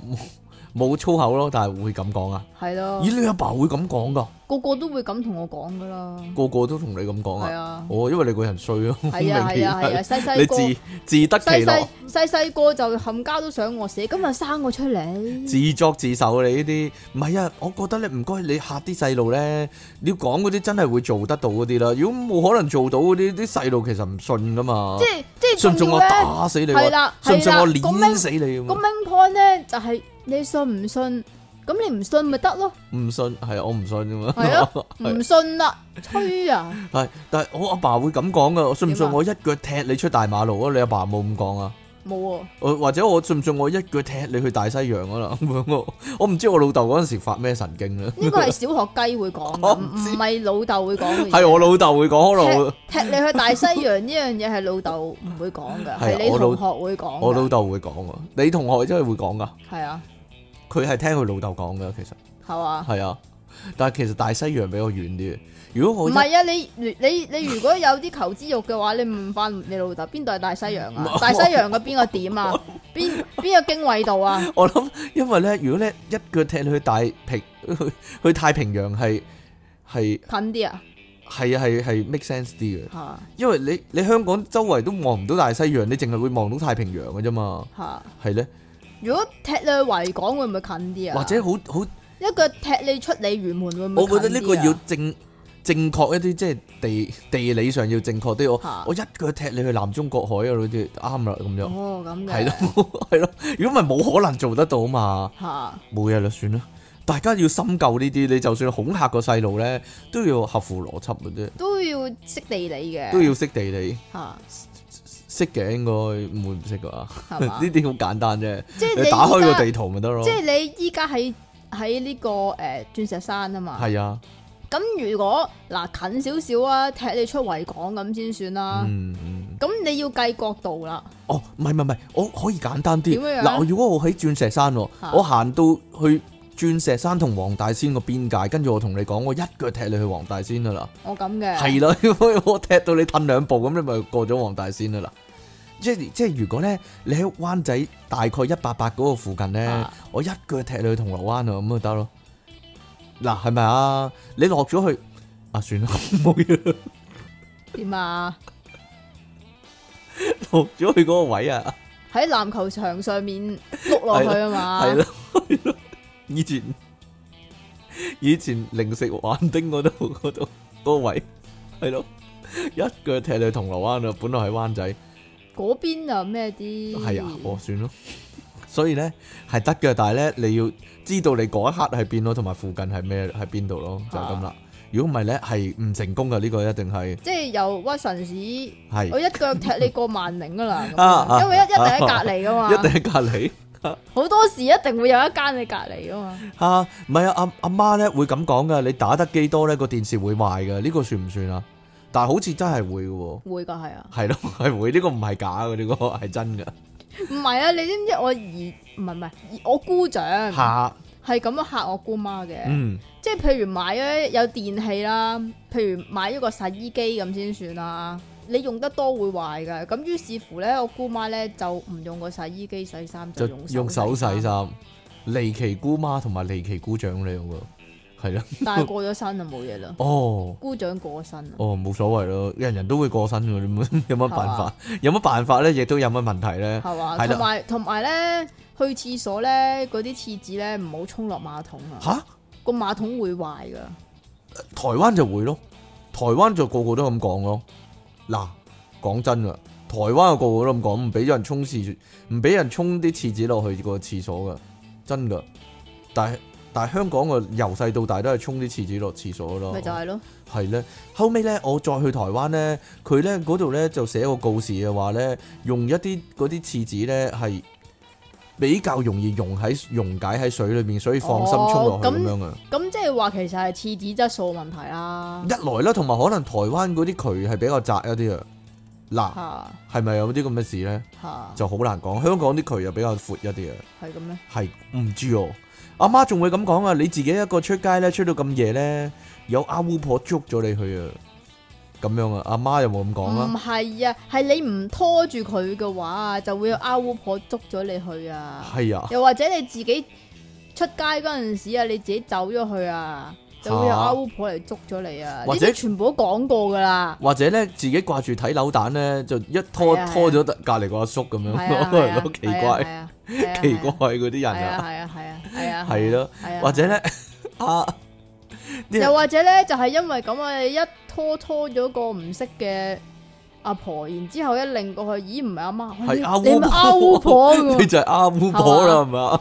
[SPEAKER 1] 冇粗口咯，但係會咁講啊？
[SPEAKER 2] 係咯，
[SPEAKER 1] 咦，你阿爸會咁講噶？
[SPEAKER 2] 個個都會咁同我講噶啦，
[SPEAKER 1] 個個都同你咁講
[SPEAKER 2] 係
[SPEAKER 1] 啊？
[SPEAKER 2] 啊，
[SPEAKER 1] 哦，因為你個人衰咯，
[SPEAKER 2] 係
[SPEAKER 1] 明
[SPEAKER 2] 啊，係
[SPEAKER 1] 顯
[SPEAKER 2] 啊，係啊，細細
[SPEAKER 1] 你
[SPEAKER 2] 個
[SPEAKER 1] 自自得其
[SPEAKER 2] 細細
[SPEAKER 1] 樂，
[SPEAKER 2] 細細個就冚家都想我死，今日生我出嚟，
[SPEAKER 1] 自作自受啊你呢啲，唔係啊，我覺得你唔該你嚇啲細路咧，你要講嗰啲真係會做得到嗰啲啦，如果冇可能做到嗰啲，啲細路其實唔信噶嘛
[SPEAKER 2] 即，係即係
[SPEAKER 1] 信唔信
[SPEAKER 2] 仲要
[SPEAKER 1] 我
[SPEAKER 2] 咧，
[SPEAKER 1] 打死你啊？
[SPEAKER 2] 係啦
[SPEAKER 1] 信唔信
[SPEAKER 2] 係啦
[SPEAKER 1] 我
[SPEAKER 2] 個
[SPEAKER 1] 碾
[SPEAKER 2] main-
[SPEAKER 1] 死你咁
[SPEAKER 2] 個
[SPEAKER 1] 啊？
[SPEAKER 2] main point 咧就係你信唔信，咁你唔信咪得咯，
[SPEAKER 1] 唔信係啊我唔信噶
[SPEAKER 2] 係
[SPEAKER 1] 嘛。
[SPEAKER 2] 咯，唔信啦， 吹啊，
[SPEAKER 1] 係， 但係我阿爸會咁講噶，信唔信
[SPEAKER 2] 點啊
[SPEAKER 1] 我一腳踢你出大馬路啊？你阿爸冇咁講啊？
[SPEAKER 2] 冇啊，
[SPEAKER 1] 我或者我信唔信我一腳踢你去大西洋啊啦？ 咁樣我我唔知我老豆嗰陣時發咩神經啦，啊
[SPEAKER 2] 呢個係小學雞會講
[SPEAKER 1] 我
[SPEAKER 2] 嘅，
[SPEAKER 1] 唔
[SPEAKER 2] 唔
[SPEAKER 1] 知
[SPEAKER 2] 唔係老豆會講嘅嘢。
[SPEAKER 1] 係我老豆會講，可能我
[SPEAKER 2] 踢你去大西洋呢樣嘢係老豆唔會講噶，
[SPEAKER 1] 係啊
[SPEAKER 2] 係你
[SPEAKER 1] 我老
[SPEAKER 2] 同學會講㗎。
[SPEAKER 1] 我老豆會講喎，你同學真係會講噶，
[SPEAKER 2] 係啊，
[SPEAKER 1] 佢係聽佢老豆講噶，其實
[SPEAKER 2] 係嘛？
[SPEAKER 1] 係啊，但係其實大西洋比較遠啲，如果
[SPEAKER 2] 唔
[SPEAKER 1] 我一
[SPEAKER 2] 係啊，你你你你如果有啲求知欲嘅話，你問翻你老豆邊度係大西洋
[SPEAKER 1] 唔
[SPEAKER 2] 啊
[SPEAKER 1] 係？
[SPEAKER 2] 大西洋嘅邊個點啊？邊邊個經緯度啊？
[SPEAKER 1] 我諗，因為咧，如果咧一腳踢你去大平 去去太平洋係係
[SPEAKER 2] 近啲啊？
[SPEAKER 1] 係係係 make sense 啲嘅，
[SPEAKER 2] 吓
[SPEAKER 1] 因為你你香港周圍都望唔到大西洋，你淨係會望到太平洋嘅啫嘛，
[SPEAKER 2] 吓，
[SPEAKER 1] 係咧，
[SPEAKER 2] 如果踢你去維港會唔會近啲啊？
[SPEAKER 1] 或者好好，
[SPEAKER 2] 一個踢你出鯉魚門會
[SPEAKER 1] 我
[SPEAKER 2] 唔會
[SPEAKER 1] 覺
[SPEAKER 2] 近啲啊？
[SPEAKER 1] 得呢個要正正確一啲，即係地地理上要正確啲。我
[SPEAKER 2] 嚇
[SPEAKER 1] 我一腳踢你去南中國海啊，好似啱啦咁樣，
[SPEAKER 2] 哦咁嘅
[SPEAKER 1] 係咯 係咯，如果唔係冇可能做得到嘛。
[SPEAKER 2] 吓
[SPEAKER 1] 冇嘢啦，算啦。大家要深究呢啲，你就算恐嚇個細路咧，都要合乎邏輯嘅啫，
[SPEAKER 2] 都要識地理嘅
[SPEAKER 1] 都要識地理，
[SPEAKER 2] 吓
[SPEAKER 1] 識嘅應該唔會唔識噶。 呢
[SPEAKER 2] 係嘛？
[SPEAKER 1] 啲好簡單啫，
[SPEAKER 2] 即係
[SPEAKER 1] 你打開
[SPEAKER 2] 依家
[SPEAKER 1] 個地圖咪得咯
[SPEAKER 2] 即。係你依家喺喺呢個誒鑽石山啊嘛，
[SPEAKER 1] 係啊，
[SPEAKER 2] 咁如果嗱近少少啊，踢你出維港咁先算啦。
[SPEAKER 1] 嗯嗯。
[SPEAKER 2] 咁你要計角度啦，
[SPEAKER 1] 哦，唔係唔係唔係，我可以簡單啲。
[SPEAKER 2] 點樣樣
[SPEAKER 1] 嗱，如果我喺鑽石山喎，
[SPEAKER 2] 嚇
[SPEAKER 1] 我行到去鑽石山同黃大仙個邊界，跟住我同你講，我一腳踢你去黃大仙噶啦。
[SPEAKER 2] 我咁嘅
[SPEAKER 1] 係啦， 因為我踢到你褪兩步，咁你咪過咗黃大仙啦嗱。即係即係，如果咧你喺灣仔大概一八八嗰個附近咧，
[SPEAKER 2] 啊
[SPEAKER 1] 我一腳踢你去銅鑼灣啊，咁就得咯。嗱，係咪啊？你落咗去啊，算啦，冇嘢啦，
[SPEAKER 2] 點啊？
[SPEAKER 1] 落咗去嗰個位啊，
[SPEAKER 2] 喺籃球場上面碌落去啊嘛，
[SPEAKER 1] 係咯，係咯，以前以前零食玩丁嗰度嗰度嗰個位，係咯，一腳踢你去銅鑼灣啊，本來喺灣仔。
[SPEAKER 2] 嗰邊就咩啲
[SPEAKER 1] 系啊，我算咯。所以咧係得嘅，但係咧你要知道你嗰一刻喺邊咯，同埋附近係咩喺邊度咯，就係咁啦。如果唔係咧，係唔成功嘅呢個一定係
[SPEAKER 2] 即係由屈臣氏，我
[SPEAKER 1] 係
[SPEAKER 2] 一腳踢你過萬寧噶 啦，咁
[SPEAKER 1] 啊
[SPEAKER 2] 樣因為一一定喺隔
[SPEAKER 1] 一
[SPEAKER 2] 離噶
[SPEAKER 1] 定
[SPEAKER 2] 嘛，
[SPEAKER 1] 喺隔離
[SPEAKER 2] 好多時一定會有一間喺隔離噶嘛，
[SPEAKER 1] 嚇，唔係啊阿阿媽咧會咁講噶，你打得幾多咧個電視會壞嘅，呢個算唔算啊？但係好似真係會嘅喎，
[SPEAKER 2] 會㗎係啊。
[SPEAKER 1] 係咯 係會，呢個唔係假嘅，呢個
[SPEAKER 2] 嗯
[SPEAKER 1] 係真嘅
[SPEAKER 2] 唔係啊，你知唔知我姨唔係唔係，我姑丈
[SPEAKER 1] 嚇，
[SPEAKER 2] 係咁樣嚇我姑媽嘅，
[SPEAKER 1] 嗯
[SPEAKER 2] 即係譬如買咗有電器啦，譬如買咗個洗衣機咁先算啦。你用得多會壞㗎，咁於是乎咧，我姑媽咧就唔用個洗衣機洗衫，
[SPEAKER 1] 就
[SPEAKER 2] 就用
[SPEAKER 1] 用手洗
[SPEAKER 2] 衫，
[SPEAKER 1] 衫，離奇姑媽同埋離奇姑丈兩個係咯，
[SPEAKER 2] 但係過咗身就冇嘢啦。
[SPEAKER 1] 哦。
[SPEAKER 2] 姑丈過咗身啦，啊
[SPEAKER 1] 哦，冇所謂咯，人人都會過身嘅，你冇 有乜辦
[SPEAKER 2] 係
[SPEAKER 1] 法？有乜辦法咧？亦都有乜問題咧？
[SPEAKER 2] 係
[SPEAKER 1] 係啦
[SPEAKER 2] 嘛？同埋同埋咧，去廁所咧嗰啲廁紙咧唔好沖落馬桶啊，
[SPEAKER 1] 吓，
[SPEAKER 2] 個馬桶會壞㗎。
[SPEAKER 1] 台灣就會咯，台灣就個個都咁講咯。嗱，講真啊，台灣就個個都咁講，唔俾人沖廁，唔俾人沖啲廁紙落去個廁所噶，真噶。但係但係香港個由細到大都係沖啲廁紙落廁所咯
[SPEAKER 2] 咪。就係咯，
[SPEAKER 1] 係咧，後尾咧我再去台灣咧，佢咧嗰度咧就寫個告示嘅話咧，用一啲嗰啲廁紙咧係比較容易溶喺溶解喺水裏面，所以放心沖落去
[SPEAKER 2] 哦
[SPEAKER 1] 咁樣啊。
[SPEAKER 2] 咁即係話其實係廁紙質素問題啊啦。
[SPEAKER 1] 一來啦，同埋可能台灣嗰啲渠係比較窄一啲啊。嗱，
[SPEAKER 2] 吓
[SPEAKER 1] 係咪有啲咁嘅事咧？
[SPEAKER 2] 吓，
[SPEAKER 1] 就好難講。香港啲渠又比較闊一啲啊。
[SPEAKER 2] 係咁咩？
[SPEAKER 1] 係唔知哦。阿媽仲會咁講啊！你自己一個出街咧，出到咁夜咧，有阿烏婆捉咗你去啊，咁樣啊？阿媽有冇咁講啊？
[SPEAKER 2] 唔係啊，係你唔拖住佢嘅話，就會有阿烏婆捉咗你去啊。
[SPEAKER 1] 係啊，
[SPEAKER 2] 又或者你自己出街嗰陣時啊，你自己走咗去啊，就會有
[SPEAKER 1] 嚇
[SPEAKER 2] 阿烏婆嚟捉咗你啊。呢
[SPEAKER 1] 或者
[SPEAKER 2] 啲全部都講過噶 啦，
[SPEAKER 1] 或者咧自己掛住睇扭蛋咧，就一拖
[SPEAKER 2] 係啊係啊
[SPEAKER 1] 拖咗隔離個阿叔咁樣，
[SPEAKER 2] 係 啊，係
[SPEAKER 1] 係
[SPEAKER 2] 啊
[SPEAKER 1] 咯，奇
[SPEAKER 2] 係啊
[SPEAKER 1] 怪
[SPEAKER 2] 係啊係啊
[SPEAKER 1] 奇怪嗰啲人
[SPEAKER 2] 係啊
[SPEAKER 1] 啊，
[SPEAKER 2] 係啊係啊係啊
[SPEAKER 1] 係咯，
[SPEAKER 2] 係啊
[SPEAKER 1] 或者咧啊啲人
[SPEAKER 2] 又或者咧，就係因為咁啊，一拖拖咗個唔識嘅阿婆，然之後一擰過去，咦唔係阿媽，
[SPEAKER 1] 係
[SPEAKER 2] 你
[SPEAKER 1] 阿
[SPEAKER 2] 你咪阿
[SPEAKER 1] 烏
[SPEAKER 2] 烏
[SPEAKER 1] 婆
[SPEAKER 2] 婆
[SPEAKER 1] 你
[SPEAKER 2] 㗎喎
[SPEAKER 1] 就係阿烏婆啦，係咪啊？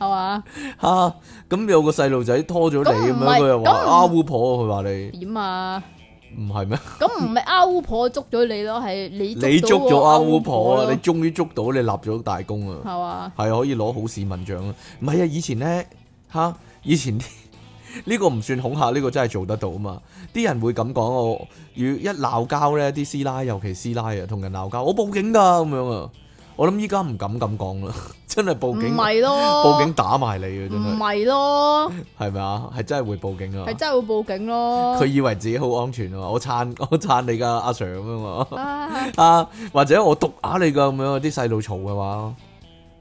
[SPEAKER 2] 係嘛？
[SPEAKER 1] 啊， 咁有個細路仔拖咗你咁
[SPEAKER 2] 咁唔
[SPEAKER 1] 樣，
[SPEAKER 2] 係
[SPEAKER 1] 佢又話
[SPEAKER 2] 咁唔
[SPEAKER 1] 阿烏婆，佢話你
[SPEAKER 2] 點啊？
[SPEAKER 1] 唔係咩？
[SPEAKER 2] 咁唔係阿烏婆捉咗你咯，係你
[SPEAKER 1] 你捉
[SPEAKER 2] 到
[SPEAKER 1] 咗
[SPEAKER 2] 個
[SPEAKER 1] 阿
[SPEAKER 2] 阿啊
[SPEAKER 1] 烏
[SPEAKER 2] 烏
[SPEAKER 1] 婆啦，
[SPEAKER 2] 咯
[SPEAKER 1] 你終於捉到，你立咗大功啊！
[SPEAKER 2] 係嘛？
[SPEAKER 1] 係可以攞好市民獎啊！唔係啊，以前咧吓，以前啲 呢個唔算恐嚇，呢、個真係做得到啊嘛！啲人會咁講我，要一鬧交咧，啲師奶尤其師奶啊，同人鬧交，我報警㗎咁樣啊！我諗依家唔敢咁講啦， 真係
[SPEAKER 2] 唔
[SPEAKER 1] 報警，啊
[SPEAKER 2] 係咯，
[SPEAKER 1] 報警打埋你啊！真
[SPEAKER 2] 唔
[SPEAKER 1] 係
[SPEAKER 2] 係咯，
[SPEAKER 1] 係咪啊？係真係會報警啊！
[SPEAKER 2] 係真係會報警咯。
[SPEAKER 1] 佢以為自己好安全啊嘛，我撐 我撐你㗎阿 Sir 咁樣嘛，
[SPEAKER 2] 啊
[SPEAKER 1] 啊 或者我毒打你㗎咁樣，啲細路嘈嘅話，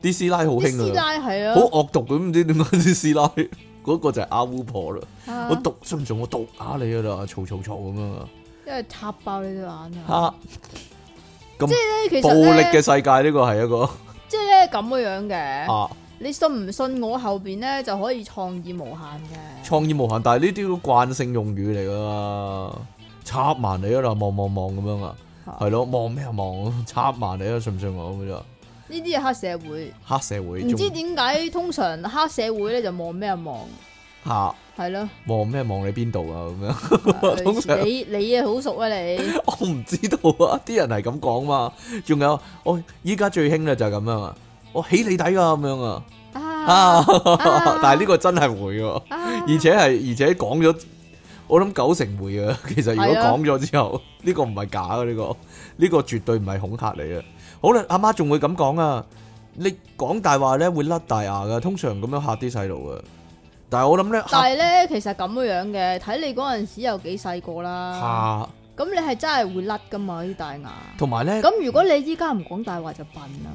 [SPEAKER 1] 啲師奶好
[SPEAKER 2] 啲
[SPEAKER 1] 興
[SPEAKER 2] 師
[SPEAKER 1] 啊！
[SPEAKER 2] 奶係
[SPEAKER 1] 好
[SPEAKER 2] 啊
[SPEAKER 1] 惡毒咁，唔知點解啲師奶 嗰個就係阿烏婆啦。
[SPEAKER 2] 啊
[SPEAKER 1] 我，毒信唔信我毒下你噶啦，嘈嘈嘈咁樣啊！
[SPEAKER 2] 因為插爆你對眼啊！
[SPEAKER 1] 嚇
[SPEAKER 2] 即係其
[SPEAKER 1] 暴
[SPEAKER 2] 實
[SPEAKER 1] 力
[SPEAKER 2] 咧
[SPEAKER 1] 嘅啊世界呢個係一個
[SPEAKER 2] 即係啊咧咁樣樣嘅。
[SPEAKER 1] 嚇
[SPEAKER 2] 你信唔信我後邊咧就可以創意無限嘅？
[SPEAKER 1] 創意無限，但係呢啲都慣性用語嚟噶嘛，插埋你啊啦，望望望咁樣啊，係咯，望咩啊望啊，插埋你啊，信唔信我咁啫？
[SPEAKER 2] 呢啲係黑社會，
[SPEAKER 1] 黑社會
[SPEAKER 2] 唔
[SPEAKER 1] 中
[SPEAKER 2] 知點解通常黑社會咧就望咩望，
[SPEAKER 1] 嚇
[SPEAKER 2] 係 咯。
[SPEAKER 1] 望咩望你邊度啊咁樣。 通
[SPEAKER 2] 類似
[SPEAKER 1] 常
[SPEAKER 2] 你你啊好熟啊你，
[SPEAKER 1] 我唔知道啊，啲人係咁講嘛。仲有我依家最興咧就係咁樣啊，我起你底㗎咁樣啊。
[SPEAKER 2] 啊
[SPEAKER 1] 啊！ 但係呢個真係會喎，
[SPEAKER 2] 啊
[SPEAKER 1] 而且係而且講咗，我諗九成會嘅。 其實如果
[SPEAKER 2] 係啊
[SPEAKER 1] 講咗之後，呢個唔係假嘅，呢個呢個絕對唔係恐嚇嚟嘅。好啦，阿媽仲會咁講啊，你講大話咧會甩大牙噶，通常咁樣嚇啲細路嘅。但係我諗咧嚇
[SPEAKER 2] 但係咧其實咁樣嘅，睇你嗰陣時有幾細個啦。
[SPEAKER 1] 嚇，
[SPEAKER 2] 咁你係真係會甩噶嘛啲大牙？
[SPEAKER 1] 同埋咧
[SPEAKER 2] 咁如果你依家唔講大話就笨啦，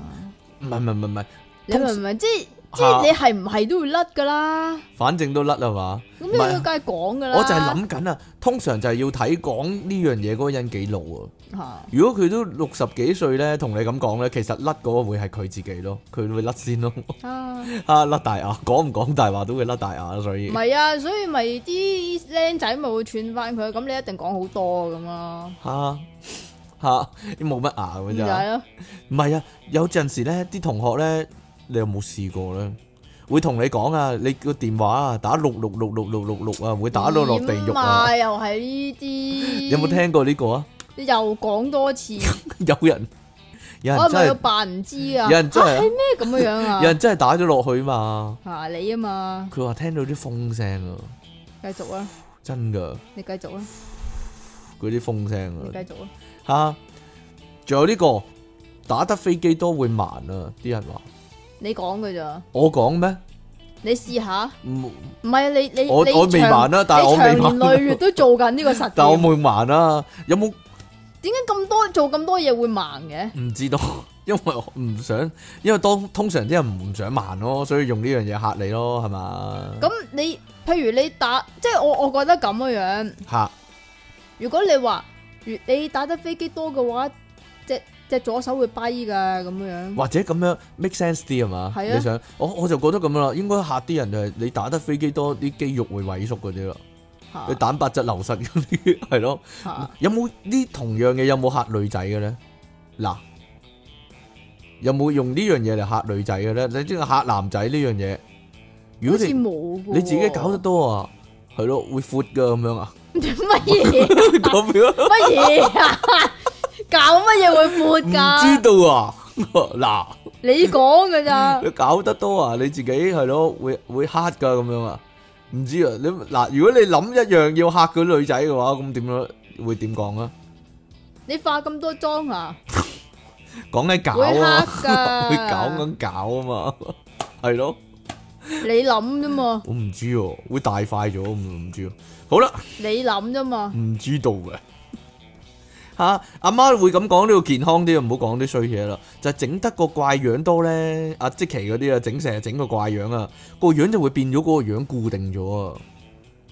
[SPEAKER 1] 唔係唔係唔係唔係，
[SPEAKER 2] 你
[SPEAKER 1] 通
[SPEAKER 2] 明唔明？即係即
[SPEAKER 1] 嚇
[SPEAKER 2] 係你係唔係都會甩噶啦？
[SPEAKER 1] 反正都甩啦嘛。
[SPEAKER 2] 咁
[SPEAKER 1] 唔
[SPEAKER 2] 你
[SPEAKER 1] 係啊
[SPEAKER 2] 都梗係講噶啦。
[SPEAKER 1] 我就係諗緊啊，通常就係要睇講呢樣嘢嗰個人幾老啊。
[SPEAKER 2] 嚇
[SPEAKER 1] 如果佢都六十幾歲咧，同你咁講咧，其實甩嗰個會係佢自己咯，佢會甩先咯，
[SPEAKER 2] 啊
[SPEAKER 1] 啊甩大牙，講唔講大話都會甩大牙啦，所以
[SPEAKER 2] 唔係啊，所以咪啲僆仔咪會串翻佢，咁你一定講好多咁咯。
[SPEAKER 1] 嚇嚇冇乜牙咁
[SPEAKER 2] 點
[SPEAKER 1] 咋
[SPEAKER 2] 解，咯？
[SPEAKER 1] 唔係啊，有陣時咧啲同學咧，你有冇試過咧？會同你講啊，你個電話啊打六六六六六六六啊，會打到落地獄啊！
[SPEAKER 2] 點又係呢啲。
[SPEAKER 1] 有冇？聽過呢個啊？
[SPEAKER 2] 你又講多次，
[SPEAKER 1] 有人有人
[SPEAKER 2] 我係咪要
[SPEAKER 1] 真係
[SPEAKER 2] 扮唔知啊？
[SPEAKER 1] 有人真係
[SPEAKER 2] 啊係咩咁樣樣
[SPEAKER 1] 有
[SPEAKER 2] 啊？
[SPEAKER 1] 人真係打咗落去嘛？
[SPEAKER 2] 啊你啊嘛，
[SPEAKER 1] 佢話聽到啲風聲啊，
[SPEAKER 2] 繼續啊，
[SPEAKER 1] 真㗎
[SPEAKER 2] 你繼續啊，
[SPEAKER 1] 嗰啲風聲
[SPEAKER 2] 你
[SPEAKER 1] 啊
[SPEAKER 2] 繼！續啊。
[SPEAKER 1] 吓，仲有呢、個打得飛機多會慢啊！啲人話
[SPEAKER 2] 你講嘅咋？
[SPEAKER 1] 我講咩？
[SPEAKER 2] 你試下，
[SPEAKER 1] 唔
[SPEAKER 2] 唔係你你
[SPEAKER 1] 我
[SPEAKER 2] 你
[SPEAKER 1] 我未
[SPEAKER 2] 長
[SPEAKER 1] 慢啦但係
[SPEAKER 2] 你
[SPEAKER 1] 我未
[SPEAKER 2] 長
[SPEAKER 1] 慢
[SPEAKER 2] 年累月都做緊呢個實
[SPEAKER 1] 但我
[SPEAKER 2] 驗，
[SPEAKER 1] 冇慢啊！有冇
[SPEAKER 2] 點解咁多做咁多嘢會盲嘅？
[SPEAKER 1] 唔知道？ 因為我唔想，因為當通常啲人唔想慢咯，所以用呢樣嘢嚇你咯，係嘛？
[SPEAKER 2] 咁你譬如你打，即係我我覺得咁樣樣。
[SPEAKER 1] 嚇
[SPEAKER 2] 如果你話如你打得飛機多嘅話，隻隻左手會跛噶咁樣。
[SPEAKER 1] 或者咁樣 make sense 啲係嘛？
[SPEAKER 2] 係啊
[SPEAKER 1] 你想我我就覺得咁樣啦，應該嚇啲人就係你打得飛機多，啲肌肉會萎縮嗰啲啦，
[SPEAKER 2] 嚇
[SPEAKER 1] 你蛋白質流失嗰啲 係咯。
[SPEAKER 2] 嚇
[SPEAKER 1] 有冇呢同樣嘅有冇嚇女仔嘅咧？嗱，有冇用呢樣嘢嚟嚇女仔嘅咧？你即係嚇男仔呢樣嘢，如
[SPEAKER 2] 好
[SPEAKER 1] 果
[SPEAKER 2] 似
[SPEAKER 1] 你
[SPEAKER 2] 冇噶。
[SPEAKER 1] 你自己搞得多啊，係咯，會闊噶咁樣啊，
[SPEAKER 2] 乜嘢
[SPEAKER 1] 咁樣
[SPEAKER 2] 乜嘢啊？ 搞乜嘢會
[SPEAKER 1] 唔
[SPEAKER 2] 闊噶？
[SPEAKER 1] 知道啊， 嗱，
[SPEAKER 2] 你講噶咋？
[SPEAKER 1] 你搞得多啊，你自己係咯，會會嚇噶咁樣啊，唔知啊，你嗱，如果你諗一樣要嚇嗰女仔嘅話，咁點樣會點講啊？
[SPEAKER 2] 你化咁多妝啊？
[SPEAKER 1] 講緊搞
[SPEAKER 2] 會
[SPEAKER 1] 啊
[SPEAKER 2] 黑
[SPEAKER 1] 嘛，
[SPEAKER 2] 㗎
[SPEAKER 1] 會搞緊搞啊嘛，係咯。
[SPEAKER 2] 你諗啫嘛，
[SPEAKER 1] 我唔知喎，會大快咗，唔唔知喎。好啦，
[SPEAKER 2] 你諗啫嘛。
[SPEAKER 1] 唔知道嘅， 吓，阿媽會咁講呢個健康啲，唔好講啲衰嘢啦。就係整得個怪樣多咧，阿即奇嗰啲啊，整成日整個怪樣啊，個樣就會變咗嗰個樣固定咗啊。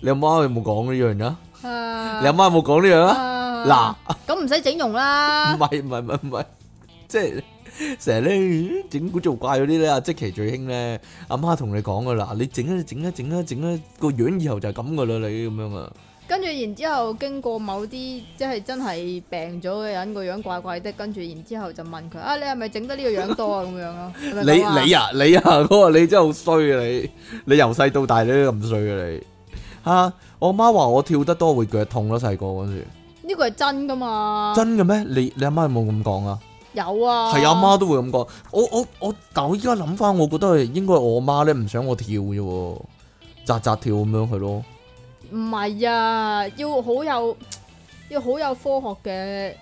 [SPEAKER 1] 你阿媽有冇講呢樣啊？
[SPEAKER 2] 啊
[SPEAKER 1] 你阿媽有冇講呢樣啊？嗱
[SPEAKER 2] 啊，咁唔使整容啦
[SPEAKER 1] 唔，係唔係唔係唔係， 即係成日咧整蠱做怪嗰啲咧，阿即其最興咧，阿媽同你講噶啦，你整啊整啊整啊整啊，個樣以後就係咁噶啦，你咁樣啊，
[SPEAKER 2] 跟住然之後經過某啲即係真係病咗嘅人個樣怪怪的，跟住然之後就問佢啊，你係咪整得呢個樣多啊？咁樣咯，係咪
[SPEAKER 1] 你
[SPEAKER 2] 咁啊
[SPEAKER 1] 你啊你啊， 嗰個你真係好衰啊你，你由細到大你都咁衰啊你，吓我媽話我跳得多會腳痛咯，細個嗰時，
[SPEAKER 2] 呢個係真噶嘛？
[SPEAKER 1] 真嘅咩？你你阿媽有冇咁講啊？
[SPEAKER 2] 有啊，
[SPEAKER 1] 係阿媽都會咁講，我我我，但我依家諗翻，我覺得係應該我媽咧唔想我跳啫喎，扎扎跳咁樣去咯。
[SPEAKER 2] 唔係啊，要好有要好有科學嘅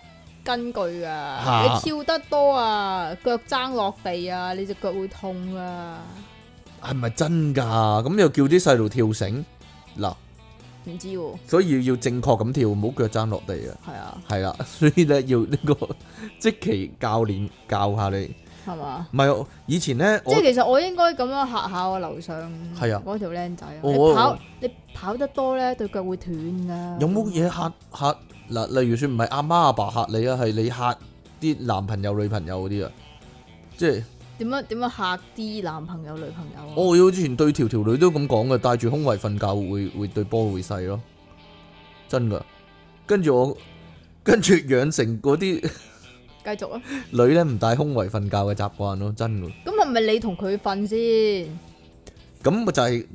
[SPEAKER 2] 根據噶。你跳得多啊，腳踭落地啊，你只腳會痛啊。
[SPEAKER 1] 系咪真噶？咁又叫啲細路跳繩嗱，
[SPEAKER 2] 唔知喎，
[SPEAKER 1] 所以要正確咁跳，唔好腳踭落地啊！
[SPEAKER 2] 係啊，
[SPEAKER 1] 係啦，所以咧要呢、個 即其教練教下你。
[SPEAKER 2] 係嘛？
[SPEAKER 1] 唔係，以前咧我
[SPEAKER 2] 即係其實我應該咁樣嚇下我樓上
[SPEAKER 1] 係啊
[SPEAKER 2] 嗰條僆仔啊。
[SPEAKER 1] 我
[SPEAKER 2] 你
[SPEAKER 1] 我
[SPEAKER 2] 跑你跑得多咧，對腳會斷㗎。
[SPEAKER 1] 有冇嘢嚇嚇嗱？例如说唔係阿媽阿爸嚇你啊，係你嚇啲男朋友女朋友嗰啲啊。即係哦
[SPEAKER 2] 點樣點樣嚇啲男朋友女朋友啊？
[SPEAKER 1] 我以前對條條女都咁講嘅，戴住胸圍瞓覺會會對波會細咯，真噶。跟住我跟住養成嗰啲。
[SPEAKER 2] 繼續啊！
[SPEAKER 1] 女咧唔戴胸圍瞓覺嘅習慣咯，真嘅。
[SPEAKER 2] 咁係咪你同佢瞓先？
[SPEAKER 1] 咁咪就係、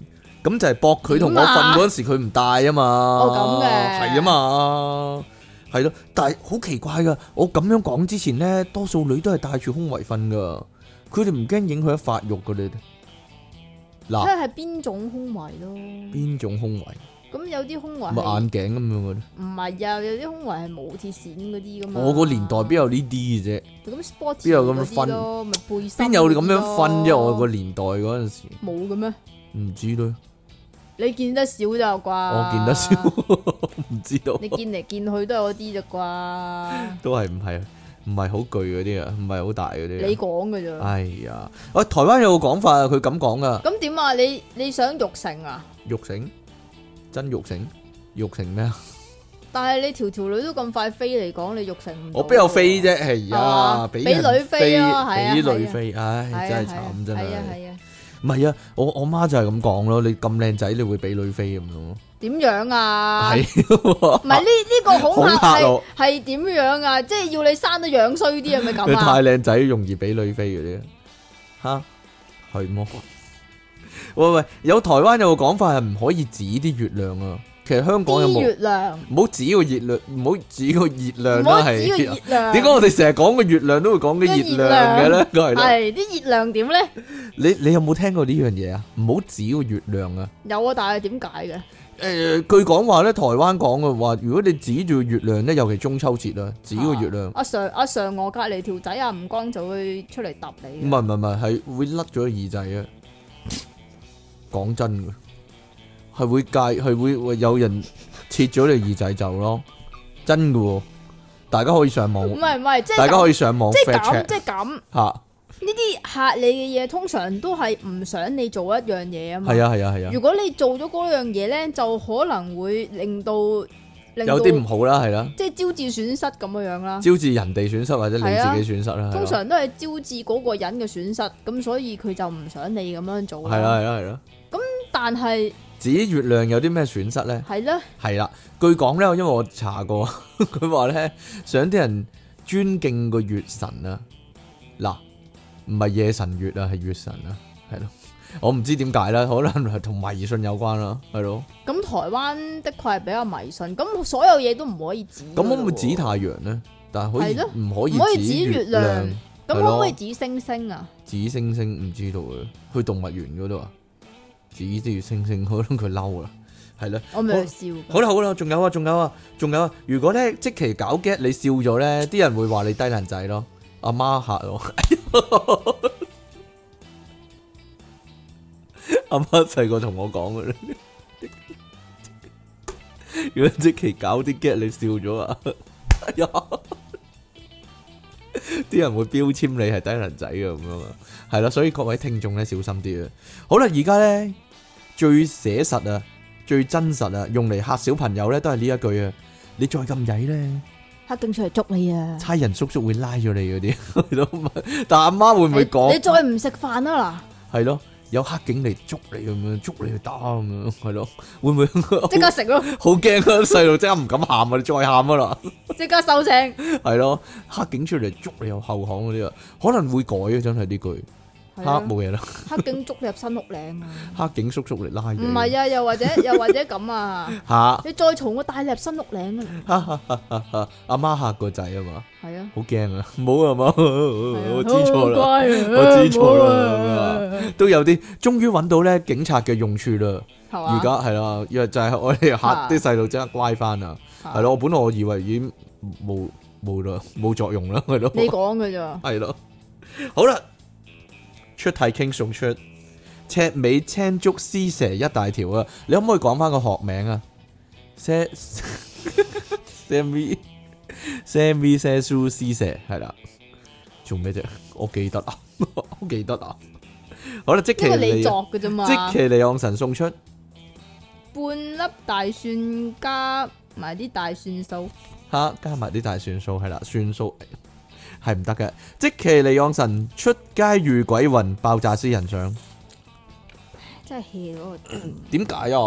[SPEAKER 1] 咁就係搏佢同我
[SPEAKER 2] 點啊
[SPEAKER 1] 瞓嗰陣時，佢唔戴啊嘛。
[SPEAKER 2] 哦咁嘅
[SPEAKER 1] 係啊嘛，係咯。但係好奇怪噶，我咁樣講之前咧，多數女都係戴住胸圍瞓噶，佢哋唔驚影響發育噶，你哋。
[SPEAKER 2] 睇
[SPEAKER 1] 嗱，
[SPEAKER 2] 下係邊種胸圍咯。
[SPEAKER 1] 啊邊種胸圍？
[SPEAKER 2] 咁有啲胸圍
[SPEAKER 1] 咪
[SPEAKER 2] 係
[SPEAKER 1] 眼鏡咁樣嘅咧？
[SPEAKER 2] 唔係啊，有啲胸圍係冇鐵線嗰啲噶嘛。
[SPEAKER 1] 我個年代邊有呢啲嘅啫，
[SPEAKER 2] 咁 sport
[SPEAKER 1] 邊有咁樣
[SPEAKER 2] 分咯？咪背心
[SPEAKER 1] 邊有你咁樣
[SPEAKER 2] 分
[SPEAKER 1] 瞓啫？我個年代嗰陣時，
[SPEAKER 2] 冇嘅咩？
[SPEAKER 1] 唔知咧，
[SPEAKER 2] 你見得少咋啩？
[SPEAKER 1] 我見得少， 唔知道。
[SPEAKER 2] 你見嚟見去都有啲咋 啩？
[SPEAKER 1] 都係唔係唔係好巨嗰啲啊，唔係好大嗰
[SPEAKER 2] 你
[SPEAKER 1] 啲啊。
[SPEAKER 2] 講嘅咋？
[SPEAKER 1] 哎呀，喂，台灣有個講法啊，佢咁講噶，
[SPEAKER 2] 咁點啊？你你想育成啊？
[SPEAKER 1] 肉繩真肉繩，肉繩咩啊？
[SPEAKER 2] 但係你條條女都咁快飛嚟講，你育成唔到
[SPEAKER 1] 我邊有飛？啫？係
[SPEAKER 2] 係
[SPEAKER 1] 啊，
[SPEAKER 2] 嘛
[SPEAKER 1] 俾
[SPEAKER 2] 俾
[SPEAKER 1] 人
[SPEAKER 2] 女飛啊係啊
[SPEAKER 1] 俾
[SPEAKER 2] 係啊
[SPEAKER 1] 女飛，唉，
[SPEAKER 2] 係啊
[SPEAKER 1] 真係慘真
[SPEAKER 2] 係啊
[SPEAKER 1] 係。
[SPEAKER 2] 係啊，
[SPEAKER 1] 唔係啊，我我媽就係咁講咯，你咁靚仔，你會俾女飛咁樣咯，
[SPEAKER 2] 點樣啊？
[SPEAKER 1] 係
[SPEAKER 2] 唔係呢呢個恐嚇
[SPEAKER 1] 恐嚇
[SPEAKER 2] 係
[SPEAKER 1] 我
[SPEAKER 2] 係點樣啊？即係要你生得樣衰啲係咪
[SPEAKER 1] 你
[SPEAKER 2] 咁啊
[SPEAKER 1] 太？靚仔容易俾女飛嗰啲啊，吓係麼？喂喂，有台灣有個講法係唔可以指啲月亮啊，其實香港有
[SPEAKER 2] 啲
[SPEAKER 1] 冇
[SPEAKER 2] 月？亮。
[SPEAKER 1] 唔好指個熱量，唔好指個熱量
[SPEAKER 2] 唔
[SPEAKER 1] 啦，
[SPEAKER 2] 好指個
[SPEAKER 1] 係
[SPEAKER 2] 熱 量。
[SPEAKER 1] 點解我哋成日講個月亮都會講嘅熱量嘅咧？係啦，
[SPEAKER 2] 係啲熱量點咧？
[SPEAKER 1] 你你有冇聽過呢樣嘢啊？唔好指個月亮啊！
[SPEAKER 2] 有啊，但係點解嘅？
[SPEAKER 1] 誒、據講話咧，台灣講嘅話，如果你指住個月亮咧，尤其中秋節啦，指個月亮，
[SPEAKER 2] 啊阿上阿上我隔離條仔阿吳光就會出嚟揼你
[SPEAKER 1] 唔
[SPEAKER 2] 嘅。
[SPEAKER 1] 係唔係唔係，係會甩咗個耳仔啊！講真嘅，係會戒，係會會有人切咗你耳仔走咯，真嘅喎！大家可以上網，
[SPEAKER 2] 唔係唔係，即係
[SPEAKER 1] 大家可
[SPEAKER 2] 以
[SPEAKER 1] 以上網
[SPEAKER 2] 即係
[SPEAKER 1] fact
[SPEAKER 2] 咁
[SPEAKER 1] check
[SPEAKER 2] 即係咁呢
[SPEAKER 1] 嚇，係啊
[SPEAKER 2] 啲嚇你嘅嘢，通常都係唔想你做一樣嘢啊嘛。
[SPEAKER 1] 係啊係啊
[SPEAKER 2] 如。果你做咗嗰樣嘢咧，就可能會令到令到
[SPEAKER 1] 有啲唔好啦，係啦，
[SPEAKER 2] 即係招致損失咁樣樣啦。
[SPEAKER 1] 招致人哋損失或者你
[SPEAKER 2] 嗯係啊
[SPEAKER 1] 自己損失啦。係咯
[SPEAKER 2] 通常都係招致嗰個人嘅損失，咁所以佢就唔想你咁樣做。
[SPEAKER 1] 係啦，啊係啦，係啦。
[SPEAKER 2] 但係
[SPEAKER 1] 指月亮有啲咩損失咧？
[SPEAKER 2] 係咧，
[SPEAKER 1] 係啦，據講咧，因為我查過， 佢話咧想啲人尊敬個月神啊，嗱，唔係夜神月啊，係月神啊，係咯。我唔知點解啦，可能 係同迷信有關啦，係咯。
[SPEAKER 2] 咁台灣的確係比較迷信，咁所有嘢都唔可以指
[SPEAKER 1] 咁
[SPEAKER 2] 㗎咯喎。
[SPEAKER 1] 可唔可以指太陽咧？但係可以
[SPEAKER 2] 係咯
[SPEAKER 1] 唔
[SPEAKER 2] 唔
[SPEAKER 1] 可
[SPEAKER 2] 可
[SPEAKER 1] 以
[SPEAKER 2] 以
[SPEAKER 1] 指
[SPEAKER 2] 指
[SPEAKER 1] 月
[SPEAKER 2] 月
[SPEAKER 1] 亮
[SPEAKER 2] 亮？咁
[SPEAKER 1] 係
[SPEAKER 2] 可唔可以
[SPEAKER 1] 咯
[SPEAKER 2] 指星星啊？
[SPEAKER 1] 指星星唔知道嘅，去動物園嗰度啊，指住星星，可能佢嬲啦，係啦。
[SPEAKER 2] 我咪
[SPEAKER 1] 好
[SPEAKER 2] 去笑㗎。
[SPEAKER 1] 好啦好啦，仲有啊，仲有啊，仲有啊！如果咧即期搞 get 你笑咗咧，啲人會話你低能仔咯，阿媽嚇我， 阿媽細個同我講嘅。 如果即期搞啲 get 你笑咗啊，哎呀， 啲人會標籤你係低能仔嘅咁樣啊，係啦，所以各位聽眾咧小心啲啊。好啦，而家咧最寫實啊，最真實啊，用嚟嚇小朋友咧都係呢一句啊，你再咁曳咧，
[SPEAKER 2] 黑警出嚟捉你啊！
[SPEAKER 1] 差人叔叔會拉咗你嗰啲，係咯。但阿媽會唔會
[SPEAKER 2] 你你
[SPEAKER 1] 講？
[SPEAKER 2] 再唔食飯啊啦
[SPEAKER 1] 係咯，有黑警嚟捉你咁樣，捉你去打咁樣，係咯，會唔會
[SPEAKER 2] 嗱，即刻食 咯，
[SPEAKER 1] 好驚啊？細路真係唔敢喊啊！你再喊啊啦！
[SPEAKER 2] 即刻收聲，
[SPEAKER 1] 系咯，黑警出嚟捉你有後巷嗰啲啊，可能會改啊，真係呢句
[SPEAKER 2] 係
[SPEAKER 1] 黑
[SPEAKER 2] 啊
[SPEAKER 1] 冇嘢啦，
[SPEAKER 2] 黑警捉你入新屋嶺 啊！
[SPEAKER 1] 黑警叔叔嚟拉
[SPEAKER 2] 唔
[SPEAKER 1] 你。
[SPEAKER 2] 係啊，又或者又或者咁 啊，
[SPEAKER 1] 啊，
[SPEAKER 2] 你再嘈我帶你入新屋嶺啊！
[SPEAKER 1] 吓阿媽嚇個仔啊嘛，
[SPEAKER 2] 係啊，
[SPEAKER 1] 好驚啊，冇啊冇，
[SPEAKER 2] 係啊
[SPEAKER 1] 我知錯啦，
[SPEAKER 2] 好乖啊
[SPEAKER 1] 我知錯啦
[SPEAKER 2] 冇啊
[SPEAKER 1] 都有啲，終於揾到咧警察嘅用處啦，
[SPEAKER 2] 係嘛？
[SPEAKER 1] 啊而家係啦，因為就係我哋嚇啲細路即刻乖翻啦，
[SPEAKER 2] 啊
[SPEAKER 1] 係咯，我本來我以為已經冇冇啦，冇作用啦，係咯。
[SPEAKER 2] 你講嘅咋？
[SPEAKER 1] 系咯，好啦，出題傾送出赤尾青竹絲蛇一大條啊！你可唔可以講翻個學名 啊？Sam Sammy Sammy Sasu 絲蛇係啦，做咩啫？我記得啊， 我記得啊。好啦，即其
[SPEAKER 2] 因為你啊
[SPEAKER 1] 利
[SPEAKER 2] 作嘅啫嘛。
[SPEAKER 1] 即其利昂神送出
[SPEAKER 2] 半粒大蒜加埋啲大蒜素，
[SPEAKER 1] 吓，加埋啲大算數係啦，算數係唔得嘅。即其利昂神出街遇鬼魂，爆炸私人相。
[SPEAKER 2] 真係 hea 嗰個字。
[SPEAKER 1] 點解啊？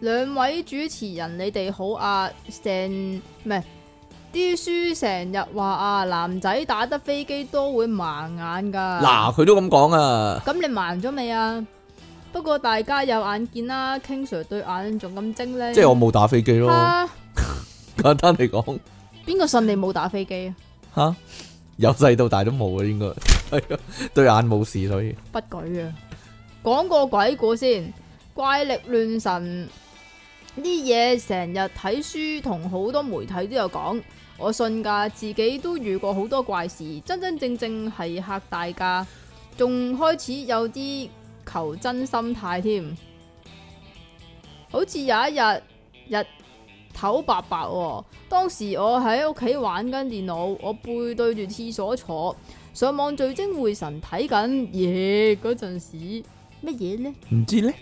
[SPEAKER 2] 兩位主持人，你哋好啊！成唔係啲書成日話啊，男仔打得飛機都會盲眼㗎。
[SPEAKER 1] 嗱，佢都咁講啊，
[SPEAKER 2] 咁你盲咗未啊？不過大家有眼見啦，King Sir 對眼仲咁精咧。
[SPEAKER 1] 即係我冇打飛機咯。
[SPEAKER 2] 啊
[SPEAKER 1] 簡單嚟講，
[SPEAKER 2] 邊個信你冇打飛機啊？
[SPEAKER 1] 吓由細到大都冇啊，應該 係啊，對眼冇事，所以
[SPEAKER 2] 不舉啊！講個鬼故先，怪力亂神啲嘢成日睇書同好多媒體都有講，我信㗎，自己都遇過好多怪事，真真正正係嚇大㗎，仲開始有啲求真心態添。好似有一日日頭白白喎，當時我喺屋企玩緊電腦，我背對住廁所坐。上網聚精會神睇緊嘢嗰陣時，乜嘢呢？
[SPEAKER 1] 唔知咧。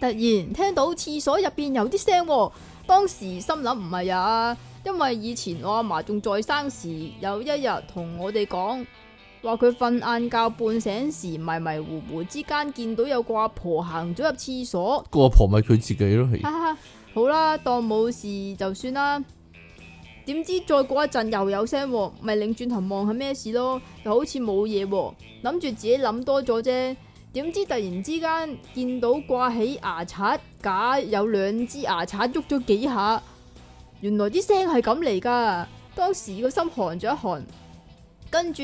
[SPEAKER 2] 突然聽到廁所入邊有啲聲、喎，當時心諗唔係啊，因為以前我阿嫲仲在生時，有一日同我哋講，話佢瞓晏覺半醒時迷迷糊糊之間見到有個阿婆行咗入廁所。
[SPEAKER 1] 個阿婆咪佢自己咯，係
[SPEAKER 2] 哈哈，好啦，當冇事就算啦。點知再過一陣又有聲喎，咪擰轉頭望係咩事咯？又好似冇嘢喎，諗住自己諗多咗啫。點知突然之間見到掛起牙刷架有兩支牙刷喐咗幾下，原來啲聲係咁嚟㗎。當時個心寒咗一寒，跟住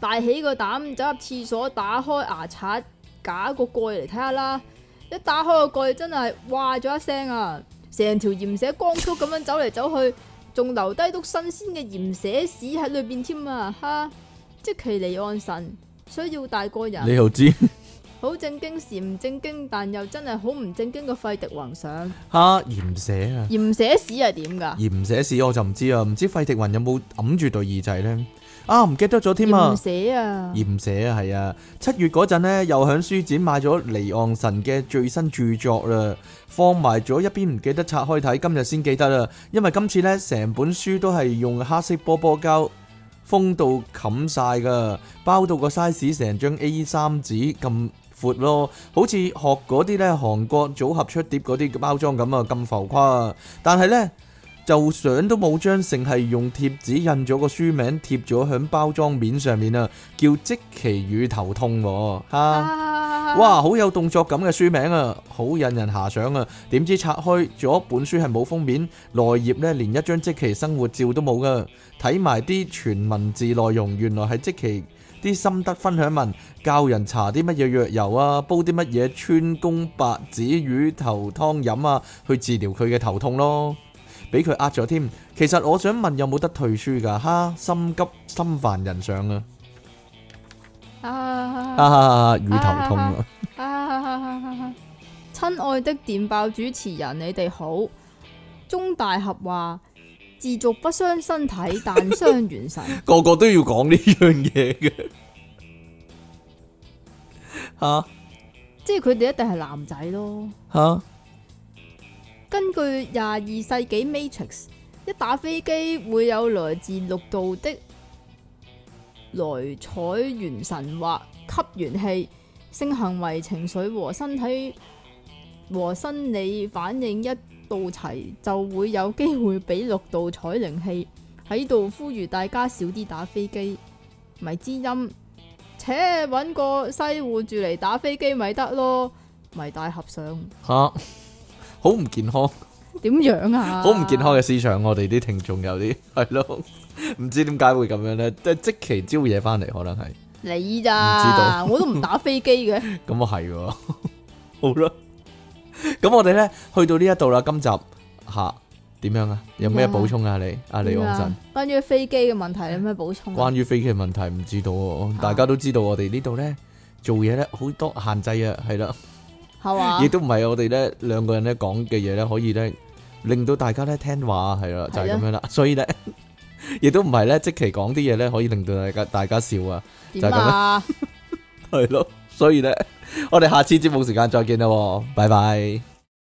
[SPEAKER 2] 大起個膽走入廁所打開牙刷架個蓋嚟睇下啦。一打開個蓋真係哇咗一聲啊！成條鹽蛇光速咁樣走嚟走去，仲留低督新鮮嘅鹽蛇屎喺裏邊添啊！哈，即其離岸神，需要大個
[SPEAKER 1] 你
[SPEAKER 2] 人，
[SPEAKER 1] 又知
[SPEAKER 2] 好正經時唔正經，但又真係好唔正經嘅費迪雲上
[SPEAKER 1] 吓鹽蛇啊，
[SPEAKER 2] 鹽蛇屎係點㗎？
[SPEAKER 1] 鹽蛇事我就唔知啊，唔知費迪雲有冇揞住對耳仔咧？啊，唔記得咗添啊
[SPEAKER 2] 鹽！蛇啊，
[SPEAKER 1] 鹽蛇啊，係啊！七月嗰陣呢，又喺書展買咗離岸神嘅最新著作啦，放埋咗一邊唔記得拆開睇，今日先記得啦。因為今次呢，成本書都係用黑色波波膠封到冚晒噶，包到個 size 成張 A 三紙咁闊咯，好似學嗰啲呢韓國組合出碟嗰啲包裝咁啊，咁浮誇啊。但係呢。就相都冇張，淨係用貼紙印咗個書名貼咗響包裝面上面啊！叫即其與頭痛喎、哈！
[SPEAKER 2] 啊
[SPEAKER 1] 哇，好有動作感嘅書名啊，好引人遐想啊！點知拆開咗本書係冇封面，內頁呢連一張即其生活照都冇噶，睇埋啲全文字內容，原來係即其啲心得分享文，教人搽啲乜嘢藥油啊，煲啲乜嘢川宮白子魚頭湯飲啊，去治療佢嘅頭痛咯。俾佢呃咗添，其實我想問有冇得退書㗎？哈，心急心煩人上啊！
[SPEAKER 2] 啊
[SPEAKER 1] 啊，乳頭痛啊！
[SPEAKER 2] 啊！親愛的電爆主持人，你哋好。中大俠話：自俗不傷身體，但傷元神。
[SPEAKER 1] 個個都要講呢樣嘢嘅。 吓
[SPEAKER 2] 即係佢哋一定係男仔咯。
[SPEAKER 1] 吓
[SPEAKER 2] 根據廿二世紀 Matrix，一打飛機會有來自六道的來彩元神或吸元氣，性行為、情緒和身體和生理反應一到齊，就會有機會俾六道彩靈氣。喺度呼籲大家少啲打飛機，咪知音。且揾個西護住嚟打飛機咪得咯，咪大合相
[SPEAKER 1] 吓，好唔健康。
[SPEAKER 2] 點樣啊？
[SPEAKER 1] 好唔健康嘅市場，我哋啲聽眾有啲 係咯，唔知點解會咁樣咧？即係即期招嘢翻嚟，可能係
[SPEAKER 2] 你
[SPEAKER 1] 唔
[SPEAKER 2] 咋？我都唔打飛機嘅，
[SPEAKER 1] 咁啊，係喎。好啦，咁我哋咧去到呢一度啦，今集吓點樣啊？有咩
[SPEAKER 2] 點啊
[SPEAKER 1] 補 充啊？你阿李旺臣
[SPEAKER 2] 點啊。關於飛機嘅問題，你有咩補充啊？
[SPEAKER 1] 關於飛機嘅問題唔知道喎，
[SPEAKER 2] 啊
[SPEAKER 1] 大家都知道我哋呢度咧做嘢咧好多限制啊，係啦，
[SPEAKER 2] 係嘛？
[SPEAKER 1] 亦都唔係我哋咧兩個人咧講嘅嘢咧可以咧令到大家咧聽話啊，係啦，就係
[SPEAKER 2] 係啊
[SPEAKER 1] 咁樣啦， 所以咧亦都唔係咧即期講啲嘢咧可以令到大家大家笑啊，
[SPEAKER 2] 點啊？
[SPEAKER 1] 係咯，所以咧我哋下次節目時間再見啦喎，拜拜。